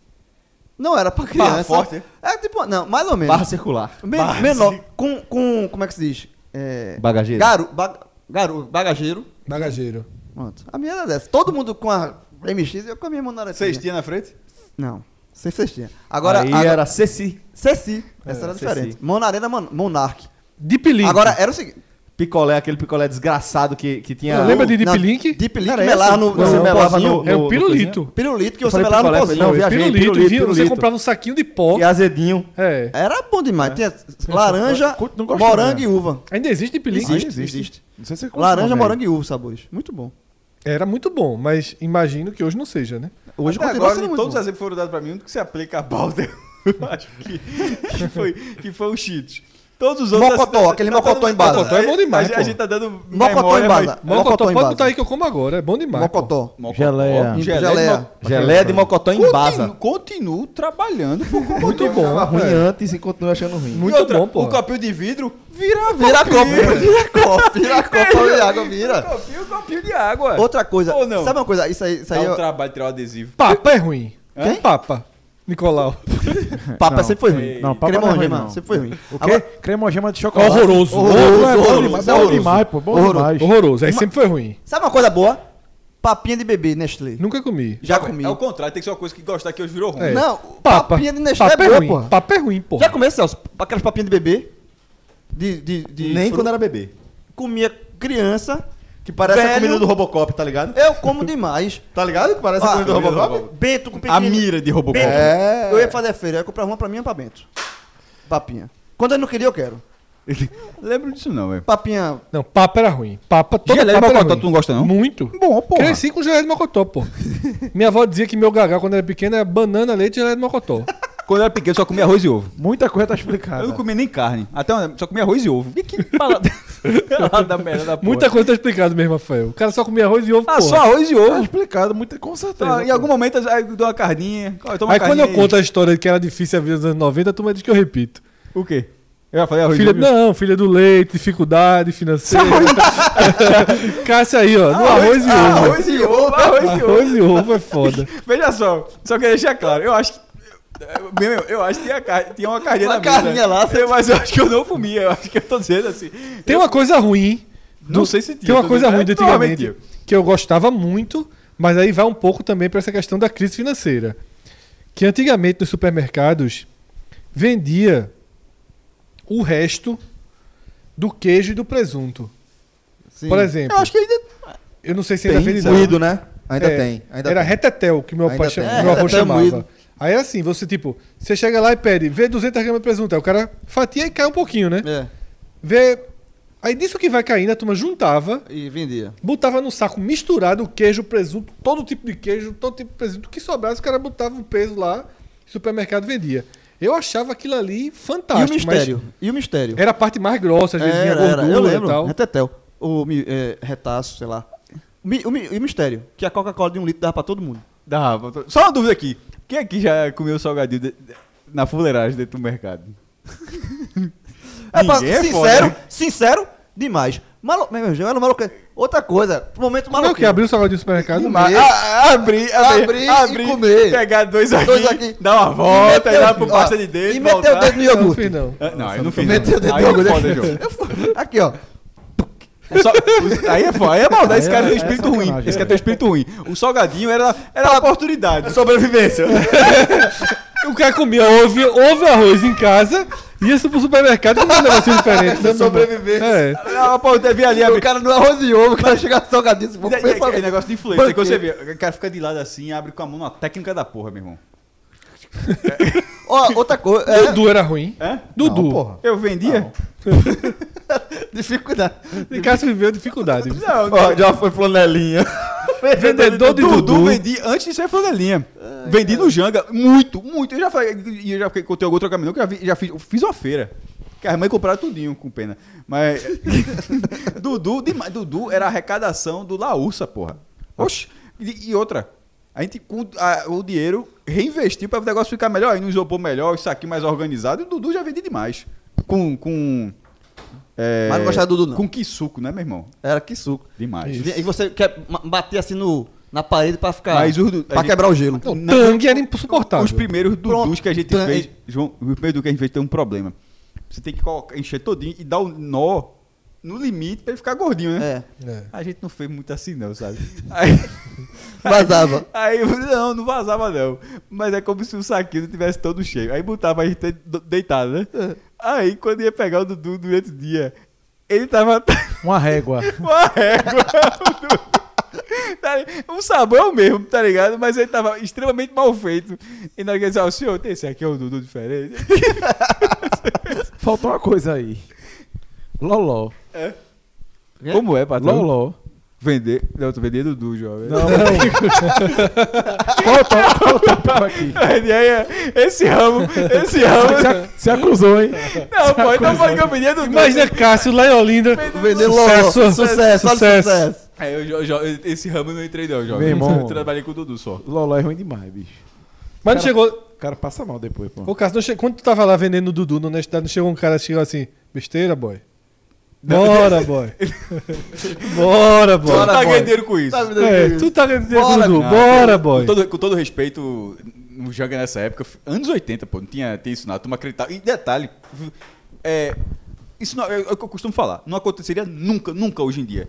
Não era pra criança.
forte, né?
É tipo, não, mais ou menos.
Barra circular.
Me- menor. Com, com. Como é que se diz? É,
Bagageiro.
Garu, ba- garu, bagageiro.
Bagageiro.
Pronto. A minha era dessa. Todo mundo com a BMX, eu com a minha monareta.
Sextinha na frente?
Não, sem cestinha. Agora.
Aí
agora-
era Ceci,
Ceci. Essa era diferente. Monareta era mon- Monark.
Deep Link.
Agora é era o seguinte.
picolé, aquele picolé desgraçado que, que tinha.
Não, lembra de
na-
Deep Link?
Deep Link
Era
melava
esse?
no,
Você
no
melava
pozinho.
no-
é o
no
pirulito. É
Pirulito que você
falei
melava
picolé,
no
não,
pozinho.
eu viajei,
pirulito,
pirulito,
vinha- você
pirulito.
comprava um saquinho de pó.
E azedinho.
É.
Era bom demais. Tinha laranja,
Eu não gosto
morango
não,
e uva.
Ainda existe Deep Link?
Existe,
existe.
existe.
Não sei se você consome,
Laranja,
velho.
morango e uva, sabores. Muito bom.
Era muito bom, mas imagino que hoje não seja, né?
Hoje
Até
continua
agora, de
sendo muito
todos
bom.
os exemplos que foram dados pra mim, o único que se aplica a balde <laughs> eu acho que, que, foi, que foi o cheat. Todos os outros...
Mocotó, aquele mocotó em base.
Mocotó é bom
A,
demais,
gente-
pô.
a gente tá dando
Mocotó
memória,
em
mas-
base.
Mocotó,
Mocotó em
pode botar aí
base.
que eu como agora, é bom demais.
Mocotó.
Mocotó,
Geleia.
de
Geleia.
mo-
Geleia de mocotó em
Continuo,
baza.
continuo trabalhando por
pô. Muito bom.
Tava ruim
é.
antes e continua achando ruim.
Muito bom, pô.
O Um copinho de vidro vira
Vira a copa, vira a copa, vira a copa de água, vira.
Um Copinho, copinho de água.
Outra coisa,
Ou não?
sabe uma coisa? Isso aí, isso aí
Dá um
eu-
trabalho tirar o adesivo.
Papa é ruim.
Quem?
Papa. Nicolau.
papa sempre foi ruim.
Não, papo não é ruim,
Cremogema
não.
sempre foi ruim.
O
Agora-
quê? Cremogema de chocolate.
Horroroso.
Horroroso. é bom
Horroroso,
demais,
horroroso.
Bom demais, pô. Bom
Horroroso.
demais.
Horroroso. Aí sempre foi ruim.
Sabe uma coisa boa? Papinha de bebê, Nestlé.
Nunca comi.
Já comi.
É o contrário, tem que ser uma coisa que gostar que hoje virou ruim.
É.
Não,
Papa.
papinha de Nestlé
Papa
é boa,
ruim.
porra.
Papa é ruim, porra.
Já comeu, Celso? Aquelas papinhas de bebê? De, de, de
Nem
fruta?
quando era bebê.
Comia criança.
Que parece a
Velho.
comida do Robocop, tá ligado?
Eu como demais.
Tá ligado? Que parece a
Ah,
comida do
comida do
Robocop?
Robocop.
Bento com
A
pequenininho.
mira de Robocop.
Bento.
É.
Eu ia fazer feira, eu ia comprar uma pra mim e uma pra Bento. Papinha. Quando ele não queria, eu quero.
Lembro disso não, velho.
Papinha.
Não, papa era ruim. Papa, toda
Geleia de
papa era
mocotó,
ruim.
tu não gosta, não?
Muito.
Bom, porra.
Cresci com geleia de mocotó, pô. Minha avó dizia que meu gagá, quando era pequeno, era banana, leite e geleia de mocotó.
Quando eu era pequeno, só comia arroz e ovo.
Muita coisa tá
Ah,
explicada.
Eu não comia nem carne. Até uma- só comia arroz e ovo. Que que <laughs> balada da merda da porra.
Muita coisa tá explicada mesmo, Rafael. O cara só comia arroz e ovo,
Ah,
porra.
só arroz e
Tá
ovo.
explicado, muita, com certeza.
Tá, em algum momento aí eu dou uma carninha. Ó, toma uma
Aí quando
carninha
eu conto a história de que era difícil a vida dos anos 90, a turma diz que eu repito.
O quê? Eu ia falar arroz e
Filha,
ovo.
não, filha do leite, dificuldade financeira. <laughs> Cássio aí, ó, no é arroz e ovo. Arroz,
Ah, Arroz e
<laughs>
ovo. Arroz e ovo.
e ovo
<laughs>
é foda.
Veja só, só queria deixar claro, eu acho que. eu- Meu, eu acho que tinha, car- tinha uma carninha
Uma
na mesa.
carninha lá,
Eu- mas eu acho que eu não comia, eu acho que eu tô dizendo assim.
Tem uma coisa ruim.
Não sei se tinha,
Tem uma
tô
coisa
dizendo-
ruim de
é, provavelmente
antigamente que eu gostava muito, mas aí vai um pouco também para essa questão da crise financeira. Que antigamente nos supermercados vendia o resto do queijo e do presunto. Por exemplo. Eu acho que ainda. Eu não sei se ainda vende. não.
Moído, né? Ainda
É,
tem. Ainda
era
tem.
retetel que meu
Ainda
pai
tem.
chama-
É,
meu avô
retetel
chamava.
moído.
Aí é assim, você tipo, você chega lá e pede, vê 200 gramas de presunto. Aí o cara fatia e cai um pouquinho, né?
É.
Vê. Aí disso que vai caindo, a turma juntava,
E vendia.
botava no saco misturado o queijo, o presunto, todo tipo de queijo, todo tipo de presunto. O que sobrasse, o cara botava um peso lá, supermercado vendia. Eu achava aquilo ali
E o
fantástico.
mistério? E o mistério?
Mas era a parte mais grossa, às vezes vinha
É, Era, era,
gordura
eu
e
lembro.
tal.
Retetel. O mi- é, retaço, sei lá. Mi- o, mi- e o mistério? Que a Coca-Cola de um litro dava pra todo mundo.
Dava. tô- Só uma dúvida aqui. Quem aqui já comeu salgadinho de- de- na fuleiragem dentro do mercado?
É pra,
Ninguém é
sincero,
foda,
sincero, demais. Malu, meu irmão, eu era maluco. Outra coisa,
é
momento
Não, que
maluco.
abriu o salgadinho do supermercado.
Mas, a- a- abrir, abrir,
Abrir e
abrir,
comer.
Pegar dois aqui,
Dois aqui.
dar uma volta,
meteu-
dar pro
ó,
pasta de dedo.
e meteu o
voltar.
dedo no
Não,
<laughs>
não fiz,
iogurte.
não.
Ah, Não, aí não fiz.
Meteu o
não.
dedo
Aí
no né?
é
iogurte.
foda, João.
Aqui, ó.
Só- os- aí é foda, aí é maldade. Esse
Aí
cara
é-
tem um
é
espírito ruim.
sacanagem,
Esse cara
é.
tem um espírito ruim. O salgadinho era, era a oportunidade. <laughs>
Sobrevivência.
O cara comia ovo, ovo e arroz em casa, ia pro supermercado com um negocinho <laughs> diferente. né, meu irmão?
Sobrevivência.
É.
Ah, pô, eu devia ali abrir.
O cara não é arroz e ovo, o cara chega salgadinho. se for
É,
comer,
é, é,
sabe?
negócio de influência. que
Banquete.
você vê. O cara fica de lado assim e abre com a mão na técnica da porra, meu irmão.
Ó, outra coisa. É,
Dudu era ruim.
Hã?
Dudu.
Eu vendia? <laughs>
dificuldade.
De Cássio viveu dificuldade.
Não,
Ó, já foi flanelinha.
Vendedor de
Dudu,
Dudu.
vendi antes de ser flanelinha. vendi no Janga muito, muito. Eu já falei, e eu já fiquei- contei algum outro caminho que eu já, vi- já fiz, eu fiz uma feira. Que as mães compraram tudinho com pena. Mas. <laughs> Dudu, demais. Dudu era a arrecadação do Laursa, porra. Oxi. E, e outra. A gente, com a- o dinheiro, reinvestiu para o negócio ficar melhor, aí no isopor melhor, isso aqui mais organizado. E o Dudu já vendi demais. Com. com é,
Mas não gostava do Dudu, não.
Com que suco, né, meu irmão?
Era que suco.
Demais.
E você quer ma- bater assim no, na parede pra ficar.
Mas o- Então,
pra quebrar o gelo.
Não, Tang era insuportável.
Os primeiros Dudus
Pronto.
que a gente
Tan-
fez, João, o primeiro Dudu que a gente fez tem um problema. Você tem que colocar, encher todinho e dar o nó no limite pra ele ficar gordinho, né?
É.
É.
A gente não fez muito assim, não,
<laughs>
sabe? Aí,
Vazava.
aí, não, não vazava, não. Mas é como se o saquinho tivesse todo cheio. Aí botava a gente de- deitado, né?
É.
Aí, quando ia pegar o Dudu durante o dia, ele tava <laughs>
Uma régua.
uma régua. <laughs> Tá li- Um sabão mesmo, tá ligado? Mas ele tava extremamente mal feito. E na hora que ele disse, "Ó, senhor, tem esse aqui, é um Dudu diferente.
Faltou uma coisa aí. Loló.
Como é, patrão?
Loló.
Vender. Não, tu vendia Dudu, jovem.
Não, não. qual o top? Qual o top aqui?
<laughs> E aí, é, esse ramo, esse ramo.
Se, ac- se acusou, hein?
Não, pô, então foi que eu vendia Dudu.
Imagina Cássio lá em Olinda.
Vendeu
Sucesso.
logo. Sucesso, olha o
Sucesso.
sucesso.
É, eu, jo- jo- esse ramo eu não entrei, não, jovem.
Meu irmão.
Eu trabalhei com o Dudu só.
Loló é ruim demais, bicho.
Mas não chegou.
O cara passa mal depois, pô.
Ô, Cássio, não che- quando tu tava lá vendendo o Dudu na honestidade, não chegou um cara e chegou assim: besteira, boy. Bora, boy. Bora, boy.
Tu não tá
boy.
ganhando dinheiro com isso.
É, tu tá ganhando dinheiro com o
Bora,
Dudu.
Não,
Bora,
com-
boy.
Com todo, com todo respeito, no Janga nessa época, f- anos 80, pô, não tinha, tinha isso nada, turma acreditava. E detalhe, v- é, isso não, é, é o que eu costumo falar, não aconteceria nunca, nunca hoje em dia.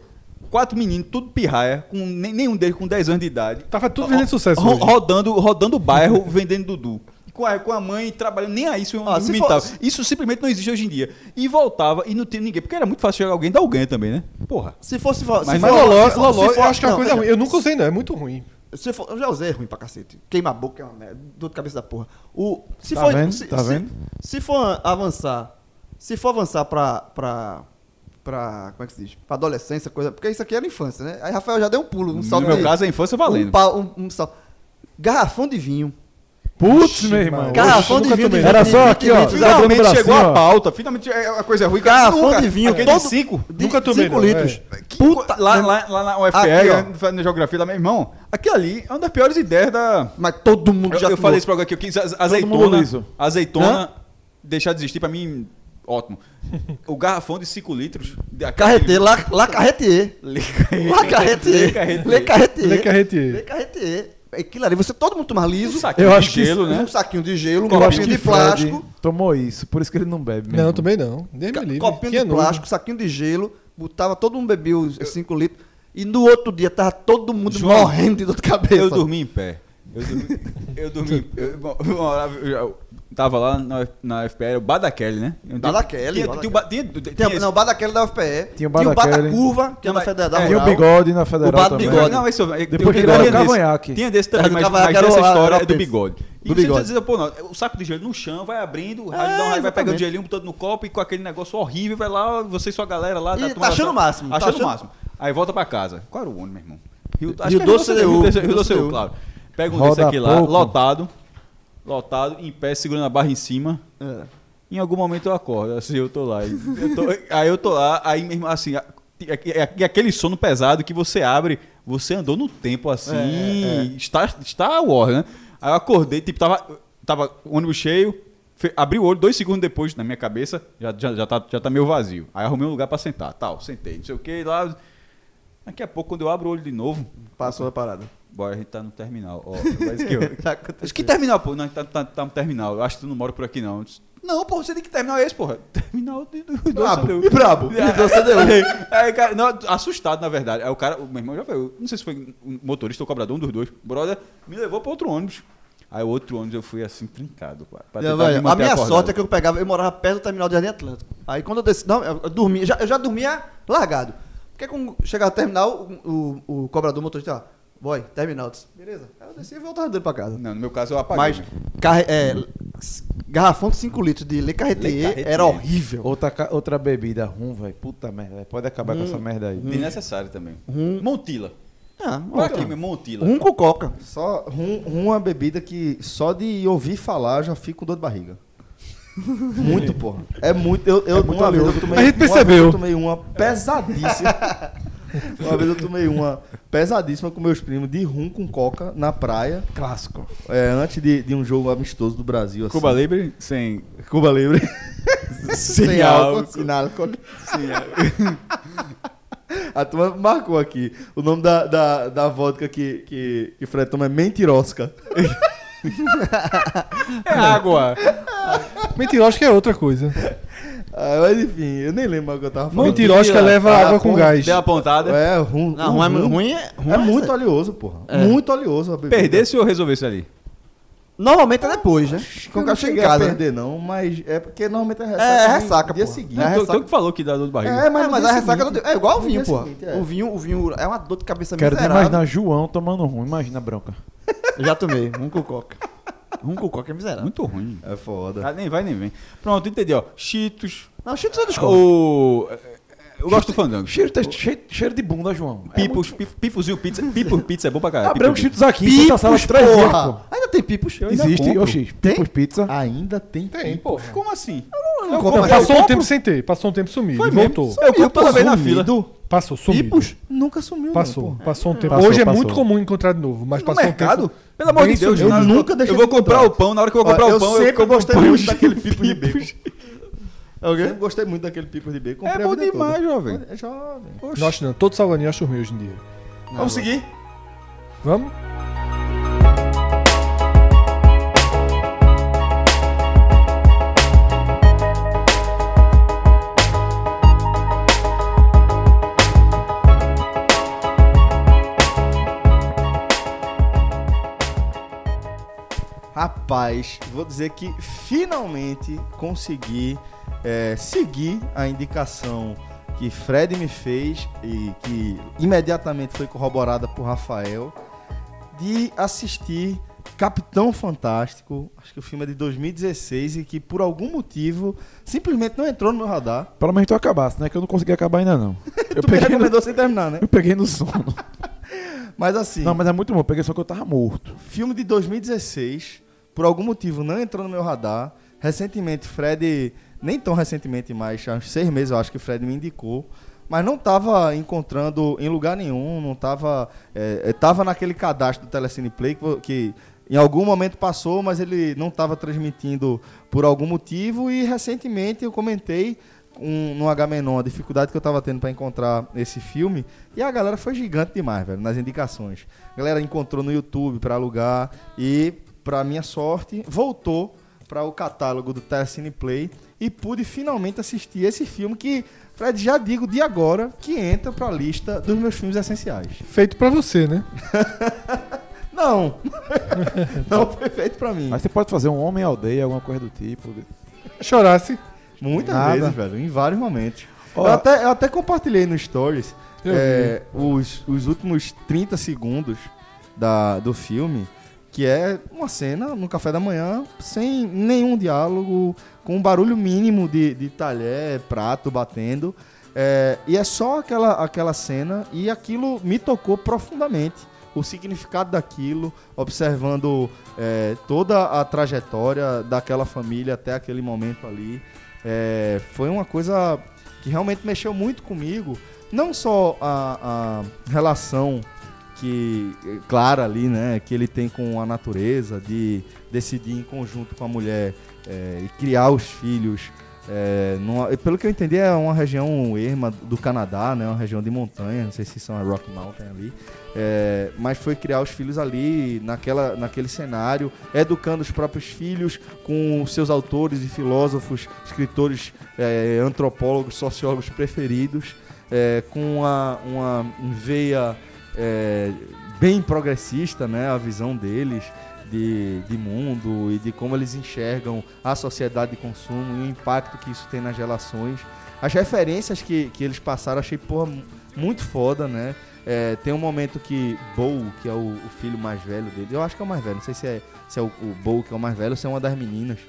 quatro meninos, tudo pirraia, com nem- nenhum deles com 10 anos de idade.
Tava tudo vendendo Tá sucesso
Ro-
hoje.
rodando, rodando o bairro, <laughs> vendendo Dudu. Com a, com a mãe trabalhando, nem aí isso é um
Ah, se
mental.
for-
Isso simplesmente não existe hoje em dia. E voltava e não tinha ninguém, porque era muito fácil chegar alguém e dar alguém também, né? Porra.
Se fosse. Mas, se
Mas
for-
Loló,
se for-
Loló,
se for-
eu acho que é uma
não,
coisa
veja,
ruim. Eu nunca usei, não. É muito ruim.
Se for, eu já usei ruim pra cacete. Queima a boca é uma merda. Dor de cabeça da porra. O, se
Tá
for,
vendo?
Se,
Tá
se-
vendo?
se for avançar. Se for avançar pra. pra pra. Como é que se diz? Pra adolescência, coisa. Porque isso aqui era infância, né? Aí Rafael já deu um pulo, um
No
salto.
meu
de-
caso, a infância tá valendo.
Um, pau- um, um salto. Garrafão de vinho.
Putz, meu irmão.
Garrafão de
nunca
vinho. de
tomei.
20
Era só
litros,
aqui, ó.
20 litros.
Abrindo o
Finalmente
bracinho,
chegou a
ó.
pauta, finalmente é uma coisa ruim. que
Garrafão
nunca-
de vinho.
Aquele de
todo-
cinco.
de
Nunca tomei,
5
não,
litros.
Puta, lá, lá, lá na UFR,
Aqui,
na geografia, lá, meu irmão, aquilo ali é uma das piores ideias da.
Mas todo mundo
Eu,
já
eu
tomou.
falei isso pra alguém aqui, eu quis aze-
mundo
azeitona.
liso.
Azeitona, deixar de existir, pra mim, ótimo. O garrafão de 5 litros. de- aquele-
Carretê, lá, lá carretê.
Le-
Lá carretê.
Le Carretier.
Lê carretê.
Le Carretier.
Lê carretê. Aquilo ali, você todo mundo toma liso.
Um saquinho
Eu
de
acho que
gelo, né?
Um saquinho de gelo, um
Eu acho
copinho
que
de
Fred
plástico.
tomou isso, por isso que ele não bebe. meu
Não,
irmão.
também não. Dei
ca-
me livre.
Copinho
Que é
de
nojo.
plástico, saquinho de gelo. Botava, todo mundo bebia os 5 litros. E no outro dia tava todo mundo morrendo de dor de cabeça.
Eu dormi em pé. Eu dormi. Eu dormi. Eu, bom, eu morava- eu já- eu tava lá na, na FPL, o Badaquele, né? Eu-
Badaquele,
Tinha,
Badaquele.
tinha, o ba- tinha, tinha,
Tem, a- um, não, o bar daquele da UFPE.
Tinha o bar
Bada
daquele.
Curva, que é na
Tinha-
Federal da
é,
Tinha o
Rural.
bigode na
O
federal
Bado
também. é
Bigode.
Não, esse eu- eu-
Depois
eu-
que ele
tinha
era o
desse-
cavanhaque.
Tinha desse
Era
também,
do
mas,
cavanhaque,
mas
era o-
dessa história
era o
é do
peixe.
bigode. E
Do
você
bigode.
dizer, pô, não, o saco de gelo no chão, vai abrindo, o raio dá um
É,
raio, vai pegando gelinho, botando no copo e com aquele negócio horrível, vai lá, você e sua galera lá.
E tá
tomando
achando
essa-
o máximo, tá
Achando o
achando-
máximo. Aí volta pra casa. Qual era o ônibus, meu irmão? Rio, acho
Rio
que é
Doce
Rio
CDU,
Doce- Rio
Rio
Doce
CDU.
CDU, claro. Pega um
Roda
desse aqui lá,
pouco.
lotado, lotado, em pé, segurando a barra em cima.
É.
Em algum momento eu acordo, assim, eu tô lá. e eu tô- aí eu tô lá, aí mesmo assim, a- é- é- é aquele sono pesado que você abre, você andou no tempo assim, está está war, né? Aí eu acordei, tipo, tava tava o ônibus cheio, fe- abri o olho dois segundos depois na minha cabeça, já já, já tá já tá meio vazio. Aí arrumei um lugar pra sentar, tal, sentei, não sei o que, lá daqui a pouco quando eu abro o olho de novo,
Passou a parada.
<laughs> bora a gente tá no terminal, ó, mas que eu- Acho que terminal, pô. Não, tá, tá, tá no terminal. Eu acho que tu não mora por aqui, não. Eu disse, Não, pô, você tem que terminal é esse, porra. <laughs> Terminal de, do, do
Brabo,
CDU.
e brabo,
<laughs>
e do CDU.
Aí, aí, cara, não, assustado, na verdade. Aí o cara, o meu irmão já foi, eu não sei se foi um motorista ou cobrador, um dos dois. O brother me levou pra outro ônibus. Aí o outro ônibus eu fui assim, trincado, pá, pra
Não,
tentar
velho,
me
a
manter
minha
acordado.
sorte é que eu pegava, eu morava perto do terminal de Jardim Atlântico. Aí quando eu desci, não, eu, eu dormia, já, eu já dormia largado. Porque quando chegava no terminal, o, o, o cobrador motorista, ó, boy, terminal. Eu disse, Beleza. Aí eu desci e voltava andando pra casa.
Não, no meu caso eu apaguei. né?
Mas carre- é, s- garrafão de 5 litros de Le
Le
Carretier
Carretier.
era horrível.
Outra, ca- outra bebida, rum, velho. Puta merda, véi. pode acabar com essa merda aí.
hum.
hum.
Desnecessário também. Montila.
Ah,
Pra aqui, meu Montila.
um com coca.
Só rum, rum é uma bebida que só de ouvir falar já fico com dor de barriga. <laughs> muito, porra. É muito. Eu, eu, uma vez eu tomei,
A gente
uma vez
percebeu.
eu tomei uma pesadíssima. uma vez eu tomei uma pesadíssima com meus primos de rum com coca na praia.
Clássico.
É, antes de, de um jogo amistoso do Brasil. assim.
Cuba Libre sem.
Cuba
<laughs>
Livre.
Sem álcool.
Sem álcool. <laughs> A turma marcou aqui. O nome da, da, da vodka que, que, que Fred toma é Mentirosca.
É <laughs> água.
Mentirosca é outra coisa.
Ah, mas enfim, eu nem lembro o que eu tava falando.
Mentirosca leva
Ah,
água com
pô,
gás.
Deu a pontada.
É, rum.
Não,
o
ruim, é-
rum
ruim é, ruim
É
é
muito
essa.
oleoso, porra. Muito oleoso a bebida.
Perdesse ou resolvesse ali?
Normalmente é depois, né?
Acho que eu
Quando
não
eu chego
cheguei
em casa.
a
né?
perder, não, mas é porque normalmente é ressaca.
É, é
no
ressaca,
dia
pô.
seguinte.
É
Tu-
ressaca.
Tu que falou que dá dor de barriga.
É,
É,
no
mas
dia
a ressaca
seguinte-
não tem- é igual o
no
vinho,
dia
pô.
seguinte, é.
O vinho, o vinho é uma dor de cabeça
Quero nem
miserável.
imaginar João tomando rum. Imagina Branca.
Eu já tomei, um com coca. Um com coca é miserável.
Muito ruim.
É foda.
Ah, nem vai, nem vem. Pronto, entendi, ó. Cheetos.
Não, tá Cheetos eu desconto.
O... Eu gosto do fandango.
Cheiro, tá- cheiro, cheiro de bunda, João. É muito-
Pipos, pi- pifuzil, pizza. Pipo, pizza é bom pra caralho.
Ah, Branco
Pipo, pizza.
Cheetos aqui, em essa sala de três dias, pô.
Ainda tem pipos? Eu ainda
Existe,
compro.
oxi.
Tem?
Pipos Pizza.
Ainda tem
é
Tem,
tempo.
porra.
Como assim?
Não,
compro.
passou
Eu
um
compro.
tempo sem ter. Passou um tempo sumido.
Foi mesmo.
voltou.
Eu compro toda vez na fila.
Passou, sumido.
Pipos?
Nunca sumiu,
Passou,
não, porra.
passou um tempo.
Passou,
Hoje é
passou.
muito comum encontrar de novo, mas
No
passou
mercado?
um tempo.
Pelo amor
Bem
de Deus,
sumido.
não.
nunca deixei
Eu vou
de
comprar
comprar.
o pão, na hora que eu vou
Ó,
comprar
eu um
o pão,
sempre
compro
gostei
pão
muito
de
daquele pipo de bacon.
É o quê?
Eu gostei muito daquele pipo de bacon.
É
comprei a
bom
vida toda.
demais, jovem.
É jovem.
Não acho não. Todo salgadinho eu acho ruim hoje em dia.
Vamos seguir?
Vamos?
Rapaz, vou dizer que finalmente consegui é, seguir a indicação que Fred me fez e que imediatamente foi corroborada por Rafael de assistir Capitão Fantástico, acho que o filme é de 2016 e que por algum motivo simplesmente não entrou no meu radar.
Pelo menos tu acabasse, né? Que eu não consegui acabar ainda, não.
<laughs>
Eu
tu me
peguei, no,
recomendou sem terminar, né?
<laughs> eu peguei no sono.
Mas assim,
Não, mas é muito bom. Eu peguei só que eu tava morto.
filme de 2016, por algum motivo não entrou no meu radar. Recentemente, Fred, nem tão recentemente mais, há uns seis meses eu acho que Fred me indicou, mas não tava encontrando em lugar nenhum, não tava. É, é, tava naquele cadastro do Telecine Play que, vo- que em algum momento passou, mas ele não estava transmitindo por algum motivo. E recentemente eu comentei um, no H Menon a dificuldade que eu tava tendo para encontrar esse filme. E a galera foi gigante demais, velho, nas indicações. A galera encontrou no YouTube para alugar e, para minha sorte, voltou para o catálogo do Telecine Play e pude finalmente assistir esse filme que, Fred, já digo de agora que entra para a lista dos meus filmes essenciais.
Feito pra você, né?
Não! <laughs> Não foi feito para mim.
Aí você pode fazer um homem aldeia, alguma coisa do tipo.
Chorasse.
Muitas
Nada.
vezes, velho, em vários momentos.
Ó.
eu, até, eu até compartilhei no Stories
Eu
é, os, os últimos 30 segundos da, do filme, que é uma cena no café da manhã, sem nenhum diálogo, com um barulho mínimo de, de talher, prato batendo. É, e é só aquela, aquela cena e aquilo me tocou profundamente. O significado daquilo, observando é, toda a trajetória daquela família até aquele momento ali. É, foi uma coisa que realmente mexeu muito comigo. Não só a, a relação que é, clara ali, né, que ele tem com a natureza, de decidir em conjunto com a mulher é, e criar os filhos. é, numa- pelo que eu entendi, é uma região erma do Canadá, né, uma região de montanha, não sei se são a Rock Mountain ali, é, mas foi criar os filhos ali, naquela, naquele cenário, educando os próprios filhos com os seus autores e filósofos, escritores, é, antropólogos, sociólogos preferidos, é, com uma, uma veia é, bem progressista, né, a visão deles de, de mundo e de como eles enxergam a sociedade de consumo e o impacto que isso tem nas relações. As referências que, que eles passaram, achei, porra, mu- muito foda, né? É, tem um momento que Bo, que é o, o filho mais velho dele, eu acho que é o mais velho, não sei se é, se é o, o Bo que é o mais velho ou se é uma das meninas.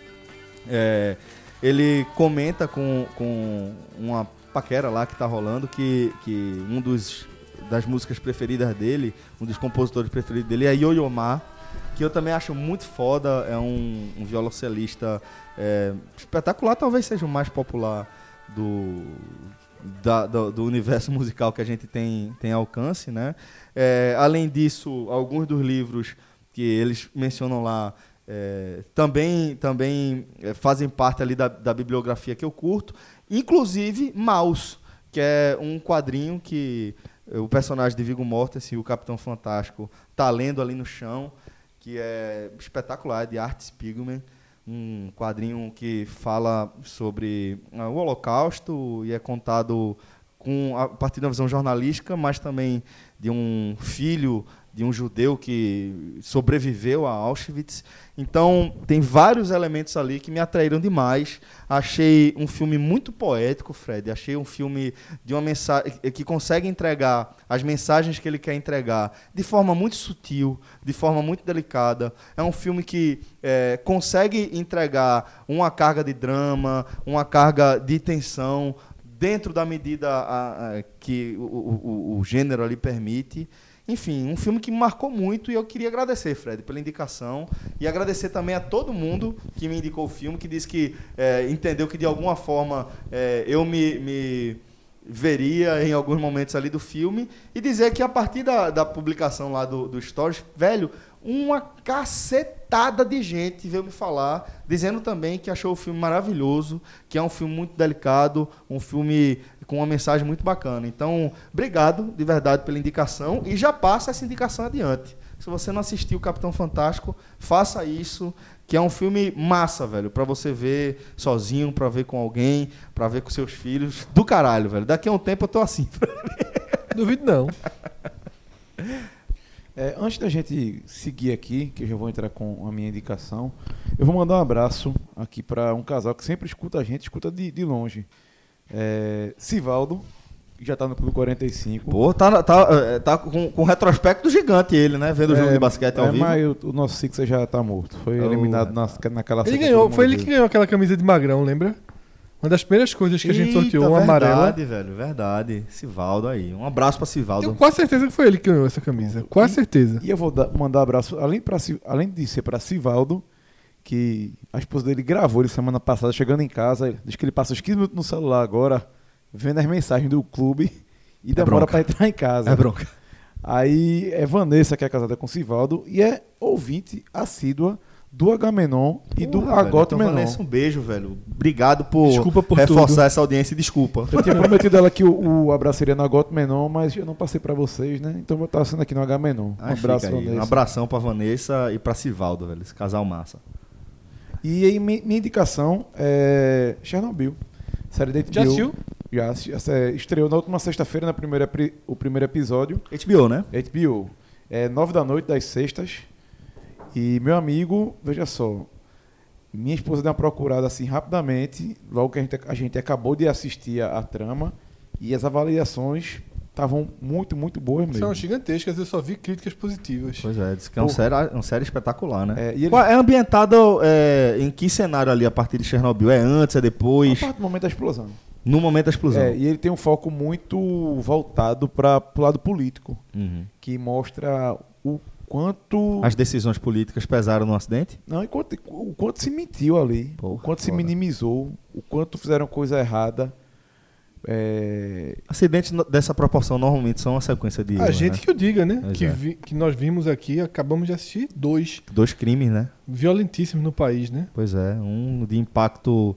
É, ele comenta com, com uma paquera lá que tá rolando que, que um dos das músicas preferidas dele, um dos compositores preferidos dele é Yoyomar, que eu também acho muito foda, é um, um violoncelista é, espetacular, talvez seja o mais popular do, da- do, do universo musical que a gente tem, tem alcance, né? É, além disso, alguns dos livros que eles mencionam lá é, também, também é, fazem parte ali da, da bibliografia que eu curto, inclusive Maus, que é um quadrinho que eh, o personagem de Viggo Mortensen, o Capitão Fantástico, tá lendo ali no chão, que é espetacular, é de Art Spiegelman, um quadrinho que fala sobre ah, o Holocausto e é contado com a partir de uma visão jornalística, mas também de um filho de um judeu que sobreviveu a Auschwitz. Então, tem vários elementos ali que me atraíram demais. Achei um filme muito poético, Fred. Achei um filme de uma mensagem que consegue entregar as mensagens que ele quer entregar de forma muito sutil, de forma muito delicada. É um filme que eh, consegue entregar uma carga de drama, uma carga de tensão, dentro da medida a- a- que o, o- o- o gênero ali permite. Enfim, um filme que me marcou muito e eu queria agradecer, Fred, pela indicação. E agradecer também a todo mundo que me indicou o filme, que disse que eh, entendeu que de alguma forma eh, eu me- me veria em alguns momentos ali do filme e dizer que a partir da, da publicação lá do, do Stories, velho, uma cacetada de gente veio me falar, dizendo também que achou o filme maravilhoso, que é um filme muito delicado, um filme com uma mensagem muito bacana. Então, obrigado de verdade pela indicação e já passa essa indicação adiante. Se você não assistiu o Capitão Fantástico, faça isso, que é um filme massa, velho, pra você ver sozinho, pra ver com alguém, pra ver com seus filhos. Do <laughs> caralho, velho. Daqui a um tempo eu tô assim.
Duvido não.
É, antes da gente seguir aqui, que eu já vou entrar com a minha indicação, eu vou mandar um abraço aqui para um casal que sempre escuta a gente, escuta de, de longe. É, Sivaldo, que já está no Clube 45.
Pô, tá, tá, é, tá com, com um retrospecto gigante ele, né? Vendo o jogo de basquete ao
é,
vivo.
Mas o, o nosso Sixer já está morto. Foi
Oh.
eliminado na, naquela
Ele
seca
ganhou,
todo
foi ele
mundo
que
viu.
ganhou aquela camisa de magrão, lembra? Uma das primeiras coisas que a gente sorteou,
Eita,
uma amarela.
Verdade, velho, verdade. Sivaldo aí. Um abraço pra
Tenho
Sivaldo.
quase certeza que foi ele que ganhou essa camisa. Quase certeza.
E eu vou dar- mandar abraço, além, pra, Si- além de ser para Sivaldo, que a esposa dele gravou ele semana passada, chegando em casa. Diz que ele passa uns 15 minutos no celular agora, vendo as mensagens do clube e demora
É bronca.
para entrar em casa.
É bronca.
Aí é Vanessa, que é casada com Sivaldo, e é ouvinte assídua do Agamenon e do
Porra, velho,
Agote
então,
Menon.
Vanessa, um beijo, velho. Obrigado por,
Desculpa por
reforçar
tudo.
essa audiência. e Desculpa.
Eu tinha prometido ela que o, o abraço seria no Agote Menon, mas eu não passei para vocês, né? Então eu tava sendo aqui no Agamenon. Um
Aí fica
abraço,
aí.
Vanessa.
Um abração pra Vanessa e pra Sivaldo, velho. Esse casal massa.
E aí, mi- minha indicação é Chernobyl. Série da HBO.
Já assistiu?
Já assisti. Essa é- Estreou na última sexta-feira na primeira, pri- o primeiro episódio.
HBO, né?
HBO. É nove da noite, das sextas. E meu amigo, veja só. Minha esposa deu uma procurada assim rapidamente, logo que a gente, a gente acabou de assistir a, a trama. E as avaliações estavam muito, muito boas mesmo.
São gigantescas, eu só vi críticas positivas.
Pois é, diz que é um
Pô.
série, uma série espetacular, né?
É, e eles-
Qual- é ambientado é, em que cenário ali a partir de Chernobyl? É antes, é
A
depois?
parte do momento da explosão.
No momento da explosão.
É, e ele tem um foco muito voltado para o lado político.
Uhum.
que mostra o quanto.
As decisões políticas pesaram no acidente?
Não, e quanto- o quanto se mentiu ali,
Porra,
o quanto se
foda.
minimizou, o quanto fizeram coisa errada. É,
Acidentes no- dessa proporção normalmente são uma sequência de.
A
erros,
gente
né?
que o diga, né?
Pois
Que,
é.
vi- que nós vimos aqui, acabamos de assistir dois
Dois crimes, né?
violentíssimos no país, né?
Pois é. Um de impacto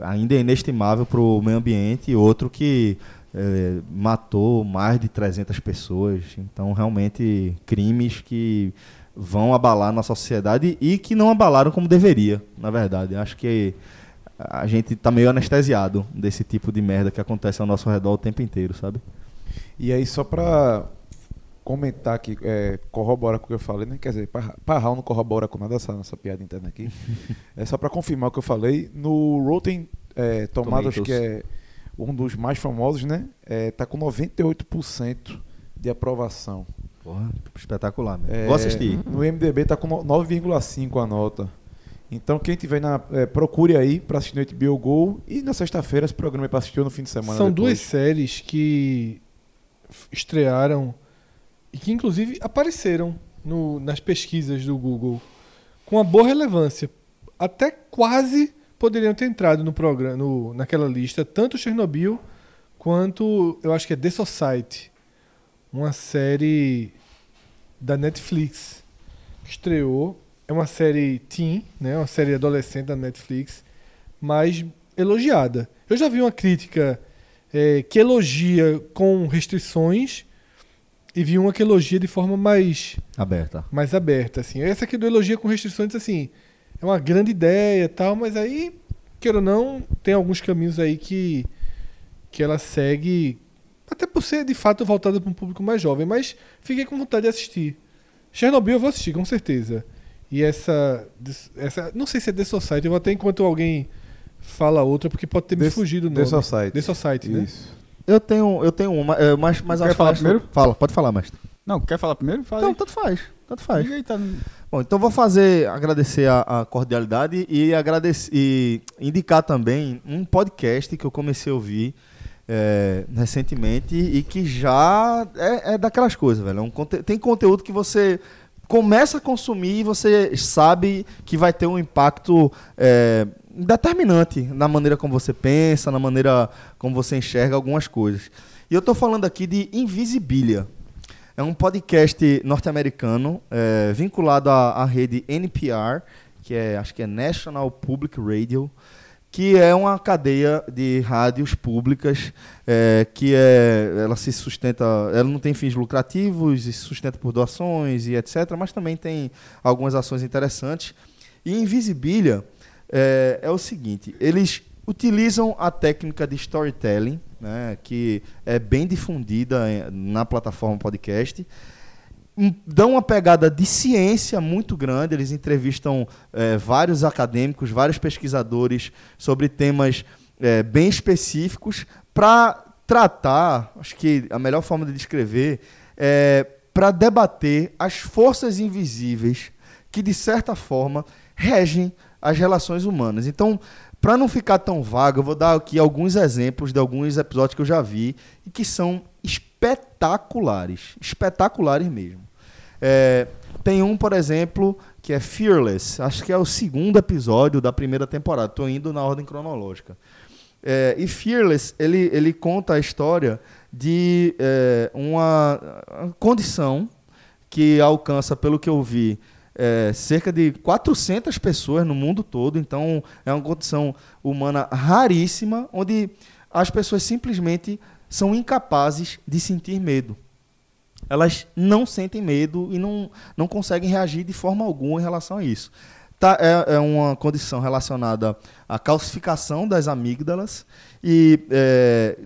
ainda inestimável para o meio ambiente e outro que eh, matou mais de 300 pessoas. Então, realmente, crimes que vão abalar nossa sociedade e que não abalaram como deveria, na verdade. Acho que a gente tá meio anestesiado desse tipo de merda que acontece ao nosso redor o tempo inteiro, sabe?
e aí, só pra comentar aqui, é, corrobora com o que eu falei, né? Quer dizer, parra- Parral não corrobora com nada, essa nossa piada interna
<laughs>
aqui. é só pra confirmar o que eu falei. No Rotten é, Tomatoes,
Tomatoes.
que é um dos mais famosos, né? É, tá com 98% de aprovação.
Porra, espetacular, mesmo.
É,
Vou assistir.
No MDB tá com no- 9,5 a nota. Então quem tiver na. é, procure aí pra assistir no HBO Go. E na sexta-feira esse programa é pra assistir ou no fim de semana.
São duas
depois.
séries que f- estrearam e que inclusive apareceram no- nas pesquisas do Google com uma boa relevância. Até quase poderiam ter entrado no programa, no- naquela lista, tanto Chernobyl quanto eu acho que é The Society, uma série da Netflix que estreou. É uma série teen, né? Uma série adolescente da Netflix, mas elogiada. Eu já vi uma crítica eh, que elogia com restrições e vi uma que elogia de forma mais,
Aberta.
mais aberta. Assim. Essa aqui do elogia com restrições, assim, é uma grande ideia e tal, mas aí, queira ou não, tem alguns caminhos aí que, que ela segue, até por ser de fato voltada para um público mais jovem, mas fiquei com vontade de assistir. Chernobyl eu vou assistir, com certeza. E essa. essa não sei se é The Society, eu vou até enquanto alguém fala outra, porque pode ter me
The-
fugido o
The
nome.
Society.
The Society, né?
Isso.
Eu tenho, eu tenho uma, é, mas, mas
Quer
acho que
falar
acho-
primeiro?
Fala, pode falar, mestre.
Não, quer falar primeiro? Fala
Não,
aí.
tanto faz. Tanto faz.
Diga aí, tá no-
Bom, então vou fazer, agradecer a, a cordialidade e, agradec- e indicar também um podcast que eu comecei a ouvir é, recentemente e que já é, é daquelas coisas, velho. É um conte- tem conteúdo que você começa a consumir e você sabe que vai ter um impacto é, determinante na maneira como você pensa, na maneira como você enxerga algumas coisas. E eu estou falando aqui de Invisibilia. É um podcast norte-americano é, vinculado à, à rede NPR, que é, acho que é National Public Radio, que é uma cadeia de rádios públicas é, que é, ela se sustenta, ela não tem fins lucrativos e se sustenta por doações e etc, mas também tem algumas ações interessantes. E Invisibilia é, é o seguinte, eles utilizam a técnica de storytelling, né, que é bem difundida eh, na plataforma é, podcast, hum, dão uma pegada de ciência muito grande. Eles entrevistam eh, vários acadêmicos, vários pesquisadores sobre temas eh, bem específicos para tratar, acho que a melhor forma de descrever, é para debater as forças invisíveis que, de certa forma, regem as relações humanas. Então, para não ficar tão vago, eu vou dar aqui alguns exemplos de alguns episódios que eu já vi e que são espetaculares. Espetaculares mesmo. É, tem um, por exemplo, que é Fearless. Acho que é o segundo episódio da primeira temporada. Estou indo na ordem cronológica. É, e Fearless, ele, ele conta a história de é, uma uma condição que alcança, pelo que eu vi, é, cerca de 400 pessoas no mundo todo. Então, é uma condição humana raríssima, onde as pessoas simplesmente são incapazes de sentir medo. Elas não sentem medo e não, não conseguem reagir de forma alguma em relação a isso. Tá, é, é uma condição relacionada à calcificação das amígdalas e é,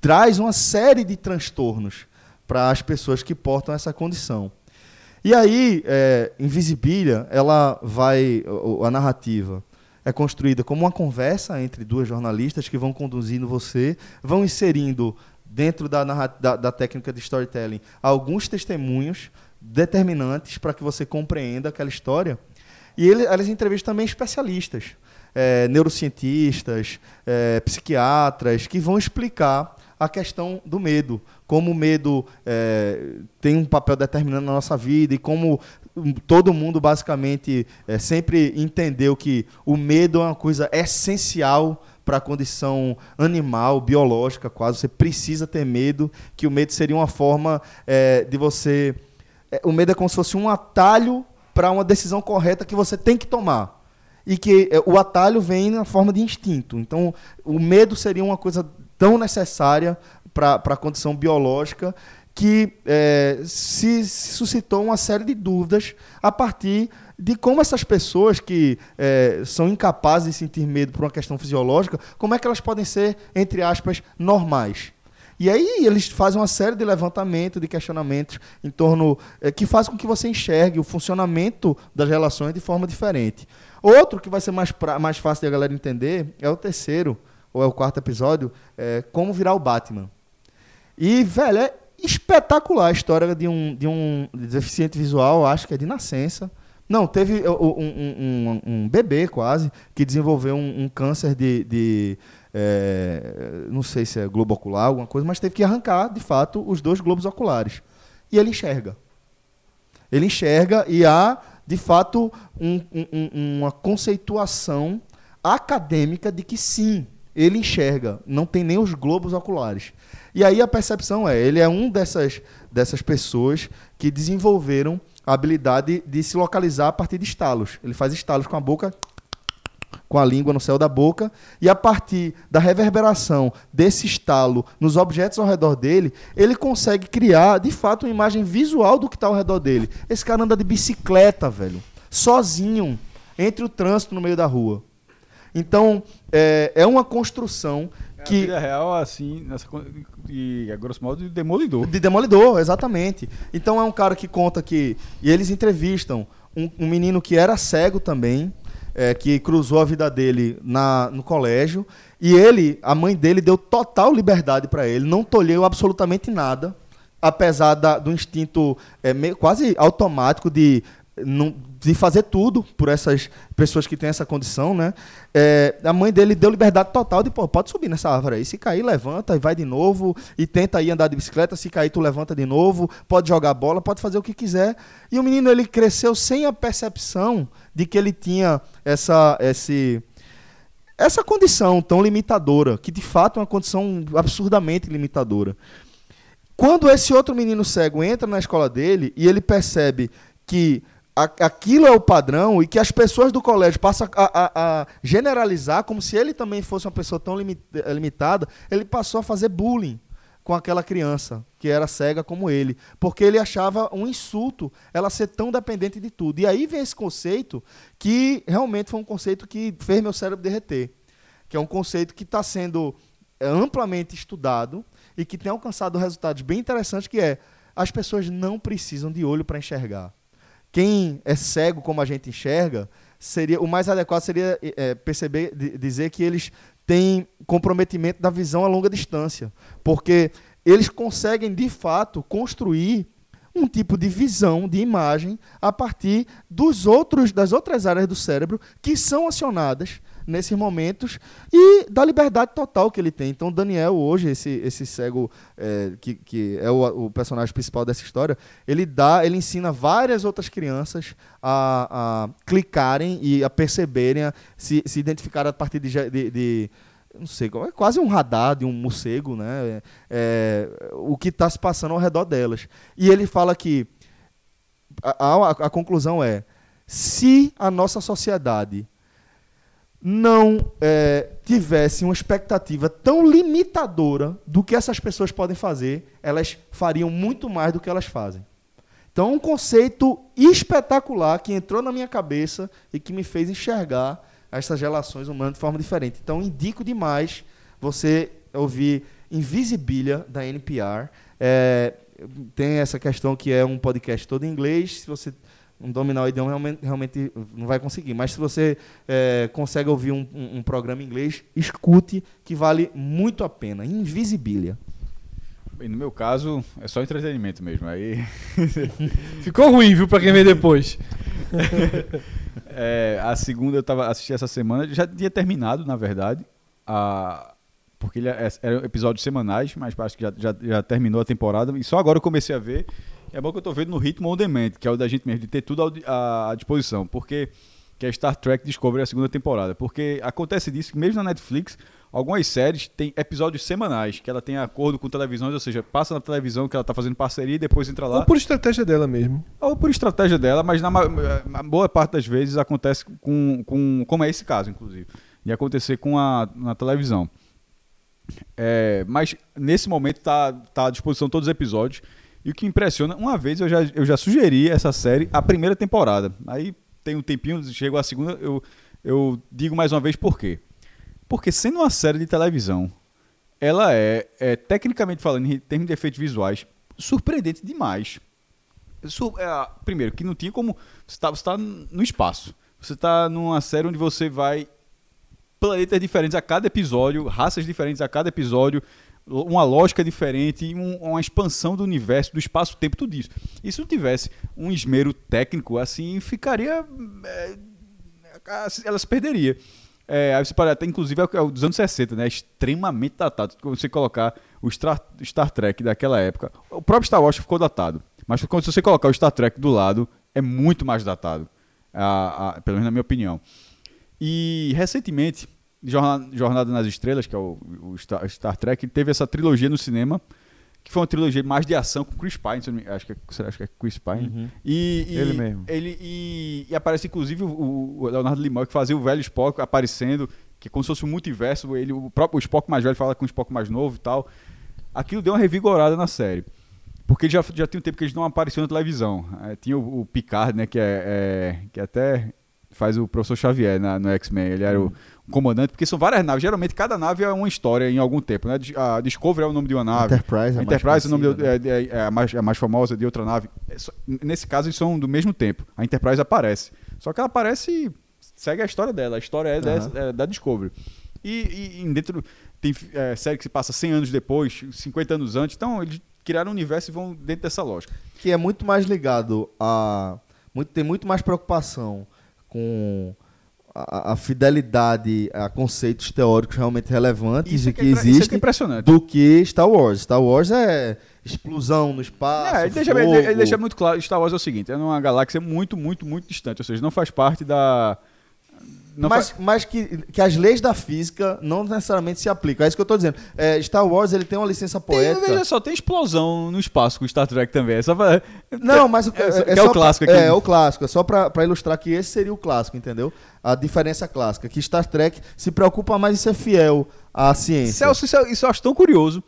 traz uma série de transtornos para as pessoas que portam essa condição. E aí, é, Invisibilia, ela vai, o- a narrativa é construída como uma conversa entre duas jornalistas que vão conduzindo você, vão inserindo dentro da, narra- da, da técnica de storytelling alguns testemunhos determinantes para que você compreenda aquela história. E ele, elas entrevistam também especialistas, é, neurocientistas, é, psiquiatras, que vão explicar a questão do medo, como o medo é, tem um papel determinante na nossa vida e como hum, todo mundo basicamente é, sempre entendeu que o medo é uma coisa essencial para a condição animal, biológica, quase você precisa ter medo, que o medo seria uma forma é, de você é, o medo é como se fosse um atalho para uma decisão correta que você tem que tomar. E que é, o atalho vem na forma de instinto. Então, o medo seria uma coisa tão necessária para a condição biológica que é, se suscitou uma série de dúvidas a partir de como essas pessoas que é, são incapazes de sentir medo por uma questão fisiológica, como é que elas podem ser, entre aspas, normais. E aí eles fazem uma série de levantamentos, de questionamentos em torno eh, que faz com que você enxergue o funcionamento das relações de forma diferente. Outro que vai ser mais, pra- mais fácil da galera entender é o terceiro, ou é o quarto episódio, é Como Virar o Batman. E, velho, é espetacular a história de um, de um deficiente visual, acho que é de nascença. Não, teve uh, um, um- um- um bebê quase que desenvolveu um, um câncer de. de, eh, não sei se é globo ocular, alguma coisa, mas teve que arrancar, de fato, os dois globos oculares. E ele enxerga. Ele enxerga e há, de fato, um- um- um- uma conceituação acadêmica de que sim, ele enxerga, não tem nem os globos oculares. E aí a percepção é, ele é um dessas, dessas pessoas que desenvolveram a habilidade de se localizar a partir de estalos. Ele faz estalos com a boca, com a língua no céu da boca, e a partir da reverberação desse estalo nos objetos ao redor dele, ele consegue criar, de fato, uma imagem visual do que está ao redor dele. Esse cara anda de bicicleta, velho, sozinho, entre o trânsito no meio da rua. Então, é, é uma construção
Que... A
que...
vida real, assim, nessa, con- e, a grosso modo, demolidor.
De Demolidor, exatamente. Então é um cara que conta que. E eles entrevistam um, um menino que era cego também, é, que cruzou a vida dele na, no colégio. E ele, a mãe dele, deu total liberdade para ele, não tolheu absolutamente nada, apesar da- do instinto é, meio- quase automático de. não- de fazer tudo por essas pessoas que têm essa condição, né? É, a mãe dele deu liberdade total de, pô, pode subir nessa árvore aí. Se cair, levanta e vai de novo. E tenta aí andar de bicicleta. Se cair, tu levanta de novo. Pode jogar bola, pode fazer o que quiser. E o menino, ele cresceu sem a percepção de que ele tinha essa, esse, essa condição tão limitadora, que de fato é uma condição absurdamente limitadora. Quando esse outro menino cego entra na escola dele e ele percebe que a- aquilo é o padrão e que as pessoas do colégio passam a, a- a generalizar como se ele também fosse uma pessoa tão limi- eh, limitada, ele passou a fazer bullying com aquela criança que era cega como ele, porque ele achava um insulto ela ser tão dependente de tudo. E aí vem esse conceito que realmente foi um conceito que fez meu cérebro derreter, que é um conceito que está sendo é, amplamente estudado e que tem alcançado resultados bem interessantes, que é As pessoas não precisam de olho para enxergar. Quem é cego como a gente enxerga, seria o mais adequado seria eh, eh, perceber, di- dizer que eles têm comprometimento da visão a longa distância, porque eles conseguem de fato construir um tipo de visão, de imagem, a partir dos outros, das outras áreas do cérebro que são acionadas nesses momentos e da liberdade total que ele tem. Então, Daniel, hoje, esse, esse cego eh, que, que é o, o personagem principal dessa história, ele dá, ele ensina várias outras crianças a, a clicarem e a perceberem, a se, se identificarem a partir de ge- de- de não sei, como- é quase um radar de um morcego, né? É, é, o que está se passando ao redor delas. E ele fala que a, a- a conclusão é: se a nossa sociedade não é, tivesse uma expectativa tão limitadora do que essas pessoas podem fazer, elas fariam muito mais do que elas fazem. Então, um conceito espetacular que entrou na minha cabeça e que me fez enxergar essas relações humanas de forma diferente. Então, indico demais você ouvir Invisibilia, da NPR. É, tem essa questão que é um podcast todo em inglês. Se você não dominar o idioma, realmente, realmente não vai conseguir. Mas se você é, consegue ouvir um, um- um programa em inglês, escute, que vale muito a pena. Invisibilia.
Bem, no meu caso, é só entretenimento mesmo. Aí
Ficou ruim, viu, pra quem vem depois.
<laughs> É, a segunda eu tava assistindo essa semana, já tinha terminado, na verdade. A, porque ele é- eram episódios semanais, mas acho que já, já, já terminou a temporada. E só agora eu comecei a ver. É bom que eu tô vendo no ritmo on demand, que é o da gente mesmo, de ter tudo ao di- à, à disposição. Porque que é Star Trek Discovery a segunda temporada. Porque acontece disso que mesmo na Netflix, algumas séries têm episódios semanais, que ela tem acordo com televisões, ou seja, passa na televisão que ela tá fazendo parceria e depois entra lá
Ou por estratégia dela mesmo.
ou por estratégia dela, mas na ma- ma- boa parte das vezes acontece com, com como é esse caso, inclusive, de acontecer com a na televisão. É, mas nesse momento tá, tá à disposição todos os episódios. E o que impressiona, uma vez eu já, eu já sugeri essa série a primeira temporada. Aí tem um tempinho, chegou a segunda, eu, eu digo mais uma vez por quê. Porque sendo uma série de televisão, ela é, é tecnicamente falando, em termos de efeitos visuais, surpreendente demais. Su- é, primeiro, que não tinha como. Você tá, você tá no espaço. Você tá numa série onde você vai. Planetas diferentes a cada episódio, raças diferentes a cada episódio, lo- uma lógica diferente, um- uma expansão do universo, do espaço-tempo, tudo isso. E se não tivesse um esmero técnico, assim, ficaria. é, a- ela se perderia. É, aí você pode até, inclusive, é o- é o dos anos 60, né? É extremamente datado. Quando Você colocar o Star, Star Trek daquela época. O próprio Star Wars ficou datado. Mas quando se você colocar o Star Trek do lado, é muito mais datado. Ah, ah, pelo menos na minha opinião. E recentemente, Jorna- Jornada nas Estrelas, que é o, o Star, Star Trek, teve essa trilogia no cinema, que foi uma trilogia mais de ação com Chris Pine, se eu não me- acho que é, será- acho que é Chris Pine. E, e-
Uhum. Ele mesmo.
Ele, e, e aparece inclusive o, o Leonardo Limoes, que fazia o velho Spock aparecendo, que é como se fosse um multiverso, ele, o próprio Spock mais velho fala com o Spock mais novo e tal. Aquilo deu uma revigorada na série. Porque já, já tem um tempo que eles não apareciam na televisão. É, tinha o, o Picard, né, que, é, é- que até faz o professor Xavier na- no X-Men. Ele era o, o comandante, porque são várias naves. Geralmente cada nave é uma história em algum tempo. Né? A Discovery é o nome de uma nave.
Enterprise é a
a
mais
Enterprise é, o nome de,
conhecida,
é, é- é a, mais, é a mais famosa de outra nave. É só- nesse caso, eles são do mesmo tempo. A Enterprise aparece. Só que ela aparece e segue a história dela. A história é, dessa- é da Discovery. E, e- e dentro tem é, série que se passa 100 anos depois, 50 anos antes. Então, eles criaram um universo e vão dentro dessa lógica.
que é muito mais ligado a. muito- tem muito mais preocupação com a, a fidelidade a conceitos teóricos realmente relevantes
Isso
e
é
que,
que é impre- isso é que é
existem
impressionante.
do que Star Wars. Star Wars é explosão no espaço.
É, ele, deixa,
fogo.
ele deixa muito claro, Star Wars é o seguinte, é uma galáxia muito, muito, muito distante, ou seja, não faz parte da... Não
mas
fa-
mas que, que as leis da física não necessariamente se aplicam. É isso que eu tô dizendo. É, Star Wars ele tem uma licença
tem,
poética.
veja só, tem explosão no espaço com Star Trek também, é só pra...
Não, mas o,
<laughs> é, só- que é,
só
o clássico
pra-
aqui.
É, é o clássico. É só pra, pra ilustrar que esse seria o clássico, entendeu? A diferença clássica. Que Star Trek se preocupa mais em ser fiel à ciência.
Celso, isso, eu- isso eu acho tão curioso,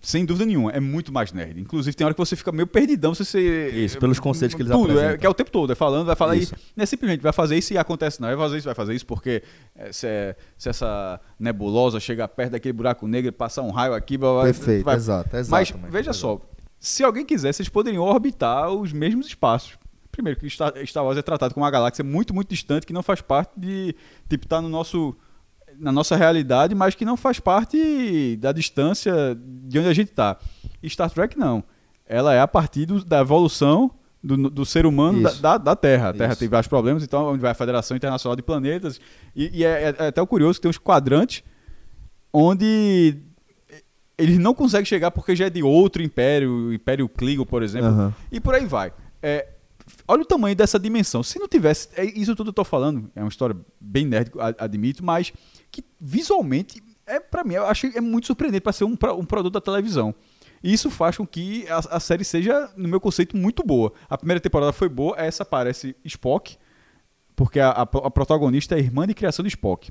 sem dúvida nenhuma, é muito mais nerd. Inclusive tem hora que você fica meio perdidão se você...
Isso, pelos conceitos que eles
Tudo, é,
apresentam.
que é o tempo todo, é falando, vai falar isso. Não é simplesmente, vai fazer isso e acontece não, vai fazer isso, vai fazer isso porque é, se, é- se essa nebulosa chegar perto daquele buraco negro, passar um raio aqui, blá, blá, blá,
Perfeito,
vai-
exato,
Mas
exatamente.
veja só, se alguém quisesse, eles poderiam orbitar os mesmos espaços. Primeiro, que Star Star Wars é tratado como uma galáxia muito, muito distante, que não faz parte de. Tipo, tá no nosso. Na nossa realidade, mas que não faz parte da distância de onde a gente tá. E Star Trek não. Ela é a partir do- da evolução do, do ser humano da,
Isso.
da- da Terra. A Terra
Isso.
tem vários problemas, então onde vai a Federação Internacional de Planetas. E, e é, é até curioso que tem uns quadrantes onde eles não conseguem chegar porque já é de outro império, o Império Klingon, por exemplo,
Aham.
e por aí vai. É, f- olha o tamanho dessa dimensão. Se não tivesse, é, isso tudo eu tô falando, é uma história bem nerd, a- admito, mas que visualmente é para mim, eu achei é muito surpreendente para ser um, pro- um produto da televisão. E isso faz com que a, a série seja, no meu conceito, muito boa. A primeira temporada foi boa, essa parece Spock, porque a, a pro- a protagonista é irmã de criação de Spock.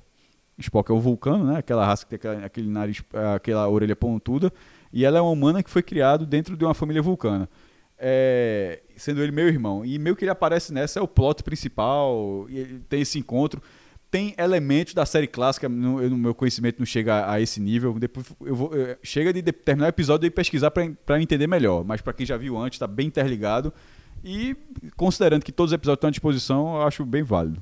Spock é o vulcano, né? Aquela raça que tem aquela- aquele nariz, aquela orelha pontuda. E ela é uma humana que foi criado dentro de uma família vulcana. É, sendo ele meu irmão. E meio que ele aparece nessa, é o plot principal. E ele tem esse encontro. Tem elementos da série clássica, no, eu- no meu conhecimento não chega a esse nível. Depois eu vou, eu- chega de, de- terminar o episódio e pesquisar para entender melhor. Mas para quem já viu antes, está bem interligado. E considerando que todos os episódios estão à disposição, eu acho bem válido.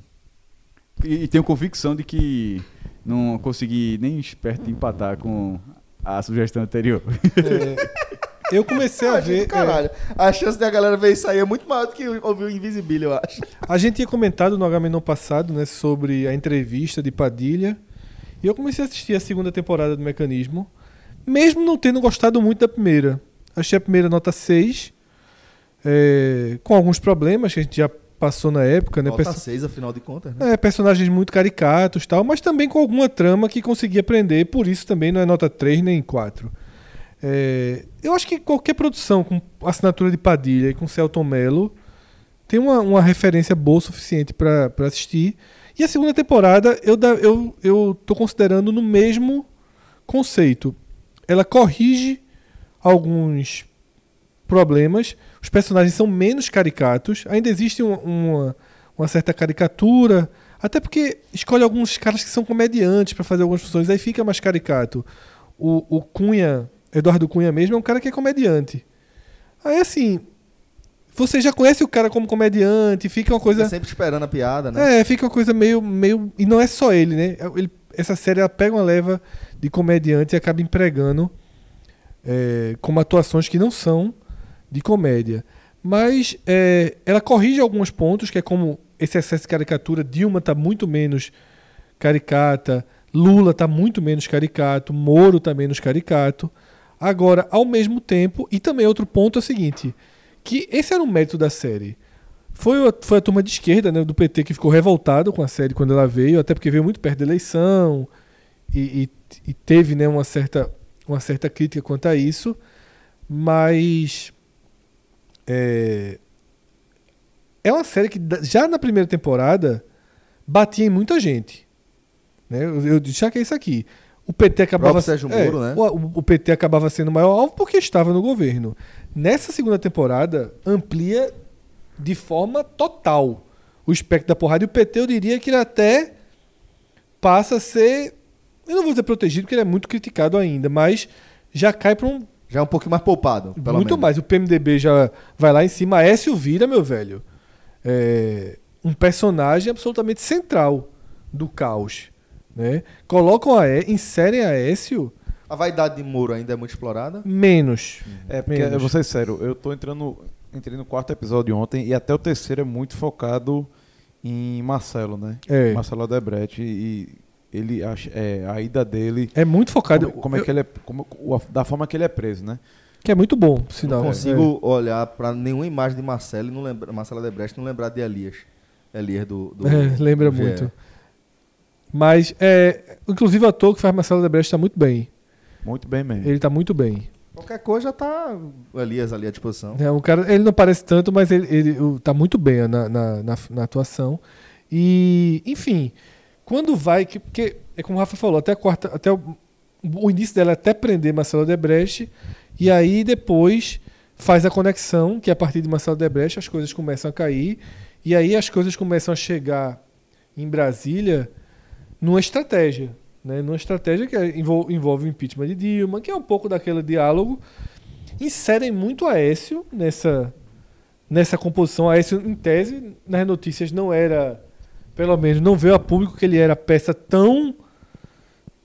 E, e tenho convicção de que não consegui nem esperto empatar com a sugestão anterior.
É, Eu comecei <laughs> a ver. é,
Caralho, a chance da galera ver isso aí é muito maior do que ouvir o Invisible, eu acho.
a gente tinha comentado no HMNO passado, né, sobre a entrevista de Padilha. E eu comecei a assistir a segunda temporada do Mecanismo, mesmo não tendo gostado muito da primeira. Achei a primeira nota 6, é, com alguns problemas que a gente já passou na época, né?
Nota
perso-
6, afinal de contas, né?
É, personagens muito caricatos e tal, mas também com alguma trama que conseguia prender, por isso também não é nota 3 nem 4. É, eu acho que qualquer produção com assinatura de Padilha e com Celton Mello tem uma, uma referência boa o suficiente para assistir. E a segunda temporada eu, da- eu, eu tô considerando no mesmo conceito. Ela corrige alguns problemas, os personagens são menos caricatos, ainda existe um- uma, uma certa caricatura, até porque escolhe alguns caras que são comediantes para fazer algumas funções, aí fica mais caricato. O, o Cunha, Eduardo Cunha mesmo, é um cara que é comediante. Aí assim, você já conhece o cara como comediante, fica uma coisa.
Fica sempre esperando a piada, né?
É, fica uma coisa meio, meio. E não é só ele, né? Ele- essa série ela pega uma leva de comediante e acaba empregando é, como atuações que não são de comédia. Mas é, ela corrige alguns pontos, que é como esse excesso de caricatura, Dilma tá muito menos caricata, Lula tá muito menos caricato, Moro tá menos caricato. Agora, ao mesmo tempo, e também outro ponto é o seguinte, que esse era um mérito da série. Foi, a- foi a turma de esquerda, né, do PT, que ficou revoltado com a série quando ela veio, até porque veio muito perto da eleição e, e- e teve né, uma, certa, uma certa crítica quanto a isso. Mas é, é uma série que da- já na primeira temporada batia em muita gente. Né? Eu, eu destaquei isso aqui. O PT acabava
próprio Sérgio
é,
Moro, né?
o- o PT acabava sendo o maior alvo porque estava no governo. Nessa segunda temporada amplia de forma total o espectro da porrada. E o PT, eu diria que ele até passa a ser. Eu não vou dizer protegido, porque ele é muito criticado ainda, mas já cai para um.
Já é um pouquinho mais poupado, pelo
muito
menos.
mais. O PMDB já vai lá em cima. Aécio Vira, meu velho. É um personagem absolutamente central do caos. Né? Colocam a inserem Aécio
A vaidade de Moro ainda é muito explorada.
menos.
É, porque
Menos.
eu vou ser sério, eu tô entrando. Entrei no quarto episódio ontem e até o terceiro é muito focado em Marcelo, né?
É.
Marcelo Odebrecht e, e ele acha- é, a ida dele.
É muito focado.
como, como é que ele é. como- o- a- da forma que ele é preso, né?
que é muito bom, por sinal.
Não consigo olhar pra nenhuma imagem de Marcelo e não lembrar, Marcelo Debrecht não lembrar de Elias. Elias do. do-
É, lembra
do GE.
muito. Mas, é, inclusive, o ator que faz Marcelo Debrecht tá muito bem.
Muito bem mesmo.
Ele tá muito bem.
Qualquer coisa já tá o Elias ali à disposição.
Né, o cara, ele não parece tanto, mas ele, ele o- tá muito bem na, na, na, na atuação. E, enfim, quando vai. Que, porque, é como o Rafa falou, até, a quarta, até o, o início dela é até prender Marcelo Debrecht. E aí depois faz a conexão, que é a partir de Marcelo Debrecht as coisas começam a cair. E aí as coisas começam a chegar em Brasília numa estratégia. Né, numa estratégia que é- envol- envolve o impeachment de Dilma, que é um pouco daquele diálogo inserem muito Aécio nessa, nessa composição. Aécio, em tese, nas notícias não era, pelo menos, não veio a público que ele era peça tão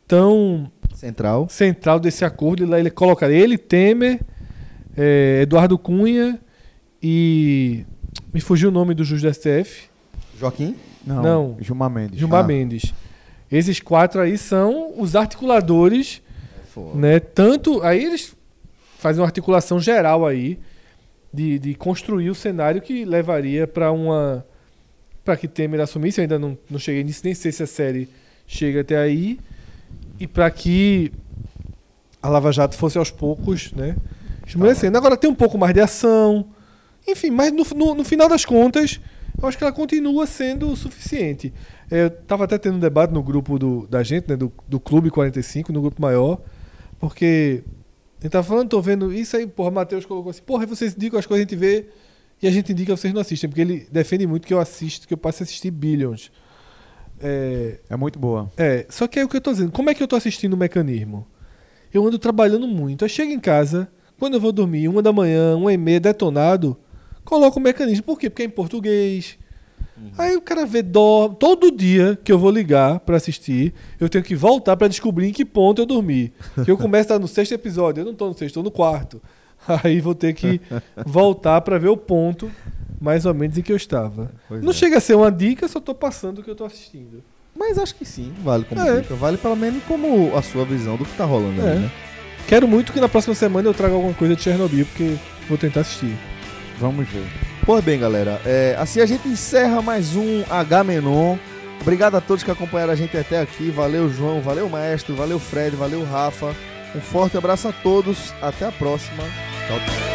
tão
Central.
central desse acordo. Lá ele colocaria ele, Temer, eh, Eduardo Cunha e. Me fugiu o nome do juiz do STF.
Joaquim?
Não,
Não.
Gilmar Mendes.
Gilmar
Ah,
Mendes. Esses quatro aí são os articuladores, né? Tanto aí eles fazem uma articulação geral aí de, de construir o cenário que levaria para uma para que Temer assumisse. Eu ainda não, não cheguei nisso, nem sei se a série chega até aí e para que a Lava Jato fosse aos poucos, né?
Tá
Esmorecendo. Agora tem um pouco mais de ação, enfim, mas no, no- no final das contas, eu acho que ela continua sendo o suficiente. É, Eu estava até tendo um debate no grupo do, da gente, né, do, do Clube 45, no grupo maior, porque a gente tava falando, tô vendo isso aí, porra, Matheus colocou assim, porra, aí vocês indicam as coisas, a gente vê, e a gente indica, vocês não assistem, porque ele defende muito que eu assisto, que eu passe a assistir Billions. É,
É muito boa.
é, só que é o que eu tô dizendo. Como é que eu tô assistindo o mecanismo? Eu ando trabalhando muito. Aí chego em casa, quando eu vou dormir, uma da manhã, uma e meia, detonado, coloco o mecanismo. Por quê? Porque é em português.
Uhum.
Aí o cara vê dó. Todo dia que eu vou ligar pra assistir, eu tenho que voltar pra descobrir em que ponto eu dormi. Que eu começo a estar no sexto episódio. Eu não tô no sexto, tô no quarto. <laughs> Aí vou ter que voltar pra ver o ponto, mais ou menos, em que eu estava.
Pois
não
é.
chega a ser uma dica, só tô passando o que eu tô assistindo.
Mas acho que sim, vale como
É.
dica. Vale pelo menos como a sua visão do que tá rolando
É.
aí, né?
Quero muito que na próxima semana eu traga alguma coisa de Chernobyl, porque vou tentar assistir.
Vamos ver.
Pois bem, galera, é, assim a gente encerra mais um H Menon. Obrigado a todos que acompanharam a gente até aqui. Valeu, João, valeu, Maestro, valeu, Fred, valeu, Rafa. Um forte abraço a todos. Até a próxima. Tchau, tchau.